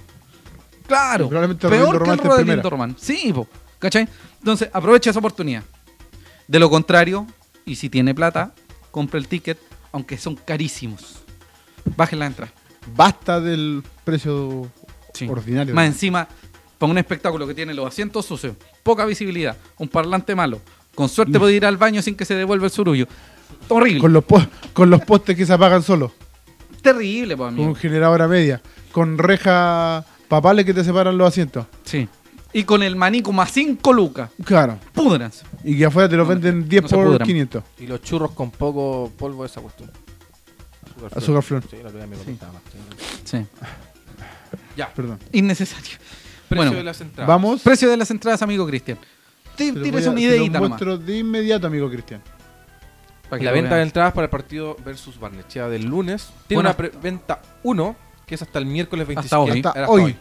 Speaker 1: Claro,
Speaker 2: Probablemente
Speaker 1: peor
Speaker 2: Rolindo
Speaker 1: que el
Speaker 2: Román está en
Speaker 1: Rolindo
Speaker 2: primera.
Speaker 1: Román. Sí, po. ¿Cachai? Entonces, aprovecha esa oportunidad. De lo contrario, y si tiene plata, compra el ticket, aunque son carísimos. Bajen la entrada.
Speaker 2: Basta del precio
Speaker 1: Sí.
Speaker 2: ordinario.
Speaker 1: Más encima, para un espectáculo que tiene los asientos sucios, poca visibilidad, un parlante malo, con suerte puede ir al baño sin que se devuelva el surullo. Horrible.
Speaker 2: Mm. con los, po- con los postes que se apagan solos.
Speaker 1: Terrible, pues,
Speaker 2: Con
Speaker 1: amigo.
Speaker 2: un generador a media. Con rejas papales que te separan los asientos.
Speaker 1: Sí. Y con el maní como a 5 lucas.
Speaker 2: Claro.
Speaker 1: Pudranse.
Speaker 2: Y que afuera te los
Speaker 1: No,
Speaker 2: venden
Speaker 1: no
Speaker 2: 10
Speaker 1: se
Speaker 2: por
Speaker 1: pudran.
Speaker 2: 500.
Speaker 4: Y los churros con poco polvo, esa cuestión.
Speaker 2: Azúcar flor.
Speaker 4: Sí, la primera me comentaba más. Sí.
Speaker 1: Sí.
Speaker 3: Ya,
Speaker 2: Perdón.
Speaker 1: Innecesario.
Speaker 3: precio
Speaker 1: bueno,
Speaker 3: de las entradas.
Speaker 2: Vamos.
Speaker 1: precio de las entradas, amigo Cristian. Ti-
Speaker 2: Te lo
Speaker 1: Tires
Speaker 2: voy a-
Speaker 1: una
Speaker 2: te lo
Speaker 1: ideita nomás.
Speaker 2: muestro de inmediato, amigo Cristian.
Speaker 1: para que
Speaker 3: La
Speaker 1: lo
Speaker 3: venta de
Speaker 1: vean.
Speaker 3: entradas para el partido versus Barnechea del lunes tiene
Speaker 1: Bueno.
Speaker 3: una pre- venta 1 que es hasta el miércoles 27.
Speaker 1: hoy.
Speaker 3: Era
Speaker 2: Hasta hoy.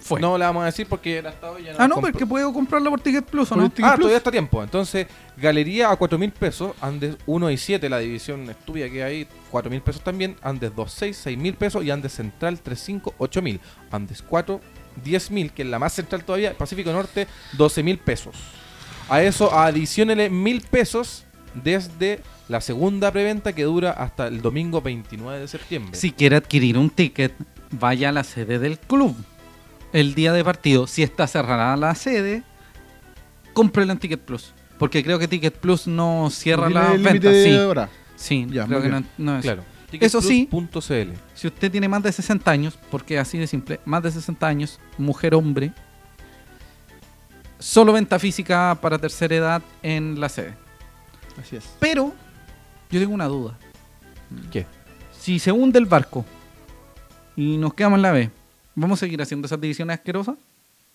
Speaker 1: Fue.
Speaker 3: No la vamos a decir porque era hasta hoy. Ya
Speaker 1: ah, no,
Speaker 3: compró.
Speaker 1: pero es que puedo comprarla por Ticket Plus, ¿o
Speaker 2: Por
Speaker 1: no?
Speaker 2: el Ticket
Speaker 3: Ah,
Speaker 2: Plus.
Speaker 3: todavía está a tiempo. Entonces, galería a 4 mil pesos, Andes 1 y 7, la división estúpida que hay, 4 mil pesos también, Andes 2, 6, 6 mil pesos y Andes Central 3, 5, 8 mil, Andes 4, 10 mil, que es la más central todavía, Pacífico Norte 12 mil pesos. A eso adicionele mil pesos desde la segunda preventa que dura hasta el domingo 29 de septiembre.
Speaker 1: Si quiere adquirir un ticket, vaya a la sede del club. El día de partido, si está cerrada la sede, cómprela en Ticket Plus. Porque creo que Ticket Plus no cierra
Speaker 2: Tiene
Speaker 1: la
Speaker 2: el límite
Speaker 1: venta.
Speaker 2: de
Speaker 1: Sí,
Speaker 2: hora.
Speaker 1: sí
Speaker 2: Ya,
Speaker 1: creo
Speaker 2: muy
Speaker 1: que no,
Speaker 2: bien.
Speaker 1: no es.
Speaker 3: claro.
Speaker 1: Eso sí.
Speaker 3: Ticketplus.cl.
Speaker 1: Si usted tiene más de 60 años, porque así de simple, más de 60 años, mujer, hombre, solo venta física para tercera edad en la sede.
Speaker 2: Así es.
Speaker 1: Pero yo tengo una duda.
Speaker 3: ¿Qué?
Speaker 1: Si se hunde el barco y nos quedamos en la B, ¿vamos a seguir haciendo esas divisiones asquerosas?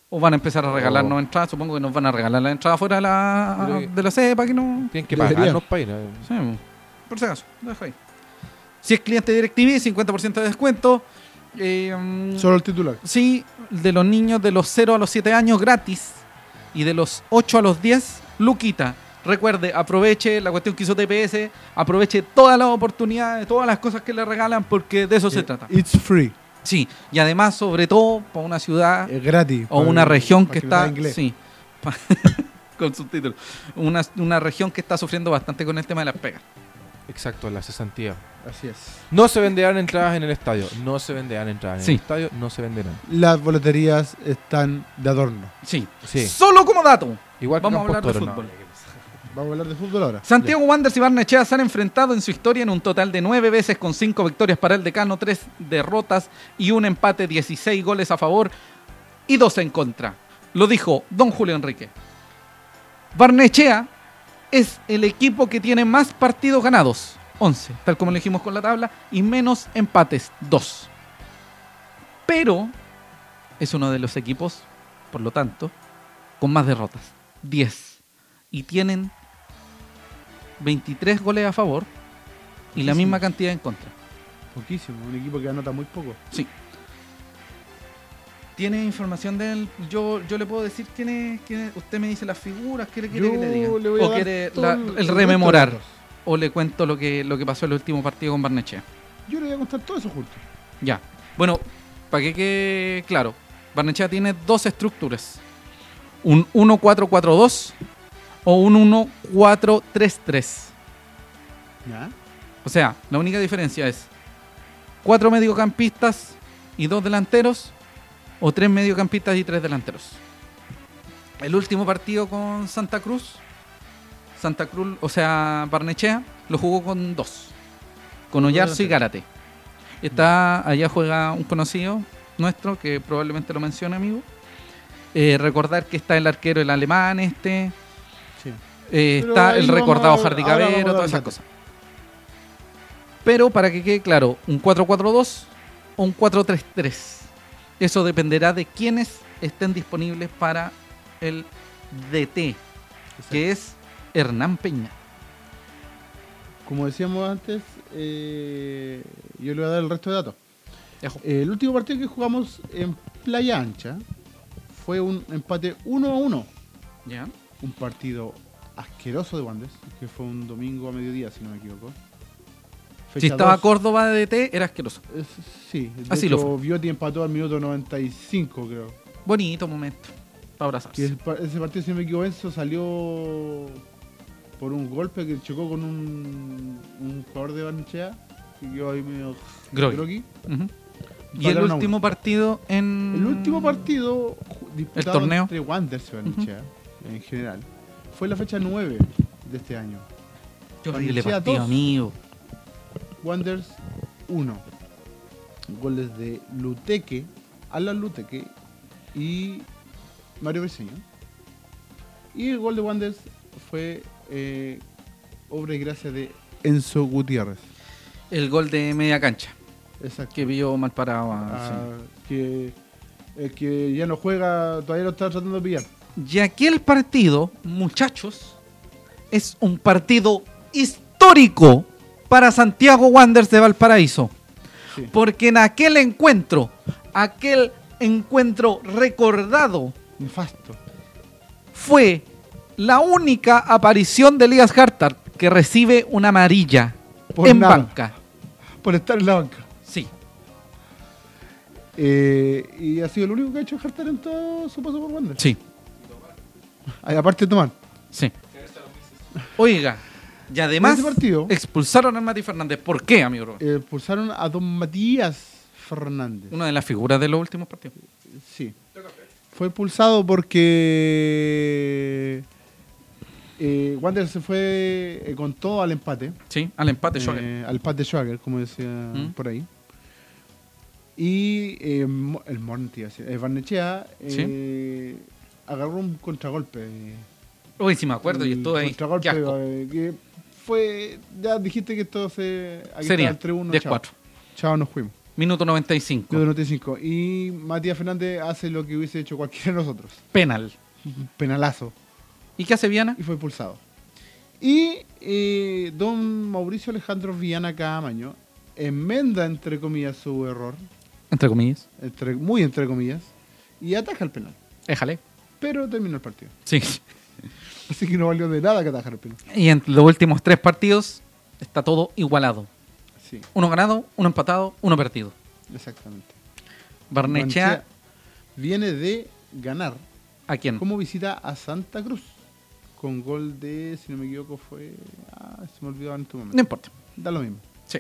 Speaker 1: ¿O van a empezar a regalarnos
Speaker 3: Oh.
Speaker 1: entradas? Supongo que nos van a regalar la entrada fuera de
Speaker 3: Creo
Speaker 1: la,
Speaker 3: que-
Speaker 1: de la sede para que no...
Speaker 3: Tienen que
Speaker 2: Debería.
Speaker 3: pagarnos para ir. eh.
Speaker 1: Sí, mo. por si acaso, lo dejo ahí. Si es cliente de DirecTV, 50% de descuento. Eh, mm,
Speaker 2: Solo el titular.
Speaker 1: Sí, de los niños de los 0 a los 7 años gratis y de los 8 a los 10, Luquita. Recuerde, aproveche la cuestión que hizo TPS, aproveche todas las oportunidades, todas las cosas que le regalan, porque de eso se
Speaker 2: Eh,
Speaker 1: trata.
Speaker 2: It's free.
Speaker 1: Sí, y además, sobre todo, para una ciudad
Speaker 2: Es gratis.
Speaker 1: Ah. o
Speaker 2: Eh, para-
Speaker 1: una región
Speaker 2: para
Speaker 1: que
Speaker 2: no sabe
Speaker 1: está.
Speaker 2: inglés.
Speaker 1: Sí, pa- con subtítulos. Una, una región que está sufriendo bastante con el tema de las pegas.
Speaker 3: Exacto, la cesantía.
Speaker 2: Así es.
Speaker 3: No se venderán entradas en el estadio. No se venderán entradas en
Speaker 1: Sí.
Speaker 3: el estadio. No se venderán.
Speaker 2: Las boleterías están de adorno.
Speaker 1: Sí.
Speaker 3: Sí.
Speaker 1: Solo como dato.
Speaker 3: Igual que
Speaker 1: Vamos a
Speaker 3: Campos
Speaker 1: hablar de
Speaker 3: Toro, ¿no?
Speaker 1: fútbol.
Speaker 2: Vamos a hablar de fútbol ahora.
Speaker 1: Santiago Wanderers y Barnechea se han enfrentado en su historia en un total de nueve veces con cinco victorias para el decano, tres derrotas y un empate, 16 goles a favor y dos en contra. Lo dijo don Julio Enrique. Barnechea es el equipo que tiene más partidos ganados, 11, tal como lo dijimos con la tabla, y menos empates, 2. Pero es uno de los equipos, por lo tanto, con más derrotas, 10. Y tienen 23 goles a favor y la
Speaker 2: Poquísimo.
Speaker 1: misma cantidad en contra.
Speaker 2: Poquísimo. Un equipo que anota muy poco.
Speaker 1: Sí. ¿Tiene información de él? Yo, yo le puedo decir quién es, quién es- Usted me dice las figuras, ¿qué le quiere que le diga?
Speaker 2: Yo le voy a
Speaker 1: ¿O
Speaker 2: dar
Speaker 1: quiere
Speaker 2: todo
Speaker 1: la-
Speaker 2: el- el
Speaker 1: el
Speaker 2: resto de
Speaker 1: rememorar?
Speaker 2: datos.
Speaker 1: ¿O le cuento lo que, lo que pasó en el último partido con Barnechea?
Speaker 2: Yo le voy a contar todo eso junto.
Speaker 1: Ya. Bueno, para que quede claro, Barnechea tiene dos estructuras. Un 1-4-4-2 o un 1-4-3-3.
Speaker 2: ¿Ya?
Speaker 1: O sea, la única diferencia es cuatro mediocampistas y dos delanteros o tres mediocampistas y tres delanteros. El último partido con Santa Cruz, Santa Cruz, o sea, Barnechea, lo jugó con dos, con
Speaker 2: Con dos
Speaker 1: Oyarzo y
Speaker 2: delanteros.
Speaker 1: Gárate. Está, allá juega un conocido nuestro que probablemente lo mencione, amigo. Eh, recordar que está el arquero, el alemán este,
Speaker 2: Sí.
Speaker 1: eh,
Speaker 2: Pero
Speaker 1: está
Speaker 2: ahí
Speaker 1: el
Speaker 2: vamos
Speaker 1: recordado
Speaker 2: a-
Speaker 1: Hardy
Speaker 2: ahora vamos a
Speaker 1: Cabero,
Speaker 2: dar
Speaker 1: todas esas
Speaker 2: datos.
Speaker 1: cosas. Pero para que quede claro, un 4-4-2 o un 4-3-3. Eso dependerá de quiénes estén disponibles para el DT, que es Hernán Peña.
Speaker 2: Como decíamos antes, eh, yo le voy a dar el resto de datos.
Speaker 1: Ejo.
Speaker 2: El último partido que jugamos en Playa Ancha fue un empate 1 a 1.
Speaker 1: ¿Ya?
Speaker 2: Un partido asqueroso de Wanderers, que fue un domingo a mediodía, si no me equivoco.
Speaker 1: Si
Speaker 2: Fecha
Speaker 1: estaba
Speaker 2: dos.
Speaker 1: Córdoba de DT, era asqueroso.
Speaker 2: Es- sí, de
Speaker 1: Así lo
Speaker 2: hecho, Viotti empató al minuto 95, creo.
Speaker 1: Bonito momento. para
Speaker 2: Que
Speaker 1: abrazarse.
Speaker 2: el pa- ese partido, si no me equivoco, Enzo salió por un golpe que chocó con un, un jugador de Barnechea. Que quedó ahí medio
Speaker 1: Groggy.
Speaker 2: groggy.
Speaker 1: Ujú. Y el
Speaker 2: Ganaron a
Speaker 1: último
Speaker 2: uno.
Speaker 1: partido en.
Speaker 2: El último partido ju- disputado
Speaker 1: torneo.
Speaker 2: entre Wanderers y Barnechea, en general, fue la fecha 9 de este año.
Speaker 1: Qué horrible
Speaker 2: Barnechea
Speaker 1: partido,
Speaker 2: dos.
Speaker 1: amigo.
Speaker 2: Wanderers 1. Goles de Luteque, Alan Luteque y Mario Briseño. Y el gol de Wanderers fue eh, obra y gracia de Enzo Gutiérrez.
Speaker 1: El gol de media cancha.
Speaker 2: Exacto.
Speaker 1: Que vio mal parado a- sí.
Speaker 2: Ah, que, el que ya no juega, todavía lo está tratando de pillar.
Speaker 1: Y aquel partido, muchachos, es un partido histórico para Santiago Wanderers de Valparaíso.
Speaker 2: Sí.
Speaker 1: Porque en aquel encuentro, aquel encuentro recordado,
Speaker 2: Nefasto.
Speaker 1: fue la única aparición de Elías Hartar que recibe una amarilla
Speaker 2: Por
Speaker 1: en
Speaker 2: nada.
Speaker 1: banca.
Speaker 2: Por estar en la banca.
Speaker 1: Sí.
Speaker 2: Eh, y ha sido el único que ha hecho Hartar en todo su paso por Wanderers.
Speaker 1: Sí,
Speaker 2: Ah, Aparte de tomar.
Speaker 1: sí. Oiga, y además
Speaker 2: ese partido-
Speaker 1: expulsaron a Mati Fernández. ¿Por qué, amigo? Rubén?
Speaker 2: Eh, expulsaron a don Matías Fernández.
Speaker 1: Una de las figuras de los últimos partidos.
Speaker 2: Sí. Fue expulsado porque eh, Wander se fue eh, con todo al empate.
Speaker 1: Sí, al empate,
Speaker 2: Eh,
Speaker 1: Shogun.
Speaker 2: al pat de Schwager, como decía
Speaker 1: ¿Mm?
Speaker 2: por ahí. Y eh, Mo- el Monti, el Barnechea, eh, agarró un contragolpe.
Speaker 1: Uy, sí me acuerdo, y
Speaker 2: El
Speaker 1: estuve ahí.
Speaker 2: Contragolpe
Speaker 1: Qué asco.
Speaker 2: eh, que fue. Ya dijiste que esto se. aquí
Speaker 1: Sería
Speaker 2: estaba el 3-1,
Speaker 1: 10-4.
Speaker 2: Chao, chao, nos fuimos.
Speaker 1: Minuto 95.
Speaker 2: Minuto 95. Y Matías Fernández hace lo que hubiese hecho cualquiera de nosotros.
Speaker 1: Penal.
Speaker 2: Un penalazo.
Speaker 1: ¿Y qué hace Viana?
Speaker 2: Y fue expulsado. Y eh, don Mauricio Alejandro Viana Camaño enmenda, entre comillas, su error.
Speaker 1: Entre comillas.
Speaker 2: entre- muy entre comillas. Y ataja el penal.
Speaker 1: Éjale.
Speaker 2: Pero terminó el partido.
Speaker 1: Sí.
Speaker 2: Así que no valió de nada que atajar el penal.
Speaker 1: Y en los últimos tres partidos está todo igualado.
Speaker 2: Sí,
Speaker 1: Uno ganado, uno empatado, uno perdido.
Speaker 2: exactamente.
Speaker 1: Barnechea,
Speaker 2: Barnechea Viene de ganar.
Speaker 1: ¿a quién?
Speaker 2: Como visita a Santa Cruz. Con gol de, si no me equivoco, fue. Ah, se me olvidó en este momento.
Speaker 1: No importa.
Speaker 2: Da lo mismo.
Speaker 1: Sí.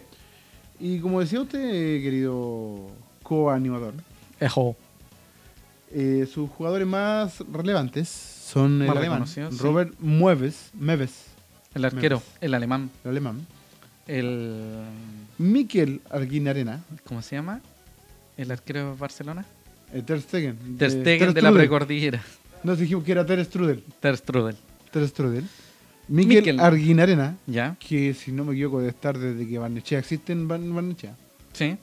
Speaker 2: Y como decía usted, eh, querido coanimador,
Speaker 1: Ejo.
Speaker 2: eh, sus jugadores más relevantes son el
Speaker 1: Más
Speaker 2: alemán
Speaker 1: reconocidos, sí.
Speaker 2: Robert Mueves, Meves,
Speaker 1: El arquero,
Speaker 2: Menos.
Speaker 1: el alemán,
Speaker 2: el alemán,
Speaker 1: el...
Speaker 2: Miquel Arguinarena,
Speaker 1: ¿Cómo se llama? El arquero de Barcelona.
Speaker 2: eh, Ter Stegen.
Speaker 1: Ter
Speaker 2: eh,
Speaker 1: Stegen de la
Speaker 2: Strudel.
Speaker 1: precordillera.
Speaker 2: Nos dijimos que era Ter Strudel.
Speaker 1: Ter Strudel.
Speaker 2: Ter Strudel. Miquel,
Speaker 1: Miquel.
Speaker 2: Arguinarena,
Speaker 1: ¿Ya?
Speaker 2: que si no me equivoco debe estar desde que Barnechea existe en Ban- Barnechea.
Speaker 1: Sí.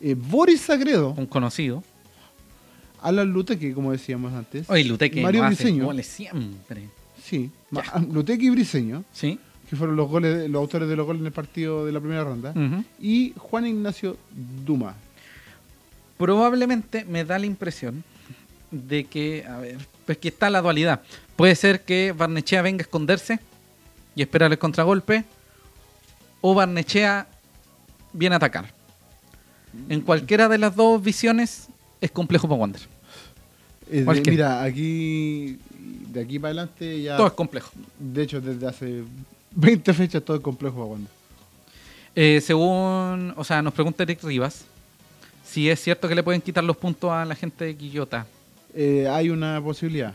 Speaker 2: Eh, Boris Sagredo,
Speaker 1: Un conocido.
Speaker 2: Alan Luteque, como decíamos antes.
Speaker 1: Oye, Luteque
Speaker 2: Mario
Speaker 1: no hace
Speaker 2: Briseño.
Speaker 1: goles siempre.
Speaker 2: Sí, ma- Luteque y Briseño.
Speaker 1: ¿Sí?
Speaker 2: que fueron los goles, los autores de los goles en el partido de la primera ronda,
Speaker 1: Ujú.
Speaker 2: y Juan Ignacio Duma.
Speaker 1: Probablemente me da la impresión de que, a ver, pues que está la dualidad. Puede ser que Barnechea venga a esconderse y esperar el contragolpe, o Barnechea viene a atacar. En cualquiera de las dos visiones es complejo para Wander.
Speaker 2: Eh, de-
Speaker 1: Cualquier.
Speaker 2: mira, aquí de aquí para adelante ya
Speaker 1: Todo es complejo.
Speaker 2: de hecho desde hace 20 fechas todo es complejo para Wanda.
Speaker 1: Eh, según, o sea, nos pregunta Eric Rivas si es cierto que le pueden quitar los puntos a la gente de Quillota.
Speaker 2: Eh, hay una posibilidad.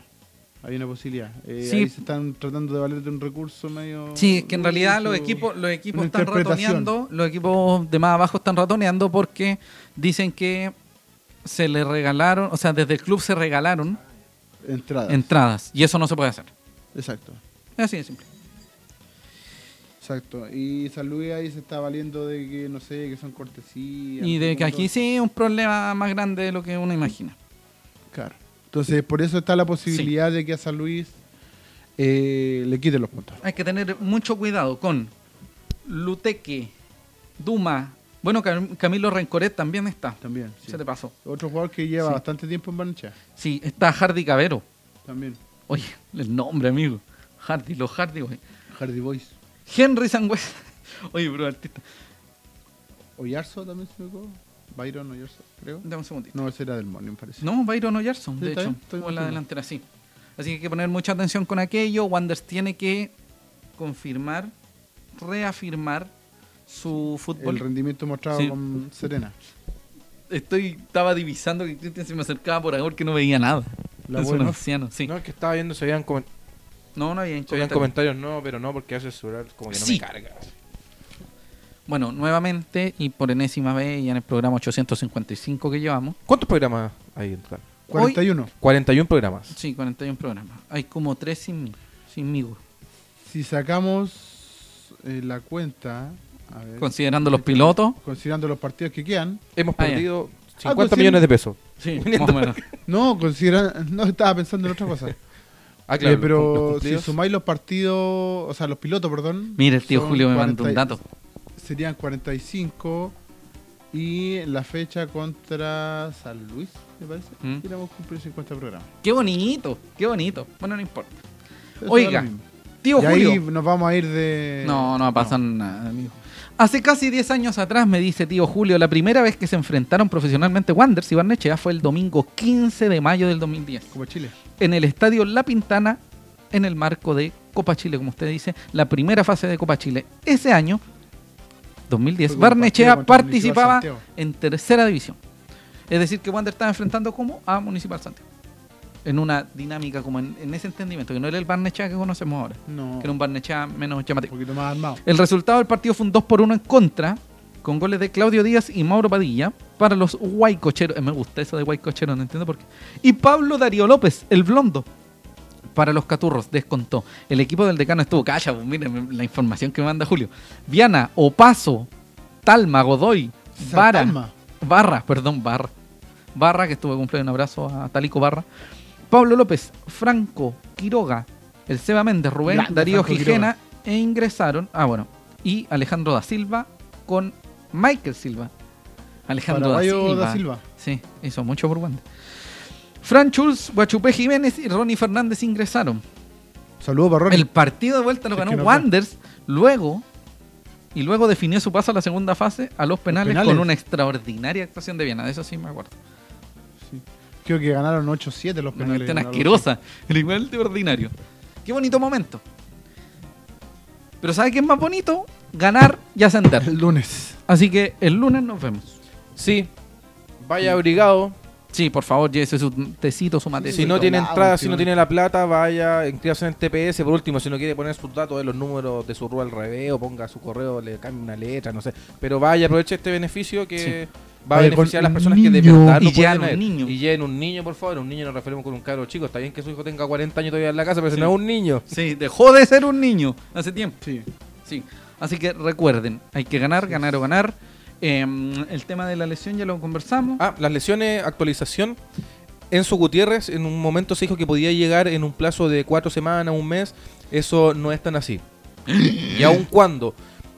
Speaker 2: Hay una posibilidad. Eh,
Speaker 1: Sí.
Speaker 2: Ahí se están tratando de valer de un recurso medio.
Speaker 1: Sí, es que en realidad
Speaker 2: mucho-
Speaker 1: los equipos, los equipos
Speaker 2: una
Speaker 1: están
Speaker 2: interpretación.
Speaker 1: ratoneando, los equipos de más abajo están ratoneando porque dicen que se le regalaron, o sea, desde el club se regalaron
Speaker 2: Entradas.
Speaker 1: entradas y eso no se puede hacer.
Speaker 2: Exacto.
Speaker 1: Es así de simple.
Speaker 2: Exacto. Y San Luis ahí se está valiendo de que, no sé, que son cortesías.
Speaker 1: Y de que
Speaker 2: no sé,
Speaker 1: aquí sí es un problema más grande de lo que uno imagina.
Speaker 2: Claro. Entonces, por eso está la posibilidad de que a San Luis eh, le quiten los puntos.
Speaker 1: Hay que tener mucho cuidado con Luteque, Duma, bueno, Cam- Camilo Rencoret también está.
Speaker 2: También. sí.
Speaker 1: Se te pasó.
Speaker 2: Otro jugador que lleva
Speaker 1: Sí.
Speaker 2: bastante tiempo en Barnechea.
Speaker 1: Sí, está Hardy Cabero.
Speaker 2: También.
Speaker 1: Oye, el nombre, amigo. Hardy, los Hardy, güey.
Speaker 2: Hardy Boys.
Speaker 1: Henry Sangüesa. Oye, bro, artista.
Speaker 2: Oyarzo también se me acuerdo. Byron o Yerson, creo.
Speaker 1: Dame un segundito.
Speaker 2: No, ese era del Morning, parece.
Speaker 1: No, Byron o Gerson,
Speaker 2: Sí,
Speaker 1: de
Speaker 2: está
Speaker 1: hecho.
Speaker 2: bien, estoy
Speaker 1: Tuvo la
Speaker 2: contigo.
Speaker 1: delantera, sí. Así que hay que poner mucha atención con aquello. Wanders tiene que confirmar, reafirmar su fútbol.
Speaker 2: El rendimiento mostrado
Speaker 1: Sí.
Speaker 2: con Serena.
Speaker 1: Estoy, estaba divisando que Cristian se me acercaba por ahí porque no veía nada.
Speaker 2: La
Speaker 1: es
Speaker 2: buena.
Speaker 1: un anciano, sí.
Speaker 3: No, es que estaba viendo, se veían, comen-
Speaker 1: No, no había
Speaker 3: se veían
Speaker 1: inconveniente.
Speaker 3: comentarios, no, pero no, porque hace el celular como que no
Speaker 1: Sí.
Speaker 3: me carga.
Speaker 1: Bueno, nuevamente y por enésima vez, ya en el programa 855 que llevamos.
Speaker 3: ¿Cuántos programas hay en total?
Speaker 2: 41.
Speaker 3: 41 programas.
Speaker 1: Sí, 41 programas. Hay como tres sin mí, sin mí, güey.
Speaker 2: Si sacamos eh, la cuenta, a ver,
Speaker 1: Considerando los pilotos.
Speaker 2: considerando los partidos que quedan.
Speaker 3: Hemos
Speaker 1: Ah, ya.
Speaker 3: perdido
Speaker 2: Ah,
Speaker 3: 50
Speaker 2: pues,
Speaker 3: millones de pesos.
Speaker 1: Sí, más o menos.
Speaker 2: No, considera, no estaba pensando en otra cosa.
Speaker 3: Ah, claro.
Speaker 2: Eh,
Speaker 3: los
Speaker 2: pero si
Speaker 3: cumplidos.
Speaker 2: sumáis los partidos, o sea, los pilotos, perdón.
Speaker 1: Mira, el tío
Speaker 2: son
Speaker 1: Julio me mandó
Speaker 2: 40
Speaker 1: un dato.
Speaker 2: Serían 45 y la fecha contra San Luis, me parece.
Speaker 1: ¿Mm?
Speaker 2: Queremos cumplir 50 programas.
Speaker 1: Qué bonito, qué bonito. Bueno, no importa.
Speaker 2: Eso
Speaker 1: Oiga,
Speaker 2: da lo mismo.
Speaker 1: Tío
Speaker 2: y
Speaker 1: Julio.
Speaker 2: ahí nos vamos a ir de.
Speaker 1: No, no va a pasar nada, amigo. Hace casi 10 años atrás, me dice tío Julio, la primera vez que se enfrentaron profesionalmente Wanderers y Barnechea fue el domingo 15 de mayo del 2010,
Speaker 2: Como Chile.
Speaker 1: en el estadio La Pintana, en el marco de Copa Chile, como usted dice, la primera fase de Copa Chile. Ese año, 2010,
Speaker 2: Fue como partido
Speaker 1: Barnechea
Speaker 2: contra
Speaker 1: participaba
Speaker 2: Municipal Santiago.
Speaker 1: en tercera división. Es decir, que Wander estaba enfrentando como a Municipal Santiago. En una dinámica como en, en ese entendimiento, que no era el Barnechea que conocemos ahora,
Speaker 2: No.
Speaker 1: que era un Barnechea menos
Speaker 2: un
Speaker 1: llamativo.
Speaker 2: poquito más armado.
Speaker 1: El resultado del partido fue un 2 por 1 en contra, con goles de Claudio Díaz y Mauro Padilla, para los guaycocheros. eh, Me gusta eso de guaycocheros, no entiendo por qué. Y Pablo Darío López, el blondo, para los caturros, descontó. El equipo del decano estuvo, calla, pues, miren la información que me manda Julio. Viana, Opaso, Talma, Godoy, Vara.
Speaker 2: Saltalma.
Speaker 1: Barra, perdón, Barra. Barra, que estuvo de cumpleaños, un abrazo a Talico Barra. Pablo López, Franco, Quiroga, el Seba Méndez, Rubén,
Speaker 2: Grande
Speaker 1: Darío
Speaker 2: Franco
Speaker 1: Gijena, e ingresaron, ah bueno, y Alejandro da Silva con Michael Silva. Alejandro da
Speaker 2: Paraguayo
Speaker 1: Silva.
Speaker 2: da Silva.
Speaker 1: Sí, hizo mucho por Wander. Fran Schulz, Guachupé Jiménez y Ronnie Fernández ingresaron.
Speaker 2: Saludos para Ronnie.
Speaker 1: El partido de vuelta lo
Speaker 2: Es que
Speaker 1: ganó
Speaker 2: no fue.
Speaker 1: Wanders, luego y luego definió su paso a la segunda fase a los penales,
Speaker 2: penales.
Speaker 1: con una extraordinaria actuación de Viana, de eso sí me acuerdo.
Speaker 2: Sí. Creo que ganaron 8-7 los
Speaker 1: Una
Speaker 2: penales.
Speaker 1: cuestión
Speaker 2: Ganaron.
Speaker 1: asquerosa, pero igual de ordinario. Qué bonito momento. Pero ¿sabe qué es más bonito? Ganar y ascender.
Speaker 2: El lunes.
Speaker 1: Así que el lunes nos vemos.
Speaker 3: Sí. Vaya abrigado.
Speaker 1: Sí, por favor, llévese su tecito, su matecito.
Speaker 3: Si no tiene
Speaker 2: lado,
Speaker 3: entrada, si no
Speaker 2: últimamente.
Speaker 3: tiene la plata, vaya, inscríbase en el TPS. Por último, si no quiere poner sus datos de los números de su rúa al revés, o ponga su correo, le cambie una letra, no sé. Pero vaya, aproveche este beneficio que va a
Speaker 2: Vaya,
Speaker 3: beneficiar a
Speaker 2: con
Speaker 3: las personas
Speaker 2: un
Speaker 3: que de
Speaker 2: niño.
Speaker 3: verdad
Speaker 1: Y
Speaker 3: no
Speaker 1: lleven un
Speaker 3: pueden tener.
Speaker 1: niño.
Speaker 3: Y lleven un niño, por favor. Un niño nos referimos con un caro chico. Está bien que su hijo tenga 40 años todavía en la casa, pero si no es un niño.
Speaker 1: Sí, dejó de ser un niño hace tiempo.
Speaker 2: Sí.
Speaker 1: Sí, así que recuerden, hay que ganar, ganar o ganar. Eh, el tema de la lesión ya lo conversamos.
Speaker 3: Ah, las lesiones, actualización. Enzo Gutiérrez en un momento se dijo que podía llegar en un plazo de cuatro semanas, un mes. Eso no es tan así. y aun cuando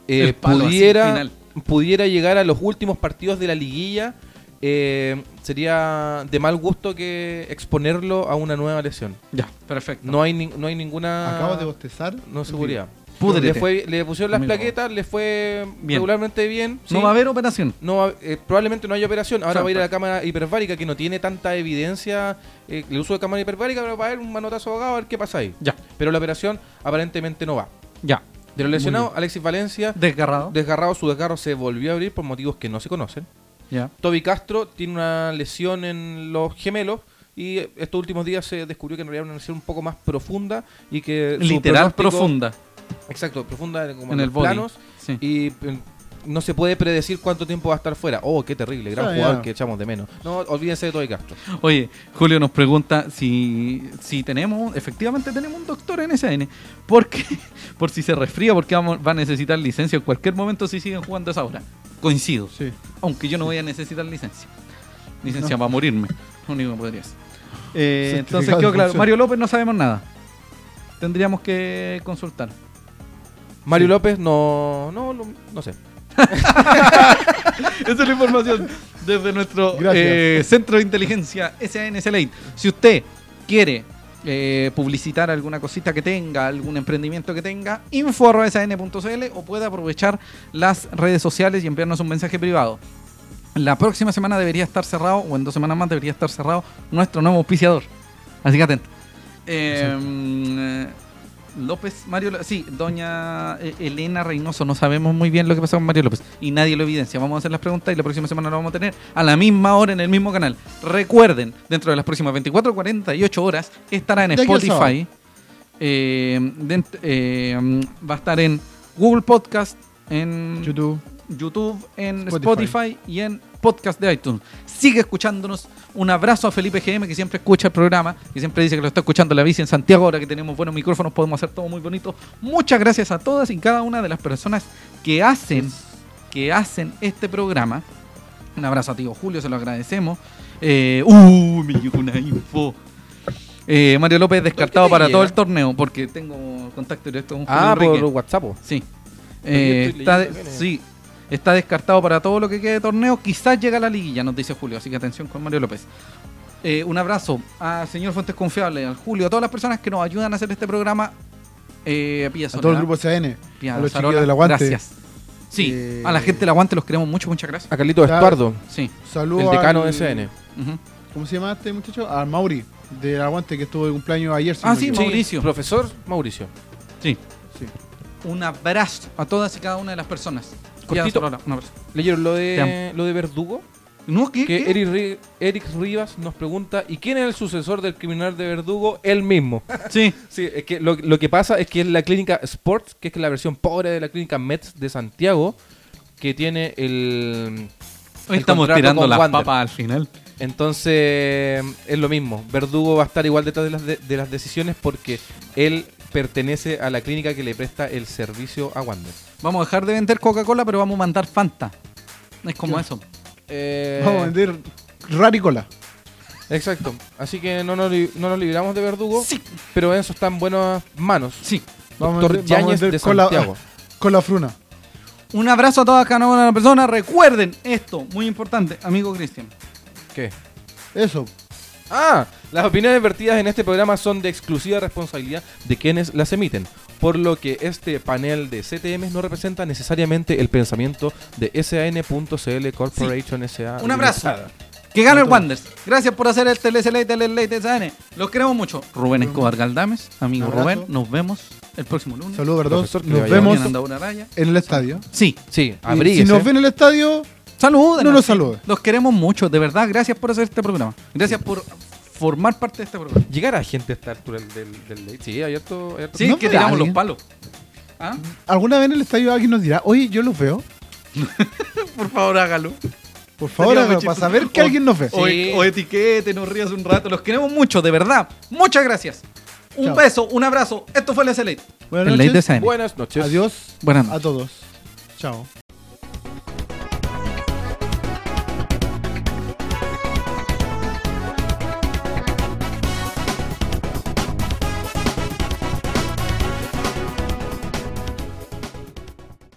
Speaker 3: eh,
Speaker 1: El palo así,
Speaker 3: pudiera,
Speaker 1: final.
Speaker 3: pudiera llegar a los últimos partidos de la liguilla, eh, sería de mal gusto que exponerlo a una nueva lesión.
Speaker 1: ya, perfecto.
Speaker 3: No hay, ni- no hay ninguna
Speaker 2: Acabo de bostezar.
Speaker 3: Ah, no seguridad.
Speaker 1: Púdrete.
Speaker 3: Le, fue- le pusieron las
Speaker 1: Amigo.
Speaker 3: plaquetas, le fue
Speaker 1: Bien.
Speaker 3: regularmente bien.
Speaker 1: No
Speaker 3: sí.
Speaker 1: va a haber operación.
Speaker 3: No, va- eh, probablemente no haya operación. Ahora
Speaker 1: Claro,
Speaker 3: va a ir a la
Speaker 1: claro.
Speaker 3: cámara hiperbárica que no tiene tanta evidencia eh, el uso de cámara hiperbárica, pero va a haber un manotazo ahogado a ver qué pasa ahí.
Speaker 1: Ya,
Speaker 3: Pero la operación aparentemente no va.
Speaker 1: ya.
Speaker 3: De los lesionados, Alexis Valencia,
Speaker 1: Desgarrado.
Speaker 3: desgarrado, su desgarro se volvió a abrir por motivos que no se conocen.
Speaker 1: ya.
Speaker 3: Toby Castro tiene una lesión en los gemelos y eh, estos últimos días se descubrió que en realidad era una lesión un poco más profunda y que... su
Speaker 1: Literal
Speaker 3: pronóstico-
Speaker 1: profunda.
Speaker 3: Exacto, profunda eh, como
Speaker 1: En
Speaker 3: en
Speaker 1: el
Speaker 3: los
Speaker 1: body.
Speaker 3: planos
Speaker 1: Sí.
Speaker 3: y eh, no se puede predecir cuánto tiempo va a estar fuera. Oh, qué terrible, gran
Speaker 2: Ah,
Speaker 3: jugador
Speaker 2: ya.
Speaker 3: que echamos de menos. No, olvídense de Toby Castro.
Speaker 1: Oye, Julio nos pregunta si, si tenemos, efectivamente tenemos un doctor en SN. Porque, por si se resfría, porque vamos, va a necesitar licencia en cualquier momento si siguen jugando a esa hora. Coincido.
Speaker 2: Sí.
Speaker 1: Aunque yo no voy a necesitar licencia. Licencia para morirme. Lo único que podría ser. Eh,
Speaker 2: Certificado
Speaker 1: entonces
Speaker 2: de
Speaker 1: quedó claro.
Speaker 2: función.
Speaker 1: Mario López no sabemos nada. Tendríamos que consultar.
Speaker 3: Mario López, no, no, lo- no sé.
Speaker 1: Esa es la información desde nuestro
Speaker 2: Gracias.
Speaker 1: eh, centro de inteligencia SAN Select. Si usted quiere eh, publicitar alguna cosita que tenga, algún emprendimiento que tenga, info.san.cl o puede aprovechar las redes sociales y enviarnos un mensaje privado. La próxima semana debería estar cerrado, o en dos semanas más debería estar cerrado, nuestro nuevo auspiciador. Así que atento. Eh, eh, López, Mario López. Sí, doña eh, Elena Reynoso. No sabemos muy bien lo que pasó con Mario López. Y nadie lo evidencia. Vamos a hacer las preguntas y la próxima semana lo vamos a tener a la misma hora en el mismo canal. Recuerden, dentro de las próximas 24 48 horas estará en
Speaker 2: De aquí al
Speaker 1: Spotify. eh, dent- eh, mm, va a estar en Google Podcast, en
Speaker 2: YouTube.
Speaker 1: YouTube, en
Speaker 2: Spotify.
Speaker 1: Spotify. y en podcast de iTunes. Sigue escuchándonos. Un abrazo a Felipe GM que siempre escucha el programa, que siempre dice que lo está escuchando en la bici en Santiago. Ahora que tenemos buenos micrófonos, podemos hacer todo muy bonito. Muchas gracias a todas y cada una de las personas que hacen, que hacen este programa. Un abrazo a tío Julio, se lo agradecemos. Eh, uh, me llegó una info. Eh, Mario López descartado
Speaker 3: te
Speaker 1: para
Speaker 3: llega?
Speaker 1: todo el torneo porque tengo contacto directo con Julio
Speaker 3: Ah,
Speaker 1: Enrique.
Speaker 3: por WhatsApp. po.
Speaker 1: Sí.
Speaker 3: Pero yo
Speaker 1: Eh,
Speaker 3: estoy
Speaker 1: está,
Speaker 3: leyendo también, eh.
Speaker 1: sí. Está descartado para todo lo que quede de torneo. Quizás llega a la liguilla, nos dice Julio. Así que atención con Mario López. Eh, un abrazo al señor Fuentes Confiable, al Julio, a todas las personas que nos ayudan a hacer este programa. Eh, a Pía
Speaker 2: A todo el
Speaker 1: Soledad,
Speaker 2: grupo CN.
Speaker 1: Pía
Speaker 2: a los
Speaker 1: Zarola,
Speaker 2: chiquillos del Aguante.
Speaker 1: Gracias. Sí,
Speaker 2: Eh,
Speaker 1: a la gente del aguante los queremos mucho, muchas gracias.
Speaker 3: A Carlito
Speaker 2: Claro.
Speaker 3: Estuardo,
Speaker 1: Sí.
Speaker 2: Saludos
Speaker 3: el decano
Speaker 2: al-
Speaker 3: de SN.
Speaker 1: ujú.
Speaker 2: ¿Cómo se llama este muchacho? Al Mauri, del Aguante, que estuvo de cumpleaños ayer. si
Speaker 1: Ah,
Speaker 2: no me
Speaker 1: sí,
Speaker 2: equivoco.
Speaker 1: Mauricio.
Speaker 3: Profesor Mauricio.
Speaker 1: Sí.
Speaker 2: Sí.
Speaker 1: Un abrazo a todas y cada una de las personas. Pía
Speaker 3: Cortito.
Speaker 1: Zarola, un abrazo.
Speaker 3: ¿Leyeron lo
Speaker 1: Te
Speaker 3: de,
Speaker 1: amo.
Speaker 3: lo de Verdugo?
Speaker 1: No, ¿qué?
Speaker 3: Que
Speaker 1: qué?
Speaker 3: Eric, Ri- Eric Rivas nos pregunta, ¿y quién es el sucesor del criminal de Verdugo? Él mismo.
Speaker 1: Sí.
Speaker 3: Sí, es que lo, lo que pasa es que es la clínica Sports, que es la versión pobre de la clínica Mets de Santiago, que tiene el...
Speaker 1: Hoy
Speaker 3: el
Speaker 1: estamos
Speaker 3: contrato
Speaker 1: tirando
Speaker 3: con
Speaker 1: las
Speaker 3: Wander.
Speaker 1: papas al final.
Speaker 3: Entonces, es lo mismo. Verdugo va a estar igual detrás de las, de, de las decisiones porque él pertenece a la clínica que le presta el servicio a Wander.
Speaker 1: Vamos a dejar de vender Coca-Cola, pero vamos a mandar Fanta. Es como eso.
Speaker 3: Eh,
Speaker 2: Vamos a vender Raricola.
Speaker 3: exacto. Así que no nos, li- no nos libramos de Verdugo,
Speaker 1: Sí,
Speaker 3: pero Enzo está en buenas manos.
Speaker 1: sí.
Speaker 2: Vamos a
Speaker 3: Doctor
Speaker 2: vender- vamos a
Speaker 3: Yáñez
Speaker 2: vender
Speaker 3: de
Speaker 2: cola-
Speaker 3: Santiago.
Speaker 2: Cola Fruna.
Speaker 1: Un abrazo a todas cada una de las personas. Recuerden esto, muy importante, amigo Cristian.
Speaker 3: ¿Qué?
Speaker 2: Eso.
Speaker 3: Ah, las opiniones vertidas en este programa son de exclusiva responsabilidad de quienes las emiten, por lo que este panel de CTM no representa necesariamente el pensamiento de SAN.cl Corporation SA.
Speaker 1: Un abrazo.
Speaker 3: Limitada.
Speaker 1: Que gane el
Speaker 3: Entonces-
Speaker 1: Wanders. Gracias por hacer el TLSL y TLSL y TSN. E. Los queremos mucho. Rubén Escobar Galdames, amigo
Speaker 2: Un abrazo.
Speaker 1: Rubén, nos vemos el próximo lunes.
Speaker 2: Saludos, Verdón.
Speaker 3: Profesor, que le
Speaker 2: Nos
Speaker 3: vaya
Speaker 2: vemos
Speaker 1: Bien, anda una raya.
Speaker 2: en el estadio.
Speaker 1: Sí,
Speaker 3: Sí,
Speaker 2: Y
Speaker 3: abríguese.
Speaker 2: Si nos ven en el estadio,
Speaker 1: saluden.
Speaker 2: No nos
Speaker 1: así.
Speaker 2: salude.
Speaker 1: Los queremos mucho, de verdad. Gracias por hacer este programa. Gracias por formar parte de este programa.
Speaker 3: Llegar a gente a esta altura del, del, del late. Sí, hay harto- hay harto-
Speaker 1: Sí,
Speaker 2: ¿No
Speaker 1: que
Speaker 2: verá
Speaker 1: tiramos los
Speaker 2: alguien?
Speaker 1: palos. ¿Ah?
Speaker 2: alguna vez en el estadio alguien nos dirá, oye, yo los veo.
Speaker 1: Por favor, hágalo.
Speaker 2: Por favor,
Speaker 1: Sería muy
Speaker 2: hágalo, para
Speaker 1: chistoso. Oh,
Speaker 2: saber que
Speaker 1: O-
Speaker 2: alguien nos ve.
Speaker 1: O,
Speaker 3: Sí.
Speaker 1: o etiqueten, o rías un rato. Los queremos mucho, de verdad. Muchas gracias. Un
Speaker 2: Chao.
Speaker 1: beso, un abrazo. Esto fue el SLA.
Speaker 2: Buenas noches.
Speaker 3: Buenas noches.
Speaker 2: Adiós
Speaker 1: Buenas noches.
Speaker 2: a todos. Chao.